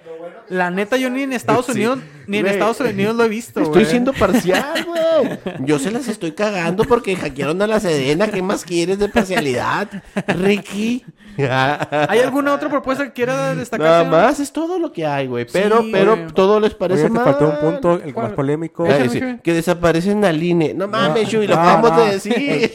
Speaker 2: La neta, yo ni en Estados
Speaker 1: ¿Eh? Sí.
Speaker 2: Unidos, ni en
Speaker 1: Güey.
Speaker 2: Estados Unidos lo he visto,
Speaker 1: Estoy
Speaker 2: güey.
Speaker 1: siendo parcial, güey. Yo se las estoy cagando porque hackearon a la Serena. ¿Qué más quieres de parcialidad, Ricky?
Speaker 2: ¿Hay alguna otra propuesta que quiera destacar?
Speaker 1: Nada
Speaker 2: señor?
Speaker 1: más es todo lo que hay, güey. Pero,
Speaker 2: Sí,
Speaker 1: pero
Speaker 2: güey.
Speaker 1: todo les
Speaker 3: Oye,
Speaker 1: parece
Speaker 3: te
Speaker 1: mal.
Speaker 3: faltó un punto, Ah, el
Speaker 2: ¿Cuál?
Speaker 3: más polémico.
Speaker 1: Ah,
Speaker 2: Échale,
Speaker 1: sí,
Speaker 2: Chuy.
Speaker 1: que desaparecen al INE.
Speaker 2: E.
Speaker 1: No mames, Chuy, lo
Speaker 3: no,
Speaker 1: acabamos
Speaker 3: no.
Speaker 1: de decir.
Speaker 2: Échale.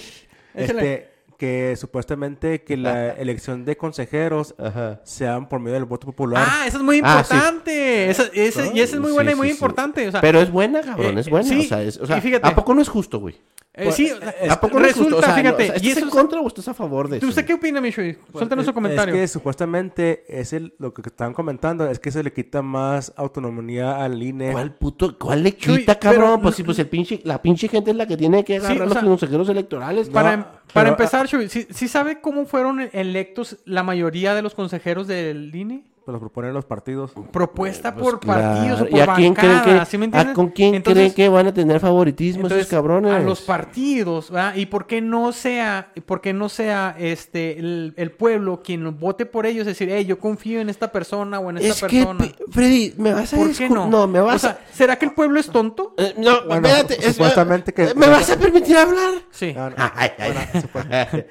Speaker 3: Este, que supuestamente que la elección de consejeros
Speaker 1: Ajá.
Speaker 3: sean por medio del voto popular.
Speaker 2: Ah, eso es muy
Speaker 1: Ah, sí.
Speaker 2: importante. Esa- esa- y esa es muy buena
Speaker 1: Sí,
Speaker 2: y muy
Speaker 1: sí, sí.
Speaker 2: importante. O sea,
Speaker 1: Pero es buena, cabrón,
Speaker 2: eh,
Speaker 1: es buena.
Speaker 2: sí,
Speaker 1: o sea, es- o sea,
Speaker 2: y fíjate.
Speaker 1: ¿a poco no es justo, güey?
Speaker 2: eh, sí,
Speaker 1: pues, ¿A poco no es
Speaker 2: resulta,
Speaker 1: justo? O sea, no, o
Speaker 2: fíjate.
Speaker 1: sea, este
Speaker 2: y
Speaker 1: ¿Estás
Speaker 2: eso
Speaker 1: en contra o estás a favor de eso?
Speaker 2: ¿Usted qué opina, Michoy?
Speaker 1: este
Speaker 2: Suéltanos su
Speaker 3: Pues, Es-
Speaker 2: comentario.
Speaker 3: Es que supuestamente es el- lo que están comentando es que se le quita más autonomía al E, INE.
Speaker 1: ¿Cuál puto, cuál le
Speaker 2: Chuy,
Speaker 1: quita,
Speaker 2: pero
Speaker 1: cabrón?
Speaker 2: no-
Speaker 1: pues sí, pues el pinche, la pinche gente es la que tiene que agarrar
Speaker 2: Sí, o
Speaker 1: los
Speaker 2: sea,
Speaker 1: consejeros electorales.
Speaker 2: Para,
Speaker 1: No. ah,
Speaker 2: para
Speaker 3: pero-
Speaker 2: empezar, Chuy, ¿sí, sí sabe cómo fueron electos la mayoría de los consejeros del INE?
Speaker 3: Pues Lo proponen los partidos.
Speaker 2: Propuesta
Speaker 1: Pues,
Speaker 2: por partidos o
Speaker 1: claro.
Speaker 2: por
Speaker 1: ¿Y a quién creen
Speaker 2: bancada,
Speaker 1: que,
Speaker 2: ¿sí
Speaker 1: a
Speaker 2: me entiendes?
Speaker 1: con quién creen
Speaker 2: Entonces-
Speaker 1: que van a tener favoritismo
Speaker 2: Entonces,
Speaker 1: esos cabrones?
Speaker 2: A los partidos, ¿verdad? Y por qué no sea, por qué no sea este el, el pueblo quien vote por ellos, es decir, hey, yo confío en esta persona o en esta
Speaker 1: es que,
Speaker 2: persona.
Speaker 1: pe- Freddy, me vas a
Speaker 2: ¿Por qué
Speaker 1: discul-
Speaker 2: no?
Speaker 1: No, me vas
Speaker 2: O sea, ¿será que el pueblo es tonto?
Speaker 1: a... Eh, no,
Speaker 3: Bueno,
Speaker 1: espérate. es-
Speaker 3: supuestamente que-
Speaker 1: ¿Me vas a permitir hablar?
Speaker 2: Sí.
Speaker 3: Ah, no.
Speaker 1: Ay, ay, Eh.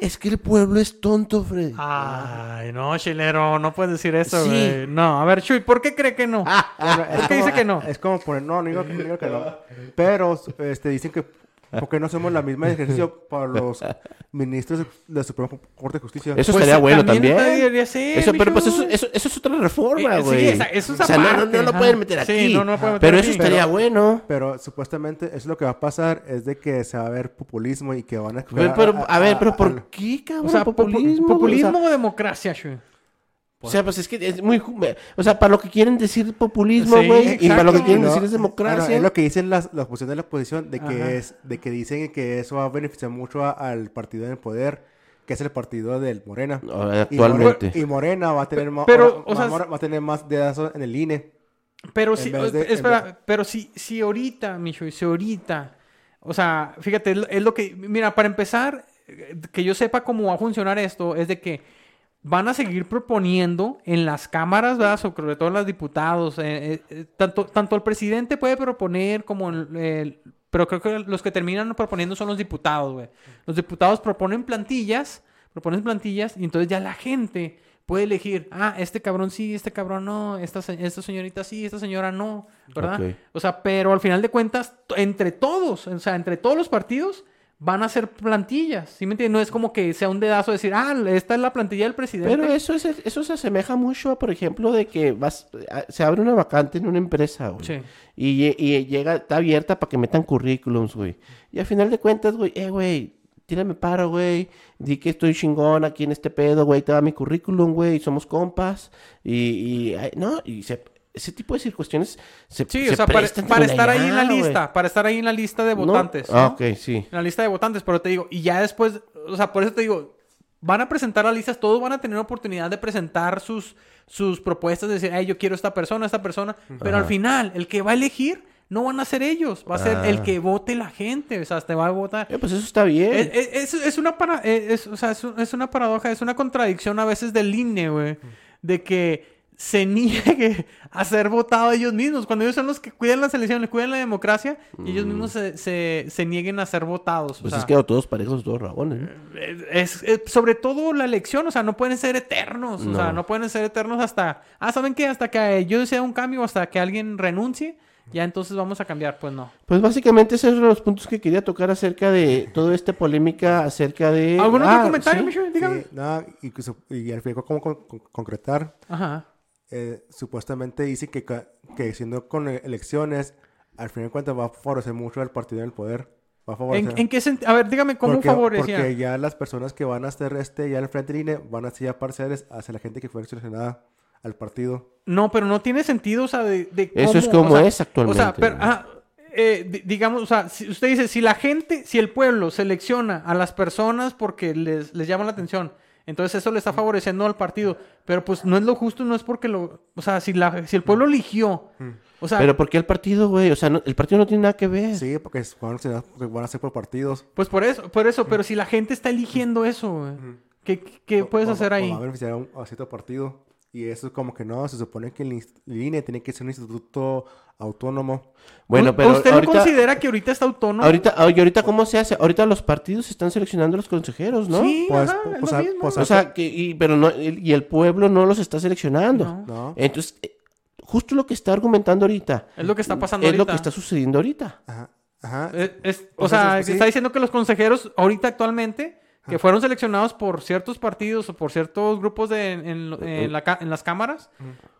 Speaker 1: es que el pueblo es tonto, Freddy.
Speaker 2: Ay, no, chilero, no puedes decir eso,
Speaker 1: Sí. Ah,
Speaker 2: güey. No, a ver, Chuy, ¿por qué cree que no?
Speaker 3: Bueno, es
Speaker 2: ¿Por qué
Speaker 3: como-
Speaker 2: dice que no?
Speaker 3: Es como poner, no, no digo, no digo que no. Pero este, dicen que porque no hacemos la misma ejercicio para los ministros de la Suprema Corte de Justicia.
Speaker 1: Eso
Speaker 2: Pues,
Speaker 1: estaría bueno
Speaker 2: también
Speaker 1: también.
Speaker 2: debería ser,
Speaker 1: eso, pero pues
Speaker 2: mijo.
Speaker 1: eso, eso, eso es otra
Speaker 2: Eh,
Speaker 1: reforma,
Speaker 2: sí,
Speaker 1: güey.
Speaker 2: esa- eso es
Speaker 1: o sea, no, no,
Speaker 2: aparte,
Speaker 1: no lo
Speaker 2: ajá.
Speaker 1: pueden meter
Speaker 2: Sí,
Speaker 1: aquí.
Speaker 2: no, no lo pueden meter
Speaker 1: pero
Speaker 2: aquí.
Speaker 1: eso estaría
Speaker 2: Pero-
Speaker 1: bueno.
Speaker 3: Pero supuestamente eso es lo que va a pasar, es de que se va a ver populismo y que van a...
Speaker 1: Güey, pero, a, ver, pero ¿por qué,
Speaker 3: Ah,
Speaker 1: cabrón?
Speaker 2: O sea, popu-
Speaker 1: populismo.
Speaker 2: populismo,
Speaker 1: güey?
Speaker 2: o, democracia, Chuy.
Speaker 1: O sea, o sea, pues es que es muy. ju- O sea, para lo que quieren decir populismo,
Speaker 2: Sí,
Speaker 1: güey, y para lo que
Speaker 2: exacto.
Speaker 1: quieren
Speaker 3: No,
Speaker 1: decir es
Speaker 3: ah, no,
Speaker 1: democracia.
Speaker 3: es lo que dicen las, la oposición de la oposición, de
Speaker 2: Ajá.
Speaker 3: que, es, de que dicen que eso va a beneficiar mucho a- al partido en el poder, que es el partido del Morena.
Speaker 1: No, actualmente.
Speaker 3: Y More- y Morena va a tener más,
Speaker 2: Pero,
Speaker 3: ahora-
Speaker 2: o
Speaker 3: más-
Speaker 2: sea,
Speaker 3: va a tener más dedazos en el INE.
Speaker 2: Pero
Speaker 3: En
Speaker 2: si,
Speaker 3: vez de- en
Speaker 2: espera,
Speaker 3: vez-
Speaker 2: pero si, si ahorita, Michoy, si ahorita, o sea, fíjate, es lo- es lo que, mira, para empezar, eh, que yo sepa cómo va a funcionar esto, es de que van a seguir proponiendo en las cámaras, ¿verdad? Sobre todo en las diputados, eh, eh, eh, tanto, tanto el presidente puede proponer como el, el- pero creo que los que terminan proponiendo son los diputados, güey. Los diputados proponen plantillas, proponen plantillas y entonces ya la gente puede elegir, ah, este cabrón sí, este cabrón no, esta, se- esta señorita sí, esta señora no, ¿verdad?
Speaker 1: Ok.
Speaker 2: O sea, pero al final de cuentas, t- entre todos, o sea, entre todos los partidos van a ser plantillas, ¿sí me entiendes? No es como que sea un dedazo decir, ah, esta es la plantilla del presidente.
Speaker 1: Pero eso, es, eso se asemeja mucho a, por ejemplo, de que vas, a- se abre una vacante en una empresa, güey.
Speaker 2: Sí.
Speaker 1: Y, lle- y llega, está abierta para que metan currículums, güey. Y al final de cuentas, güey, eh, güey, tírame paro, güey. Di que estoy chingón aquí en este pedo, güey. Te va mi currículum, güey. Somos compas. Y, y ay, no, y se- ese tipo de cir- cuestiones se
Speaker 2: Sí,
Speaker 1: se
Speaker 2: o sea, para,
Speaker 1: prestan
Speaker 2: para
Speaker 1: de
Speaker 2: estar ahí en la
Speaker 1: güey.
Speaker 2: lista, para estar ahí en la lista de
Speaker 1: ¿No?
Speaker 2: votantes.
Speaker 1: Ah,
Speaker 2: ¿no?
Speaker 1: ok, sí.
Speaker 2: En la lista de votantes, pero te digo, y ya después, o sea, por eso te digo, van a presentar las listas, todos van a tener oportunidad de presentar sus, sus propuestas, de decir, ay, yo quiero esta persona, esta persona, pero al
Speaker 1: Ajá.
Speaker 2: final, el que va a elegir no van a ser ellos, va a ser
Speaker 1: Ah.
Speaker 2: el que vote la gente, o sea, te va a votar.
Speaker 1: Eh, pues eso está bien.
Speaker 2: Es, es- es- es una para- eh, es- o sea, es, un- es una paradoja, es una contradicción a veces del INE, güey. De que se niegue a ser votado ellos mismos. Cuando ellos son los que cuidan la selección, le cuidan la democracia, y ellos mismos se, se- se nieguen a ser votados. o
Speaker 1: pues
Speaker 2: sea,
Speaker 1: es que todos parejos, todos rabones. ¿no?
Speaker 2: es- es- sobre todo la elección, o sea, no pueden ser eternos. O
Speaker 1: No.
Speaker 2: eh, sea, no pueden ser eternos hasta. Ah, ¿saben qué? Hasta que yo desea un cambio, hasta que alguien renuncie. Ya entonces vamos a cambiar, pues no.
Speaker 1: Pues básicamente esos eran los puntos que quería tocar acerca de toda esta polémica acerca de...
Speaker 2: ¿Algún
Speaker 1: Ah,
Speaker 2: otro comentario,
Speaker 1: sí.
Speaker 2: Micho?
Speaker 3: Sí,
Speaker 2: Dígame.
Speaker 3: nada, y, que su- y al final, ¿cómo con- con- concretar?
Speaker 2: Ajá.
Speaker 3: eh, supuestamente dice que, ca- que siendo con e- elecciones, al fin y cuentas va a favorecer mucho al partido en el poder. Va a favorecer.
Speaker 2: ¿En, en qué sentido? A ver, dígame, ¿cómo
Speaker 3: porque,
Speaker 2: favorecía?
Speaker 3: Porque ya las personas que van a estar este, ya al frente del INE van a ser ya parciales hacia la gente que fue seleccionada al partido.
Speaker 2: No, pero no tiene sentido, o sea, de, de
Speaker 1: Eso es
Speaker 2: cómo-
Speaker 1: como
Speaker 2: o sea,
Speaker 1: es actualmente,
Speaker 2: O sea, pero,
Speaker 1: ¿no?
Speaker 2: ah, eh, di- digamos, o sea, si usted dice, si la gente, si el pueblo selecciona a las personas porque les, les llama la atención, entonces eso le está favoreciendo al partido. Pero pues no es lo justo, no es porque lo... O sea, si, la, si el pueblo eligió, o sea,
Speaker 1: Mm. Pero ¿por qué el partido, güey? O sea, no- el partido no tiene nada que ver.
Speaker 3: Sí, porque es- van a, ser- porque van a ser por partidos.
Speaker 2: pues por eso, por eso,
Speaker 3: Mm.
Speaker 2: pero si la gente está eligiendo eso, güey, ¿qué, qué- qué
Speaker 3: Va-
Speaker 2: puedes
Speaker 3: va-
Speaker 2: hacer
Speaker 3: va-
Speaker 2: ahí?
Speaker 3: Va a beneficiar a, un, a cierto partido. Y eso es como que no, se supone que el, inst- el INE tiene que ser un instituto autónomo.
Speaker 1: Bueno,
Speaker 2: ¿U-
Speaker 1: pero
Speaker 2: ¿Usted
Speaker 1: ahorita,
Speaker 2: no considera que ahorita está autónomo?
Speaker 1: ahorita, y ahorita cómo se hace? Ahorita los partidos están seleccionando los consejeros, ¿no?
Speaker 2: Sí,
Speaker 3: Pues,
Speaker 2: ajá,
Speaker 3: po-
Speaker 2: es
Speaker 3: pues,
Speaker 2: lo
Speaker 3: ah,
Speaker 2: mismo.
Speaker 3: pues,
Speaker 1: O sea, que, y, pero no, el- y el pueblo no los está seleccionando.
Speaker 2: No.
Speaker 3: ¿No?
Speaker 1: Entonces, eh, justo lo que está argumentando ahorita
Speaker 2: es lo que está pasando
Speaker 1: es lo
Speaker 2: ahorita.
Speaker 1: que está sucediendo ahorita.
Speaker 3: Ajá. Ajá.
Speaker 2: Eh, es- o,
Speaker 3: O sea,
Speaker 2: sea,
Speaker 3: sí, sí.
Speaker 2: está diciendo que los consejeros ahorita actualmente que fueron seleccionados por ciertos partidos o por ciertos grupos de, en, en
Speaker 1: Eh,
Speaker 2: lo- en la ca- en las cámaras,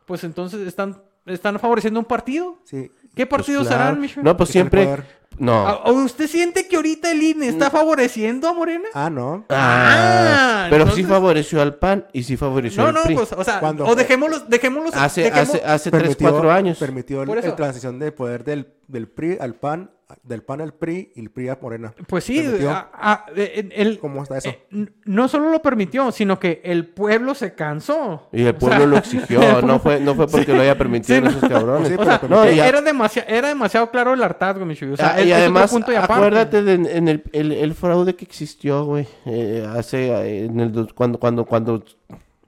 Speaker 2: pues entonces están, están favoreciendo un partido.
Speaker 3: Sí.
Speaker 2: ¿Qué partidos
Speaker 1: Pues Claro.
Speaker 2: serán, Micho?
Speaker 1: No, pues
Speaker 3: Que se le
Speaker 1: siempre.
Speaker 3: puede dar.
Speaker 1: No.
Speaker 2: ¿A- a ¿Usted siente que ahorita el INE
Speaker 1: Mm.
Speaker 2: está favoreciendo a Morena?
Speaker 3: Ah, no.
Speaker 1: Ah,
Speaker 2: Ah,
Speaker 1: pero
Speaker 2: entonces-
Speaker 1: sí favoreció al PAN y sí favoreció
Speaker 2: No,
Speaker 1: al
Speaker 2: no,
Speaker 1: PRI.
Speaker 2: pues, o sea,
Speaker 3: ¿Cuándo?
Speaker 2: o dejémoslos, dejémoslos,
Speaker 1: hace,
Speaker 2: dejemos-
Speaker 1: hace, ah, hace tres, cuatro años.
Speaker 3: Permitió
Speaker 2: Por eso.
Speaker 3: la transición de poder del, del PRI al PAN, del PAN al PRI y el PRI a Morena.
Speaker 2: Pues sí,
Speaker 3: Permitió.
Speaker 2: a- a- el- el-
Speaker 3: ¿Cómo está eso?
Speaker 2: eh, n- no solo lo permitió, sino que el pueblo se cansó.
Speaker 1: Y el
Speaker 2: O
Speaker 1: pueblo
Speaker 2: sea,
Speaker 1: lo exigió, no fue, no fue porque lo haya permitido
Speaker 2: Sí, no.
Speaker 1: esos cabrones.
Speaker 3: Sí,
Speaker 2: O sea,
Speaker 3: pero-
Speaker 1: no,
Speaker 2: e-
Speaker 1: y a-
Speaker 2: era, demasi- era demasiado claro el hartazgo, mi chuy. O sea,
Speaker 1: Ah,
Speaker 2: es-
Speaker 1: y
Speaker 2: es otro
Speaker 1: además,
Speaker 2: punto y aparte.
Speaker 1: acuérdate de en, en el, el- el fraude que existió, güey, eh, hace, eh, en el dos- cuando, cuando, cuando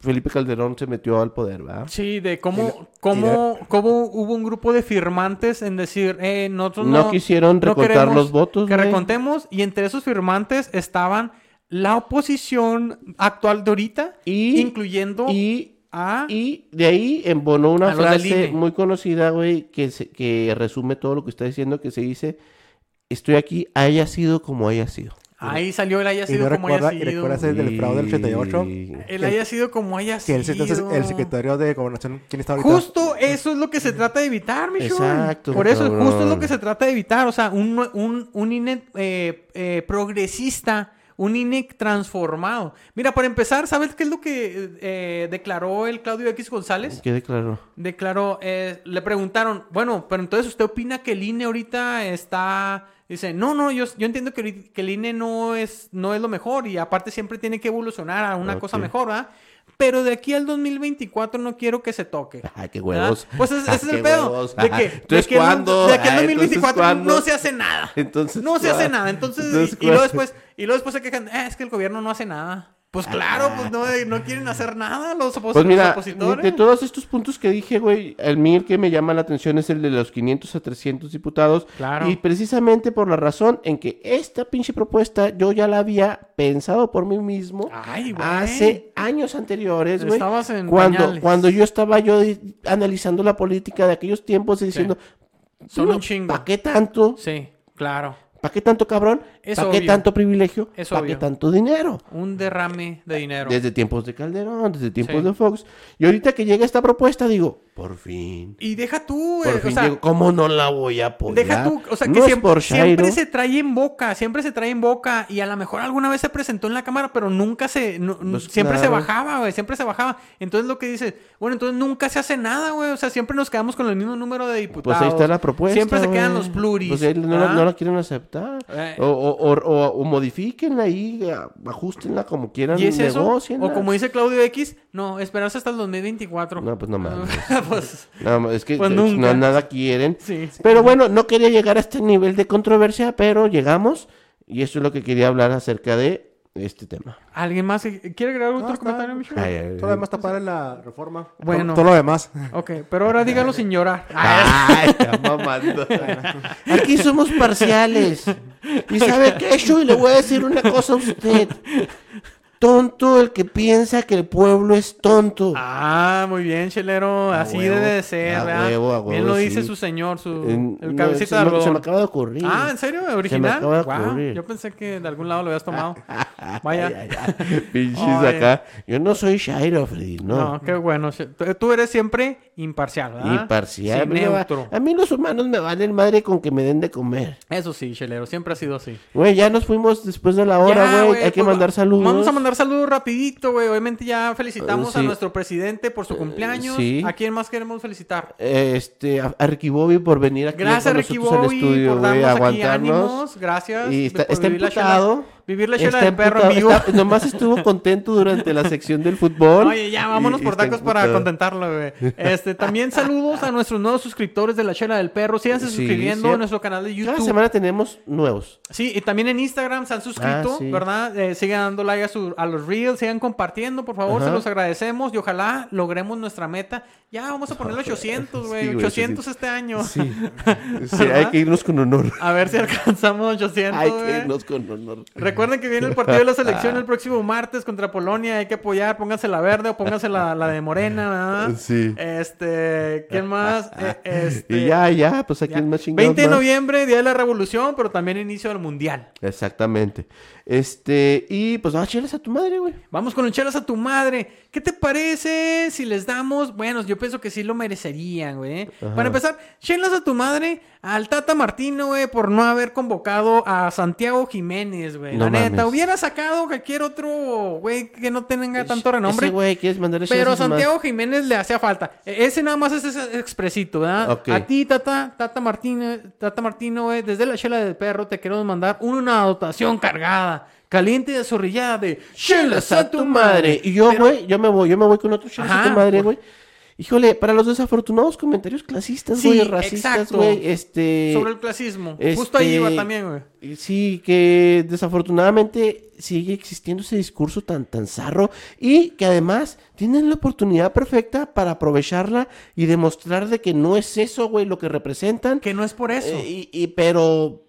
Speaker 1: Felipe Calderón se metió al poder, ¿verdad?
Speaker 2: Sí, de cómo, cómo, cómo hubo un grupo de firmantes en decir, eh, nosotros no...
Speaker 1: No quisieron recontar
Speaker 2: queremos
Speaker 1: los votos,
Speaker 2: Que
Speaker 1: güey.
Speaker 2: recontemos, y entre esos firmantes estaban la oposición actual de ahorita,
Speaker 1: Y-
Speaker 2: incluyendo
Speaker 1: Y,
Speaker 2: a...
Speaker 1: y de ahí embonó
Speaker 2: A
Speaker 1: una
Speaker 2: los del
Speaker 1: frase
Speaker 2: INE.
Speaker 1: muy conocida, güey, que, se- que resume todo lo que está diciendo, que se dice, estoy aquí, haya sido como haya sido.
Speaker 2: Ahí salió el haya
Speaker 3: Y
Speaker 2: sido
Speaker 3: no
Speaker 2: como
Speaker 3: recuerda, y
Speaker 2: haya sido.
Speaker 3: recuerdas el del fraude del 88,
Speaker 1: Y-
Speaker 2: El haya sido como haya
Speaker 3: que
Speaker 2: sido.
Speaker 3: el, entonces el secretario de Gobernación, ¿quién está ahorita?
Speaker 2: Eh. Justo eso es lo que se trata de evitar, Michon.
Speaker 1: Exacto,
Speaker 2: Por eso,
Speaker 1: cabrón.
Speaker 2: justo es lo que se trata de evitar. O sea, un, un, un INE eh, eh, progresista, un INE transformado. Mira, para empezar, ¿sabes qué es lo que eh, declaró el Claudio X González?
Speaker 1: Quede claro.
Speaker 2: Declaró, eh, le preguntaron, bueno, pero entonces usted opina que el INE ahorita está... Dice, no, no, yo, yo entiendo que, ahorita- que el INE no es, no es lo mejor y aparte siempre tiene que evolucionar a una cosa
Speaker 1: Ok.
Speaker 2: mejor, ¿verdad? Pero de aquí al 2024 no quiero que se toque.
Speaker 1: Ay, qué huevos.
Speaker 2: ¿Verdad? Pues es- ese
Speaker 1: Ah,
Speaker 2: es el
Speaker 1: qué
Speaker 2: pedo.
Speaker 1: huevos.
Speaker 2: De que,
Speaker 1: Entonces,
Speaker 2: de que el-
Speaker 1: ¿cuándo?
Speaker 2: de aquí al
Speaker 1: Ah, entonces,
Speaker 2: 2024
Speaker 1: ¿cuándo?
Speaker 2: no se hace nada.
Speaker 1: Entonces,
Speaker 2: no se hace
Speaker 1: ¿cuándo?
Speaker 2: nada. Entonces,
Speaker 1: Entonces,
Speaker 2: y, y luego
Speaker 1: ¿cuándo?
Speaker 2: después, y luego después se quejan, "Ah, es que el gobierno no hace nada. Pues claro, pues no, no quieren hacer nada los, opos-
Speaker 1: Ah. Pues
Speaker 2: los
Speaker 1: mira,
Speaker 2: opositores.
Speaker 1: de todos estos puntos que dije, güey, el mil que me llama la atención es el de los 500 a 300 diputados.
Speaker 2: Claro.
Speaker 1: Y precisamente por la razón en que esta pinche propuesta yo ya la había pensado por mí mismo
Speaker 2: Ay, güey.
Speaker 1: hace años anteriores, güey.
Speaker 2: Estabas en
Speaker 1: Cuando,
Speaker 2: pañales.
Speaker 1: cuando yo estaba yo di- analizando la política de aquellos tiempos y diciendo,
Speaker 2: Son un chingo.
Speaker 1: ¿para qué tanto?
Speaker 2: Sí, claro.
Speaker 1: ¿Para qué tanto cabrón?
Speaker 2: Es
Speaker 1: ¿Para qué
Speaker 2: obvio.
Speaker 1: tanto privilegio?
Speaker 2: Es
Speaker 1: ¿Para qué
Speaker 2: obvio.
Speaker 1: tanto dinero?
Speaker 2: Un derrame de dinero.
Speaker 1: Desde tiempos de Calderón, desde tiempos
Speaker 2: Sí.
Speaker 1: de Fox. Y ahorita que llega esta propuesta, digo, por fin.
Speaker 2: Y deja tú, eh,
Speaker 1: Por
Speaker 2: o
Speaker 1: fin
Speaker 2: sea,
Speaker 1: llego. ¿Cómo no la voy a apoyar?
Speaker 2: Deja tú, o sea, que
Speaker 1: No es
Speaker 2: siempre,
Speaker 1: por
Speaker 2: siempre
Speaker 1: Shairo.
Speaker 2: se trae en boca, siempre se trae en boca y a lo mejor alguna vez se presentó en la cámara, pero nunca se, no- n-
Speaker 1: Pues
Speaker 2: siempre se
Speaker 1: claro.
Speaker 2: bajaba, güey, siempre se bajaba. Entonces lo que dice, bueno, entonces nunca se hace nada, güey, o sea, siempre nos quedamos con el mismo número de diputados.
Speaker 1: Pues ahí está la propuesta.
Speaker 2: Siempre se quedan
Speaker 1: güey.
Speaker 2: los pluris. Ah,
Speaker 1: Pues ahí no, la-
Speaker 2: ¿verdad?
Speaker 1: no la quieren aceptar.
Speaker 2: Eh.
Speaker 1: O, o, o, o- o modifíquenla ahí, a- ajustenla como quieran.
Speaker 2: Y es eso,
Speaker 1: negócienla.
Speaker 2: o como dice Claudio X, no, esperarse hasta el 2024.
Speaker 1: No, pues no mames.
Speaker 2: Pues,
Speaker 1: Nada más, es que
Speaker 2: Pues
Speaker 1: eh,
Speaker 2: nunca.
Speaker 1: no, nada quieren.
Speaker 2: Sí, sí.
Speaker 1: Pero bueno, no quería llegar a este nivel de controversia, pero llegamos. Y eso es lo que quería hablar acerca de este tema.
Speaker 2: ¿Alguien más que- quiere agregar otro
Speaker 3: está-
Speaker 2: comentario, Micho?
Speaker 1: Ay, ay, ay.
Speaker 3: Todo lo demás está para la reforma.
Speaker 2: Bueno.
Speaker 3: Todo, todo lo demás.
Speaker 2: Ok, pero ahora dígalo sin llorar.
Speaker 1: Ay, está mamando. Aquí somos parciales. ¿Y sabe qué? Yo le voy a decir una cosa a usted. tonto el que piensa que el pueblo es tonto.
Speaker 2: Ah, muy bien, chelero. Así
Speaker 1: huevo.
Speaker 2: debe de ser,
Speaker 1: A
Speaker 2: ¿verdad?
Speaker 1: huevo, a
Speaker 2: bien
Speaker 1: huevo,
Speaker 2: lo dice
Speaker 1: sí.
Speaker 2: su señor, su,
Speaker 1: En-
Speaker 2: el
Speaker 1: Eh, no,
Speaker 2: cabecita de
Speaker 1: se, me,
Speaker 2: algodón.
Speaker 1: se me acaba de ocurrir.
Speaker 2: Ah, ¿en serio? ¿Original?
Speaker 1: acaba de
Speaker 2: Guau,
Speaker 1: ocurrir.
Speaker 2: Yo pensé que de algún lado lo habías tomado.
Speaker 1: Ay,
Speaker 2: Vaya.
Speaker 1: ay, ay. Pinches
Speaker 2: Oye.
Speaker 1: acá. Yo no soy Shairo, Freddy, no.
Speaker 2: No, qué bueno. che- tú- Tú eres siempre imparcial, ¿verdad?
Speaker 1: Imparcial.
Speaker 2: Ah, Sí,
Speaker 1: me va-
Speaker 2: neutro.
Speaker 1: a mí los humanos me valen madre con que me den de comer.
Speaker 2: Eso sí, chelero. Siempre ha sido así.
Speaker 1: Güey, ya nos fuimos después de la
Speaker 2: Ya,
Speaker 1: hora, güey.
Speaker 2: güey,
Speaker 1: Hay que
Speaker 2: pues,
Speaker 1: mandar saludos.
Speaker 2: Vamos a mandar saludos rapidito, güey. Obviamente ya
Speaker 1: Eh,
Speaker 2: felicitamos
Speaker 1: sí.
Speaker 2: a
Speaker 1: Eh,
Speaker 2: nuestro presidente por su cumpleaños.
Speaker 1: sí.
Speaker 2: ¿A quién más queremos felicitar?
Speaker 1: Este, a, a Ricky Bobby por venir aquí
Speaker 2: Gracias,
Speaker 1: con
Speaker 2: Ricky
Speaker 1: nosotros al
Speaker 2: Bobby,
Speaker 1: estudio,
Speaker 2: por
Speaker 1: güey,
Speaker 2: darnos aquí
Speaker 1: aguantarnos.
Speaker 2: ánimos. Gracias.
Speaker 1: Y está,
Speaker 2: por
Speaker 1: está
Speaker 2: vivir la
Speaker 1: emputado.
Speaker 2: chela- Vivir la chela
Speaker 1: Está
Speaker 2: del perro en
Speaker 1: emputado,
Speaker 2: vivo.
Speaker 1: está- nomás estuvo contento durante la sección del fútbol.
Speaker 2: Oye, ya vámonos
Speaker 1: Y- y
Speaker 2: por
Speaker 1: está
Speaker 2: tacos para
Speaker 1: emputado.
Speaker 2: contentarlo, güey. Este, también saludos a nuestros nuevos suscriptores de la Chela del Perro. Síganse
Speaker 1: Sí,
Speaker 2: suscribiendo
Speaker 1: sí.
Speaker 2: a nuestro canal de
Speaker 1: Cada
Speaker 2: YouTube.
Speaker 1: semana tenemos nuevos.
Speaker 2: Sí, y también en Instagram se han suscrito,
Speaker 1: Ah, sí.
Speaker 2: ¿verdad? Eh, sigan dando like a, su- a los reels, sigan compartiendo, por favor, se
Speaker 1: Ajá.
Speaker 2: los agradecemos y ojalá logremos nuestra meta. Ya vamos a poner 800, güey,
Speaker 1: Sí, güey,
Speaker 2: 800 este año.
Speaker 1: Sí. Sí, hay que irnos con honor.
Speaker 2: A ver si alcanzamos 800,
Speaker 1: Hay que
Speaker 2: güey.
Speaker 1: irnos con honor.
Speaker 2: Recuerden que viene el partido de la selección el próximo martes contra Polonia. Hay que apoyar. Pónganse la verde o pónganse la, la de morena. ¿verdad?
Speaker 1: Sí.
Speaker 2: Este, ¿quién más? Eh, este,
Speaker 1: Y ya, ya, pues aquí
Speaker 2: ya.
Speaker 1: es más chingado.
Speaker 2: 20 de noviembre, Día de la Revolución, pero también inicio del Mundial.
Speaker 1: Exactamente. Este, y pues va a chelas a tu madre, güey.
Speaker 2: Vamos con chelas a tu madre. ¿Qué te parece si les damos? Bueno, yo pienso que sí lo merecerían, güey. ¿eh?
Speaker 1: Ajá.
Speaker 2: Para empezar, chelas a tu madre al Tata Martino, güey, por no haber convocado a Santiago Jiménez, güey.
Speaker 1: No
Speaker 2: la neta,
Speaker 1: mames.
Speaker 2: hubiera sacado cualquier otro, güey, que no tenga tanto
Speaker 1: Ese-
Speaker 2: renombre.
Speaker 1: ese güey, quieres mandarle chelas
Speaker 2: Pero
Speaker 1: a su madre?
Speaker 2: Santiago Jiménez le hacía falta. E- Ese nada más es ese expresito, ¿verdad?
Speaker 1: Ok.
Speaker 2: A ti, Tata, Tata Martino, Tata Martino, güey, desde la chela del perro te queremos mandar una dotación cargada, caliente y desorrillada de chelas a tu madre.
Speaker 1: Y yo,
Speaker 2: Pero-
Speaker 1: güey, yo me voy, yo me voy con otro chelas a
Speaker 2: Ajá, pues.
Speaker 1: tu madre,
Speaker 2: por-
Speaker 1: güey. Híjole, para los desafortunados comentarios clasistas,
Speaker 2: Sí,
Speaker 1: güey, racistas,
Speaker 2: exacto.
Speaker 1: güey, este...
Speaker 2: Sobre el clasismo. Justo ahí
Speaker 1: este,
Speaker 2: iba también, güey.
Speaker 1: Sí, que desafortunadamente sigue existiendo ese discurso tan, tan zarro y que además tienen la oportunidad perfecta para aprovecharla y demostrar de que no es eso, güey, lo que representan.
Speaker 2: Que no es por eso.
Speaker 1: Eh, y, y- pero...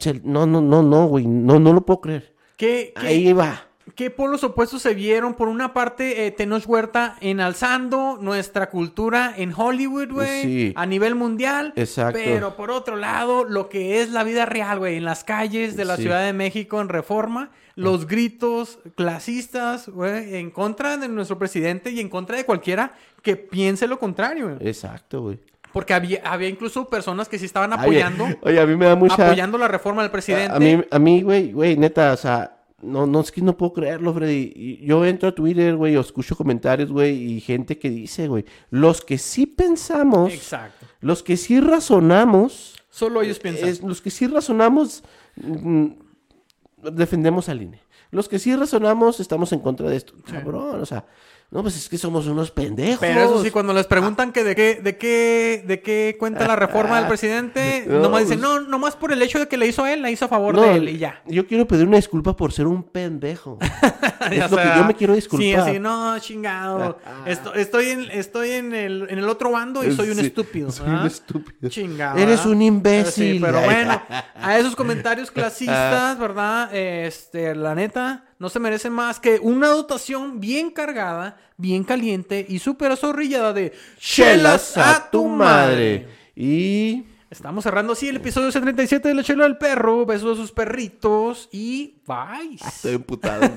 Speaker 1: se- no, no, no, no, güey, no, no lo puedo creer.
Speaker 2: que, que-
Speaker 1: Ahí va.
Speaker 2: ¿Qué polos opuestos se vieron? Por una parte, eh, Tenoch Huerta enalzando nuestra cultura en Hollywood, güey,
Speaker 1: Sí.
Speaker 2: a nivel mundial.
Speaker 1: Exacto.
Speaker 2: Pero por otro lado, lo que es la vida real, güey, en las calles de la
Speaker 1: Sí.
Speaker 2: Ciudad de México en Reforma, los gritos clasistas, güey, en contra de nuestro presidente y en contra de cualquiera que piense lo contrario,
Speaker 1: Eh.
Speaker 2: güey.
Speaker 1: Exacto, güey.
Speaker 2: Porque había, había incluso personas que sí estaban
Speaker 1: Ay, güey.
Speaker 2: apoyando,
Speaker 1: Oye, a mí me da mucha.
Speaker 2: apoyando la reforma del presidente.
Speaker 1: a, a mí, a mí, güey, güey, neta, o sea, no, no es que no puedo creerlo, Freddy. Y Yo entro a Twitter, güey, o escucho comentarios, güey, y gente que dice, güey, los que sí pensamos,
Speaker 2: Exacto.
Speaker 1: los que sí razonamos,
Speaker 2: Solo ellos piensan.
Speaker 1: es- los que sí razonamos, mm, defendemos al INE. Los que sí razonamos, estamos en contra de esto. Cabrón, o sea, no, pues es que somos unos pendejos.
Speaker 2: Pero eso sí, cuando les preguntan que de qué, de qué, de qué cuenta la reforma del presidente,
Speaker 1: Ah, No,
Speaker 2: nomás dicen,
Speaker 1: pues-
Speaker 2: no, nomás por el hecho de que le hizo a él, la hizo a favor
Speaker 1: No,
Speaker 2: de él y ya.
Speaker 1: Yo quiero pedir una disculpa por ser un pendejo.
Speaker 2: Ya
Speaker 1: es lo
Speaker 2: sea,
Speaker 1: que yo me quiero disculpar. Ah,
Speaker 2: Sí, así, no, chingado. Esto- estoy en, estoy en el, en el otro bando y soy un
Speaker 1: Sí,
Speaker 2: estúpido.
Speaker 1: soy un
Speaker 2: ¿ah?
Speaker 1: estúpido.
Speaker 2: Chingado.
Speaker 1: Eres
Speaker 2: ¿ah?
Speaker 1: un
Speaker 2: Pero sí,
Speaker 1: imbécil. Ah.
Speaker 2: pero bueno, a esos comentarios clasistas, ¿verdad? Este, la neta, no se merece más que una dotación bien cargada, bien caliente y súper azorrillada de
Speaker 1: Chelas a tu madre. Y
Speaker 2: Estamos cerrando así el episodio 137 de La Chela del Perro. Besos a sus perritos y bye.
Speaker 1: estoy emputado.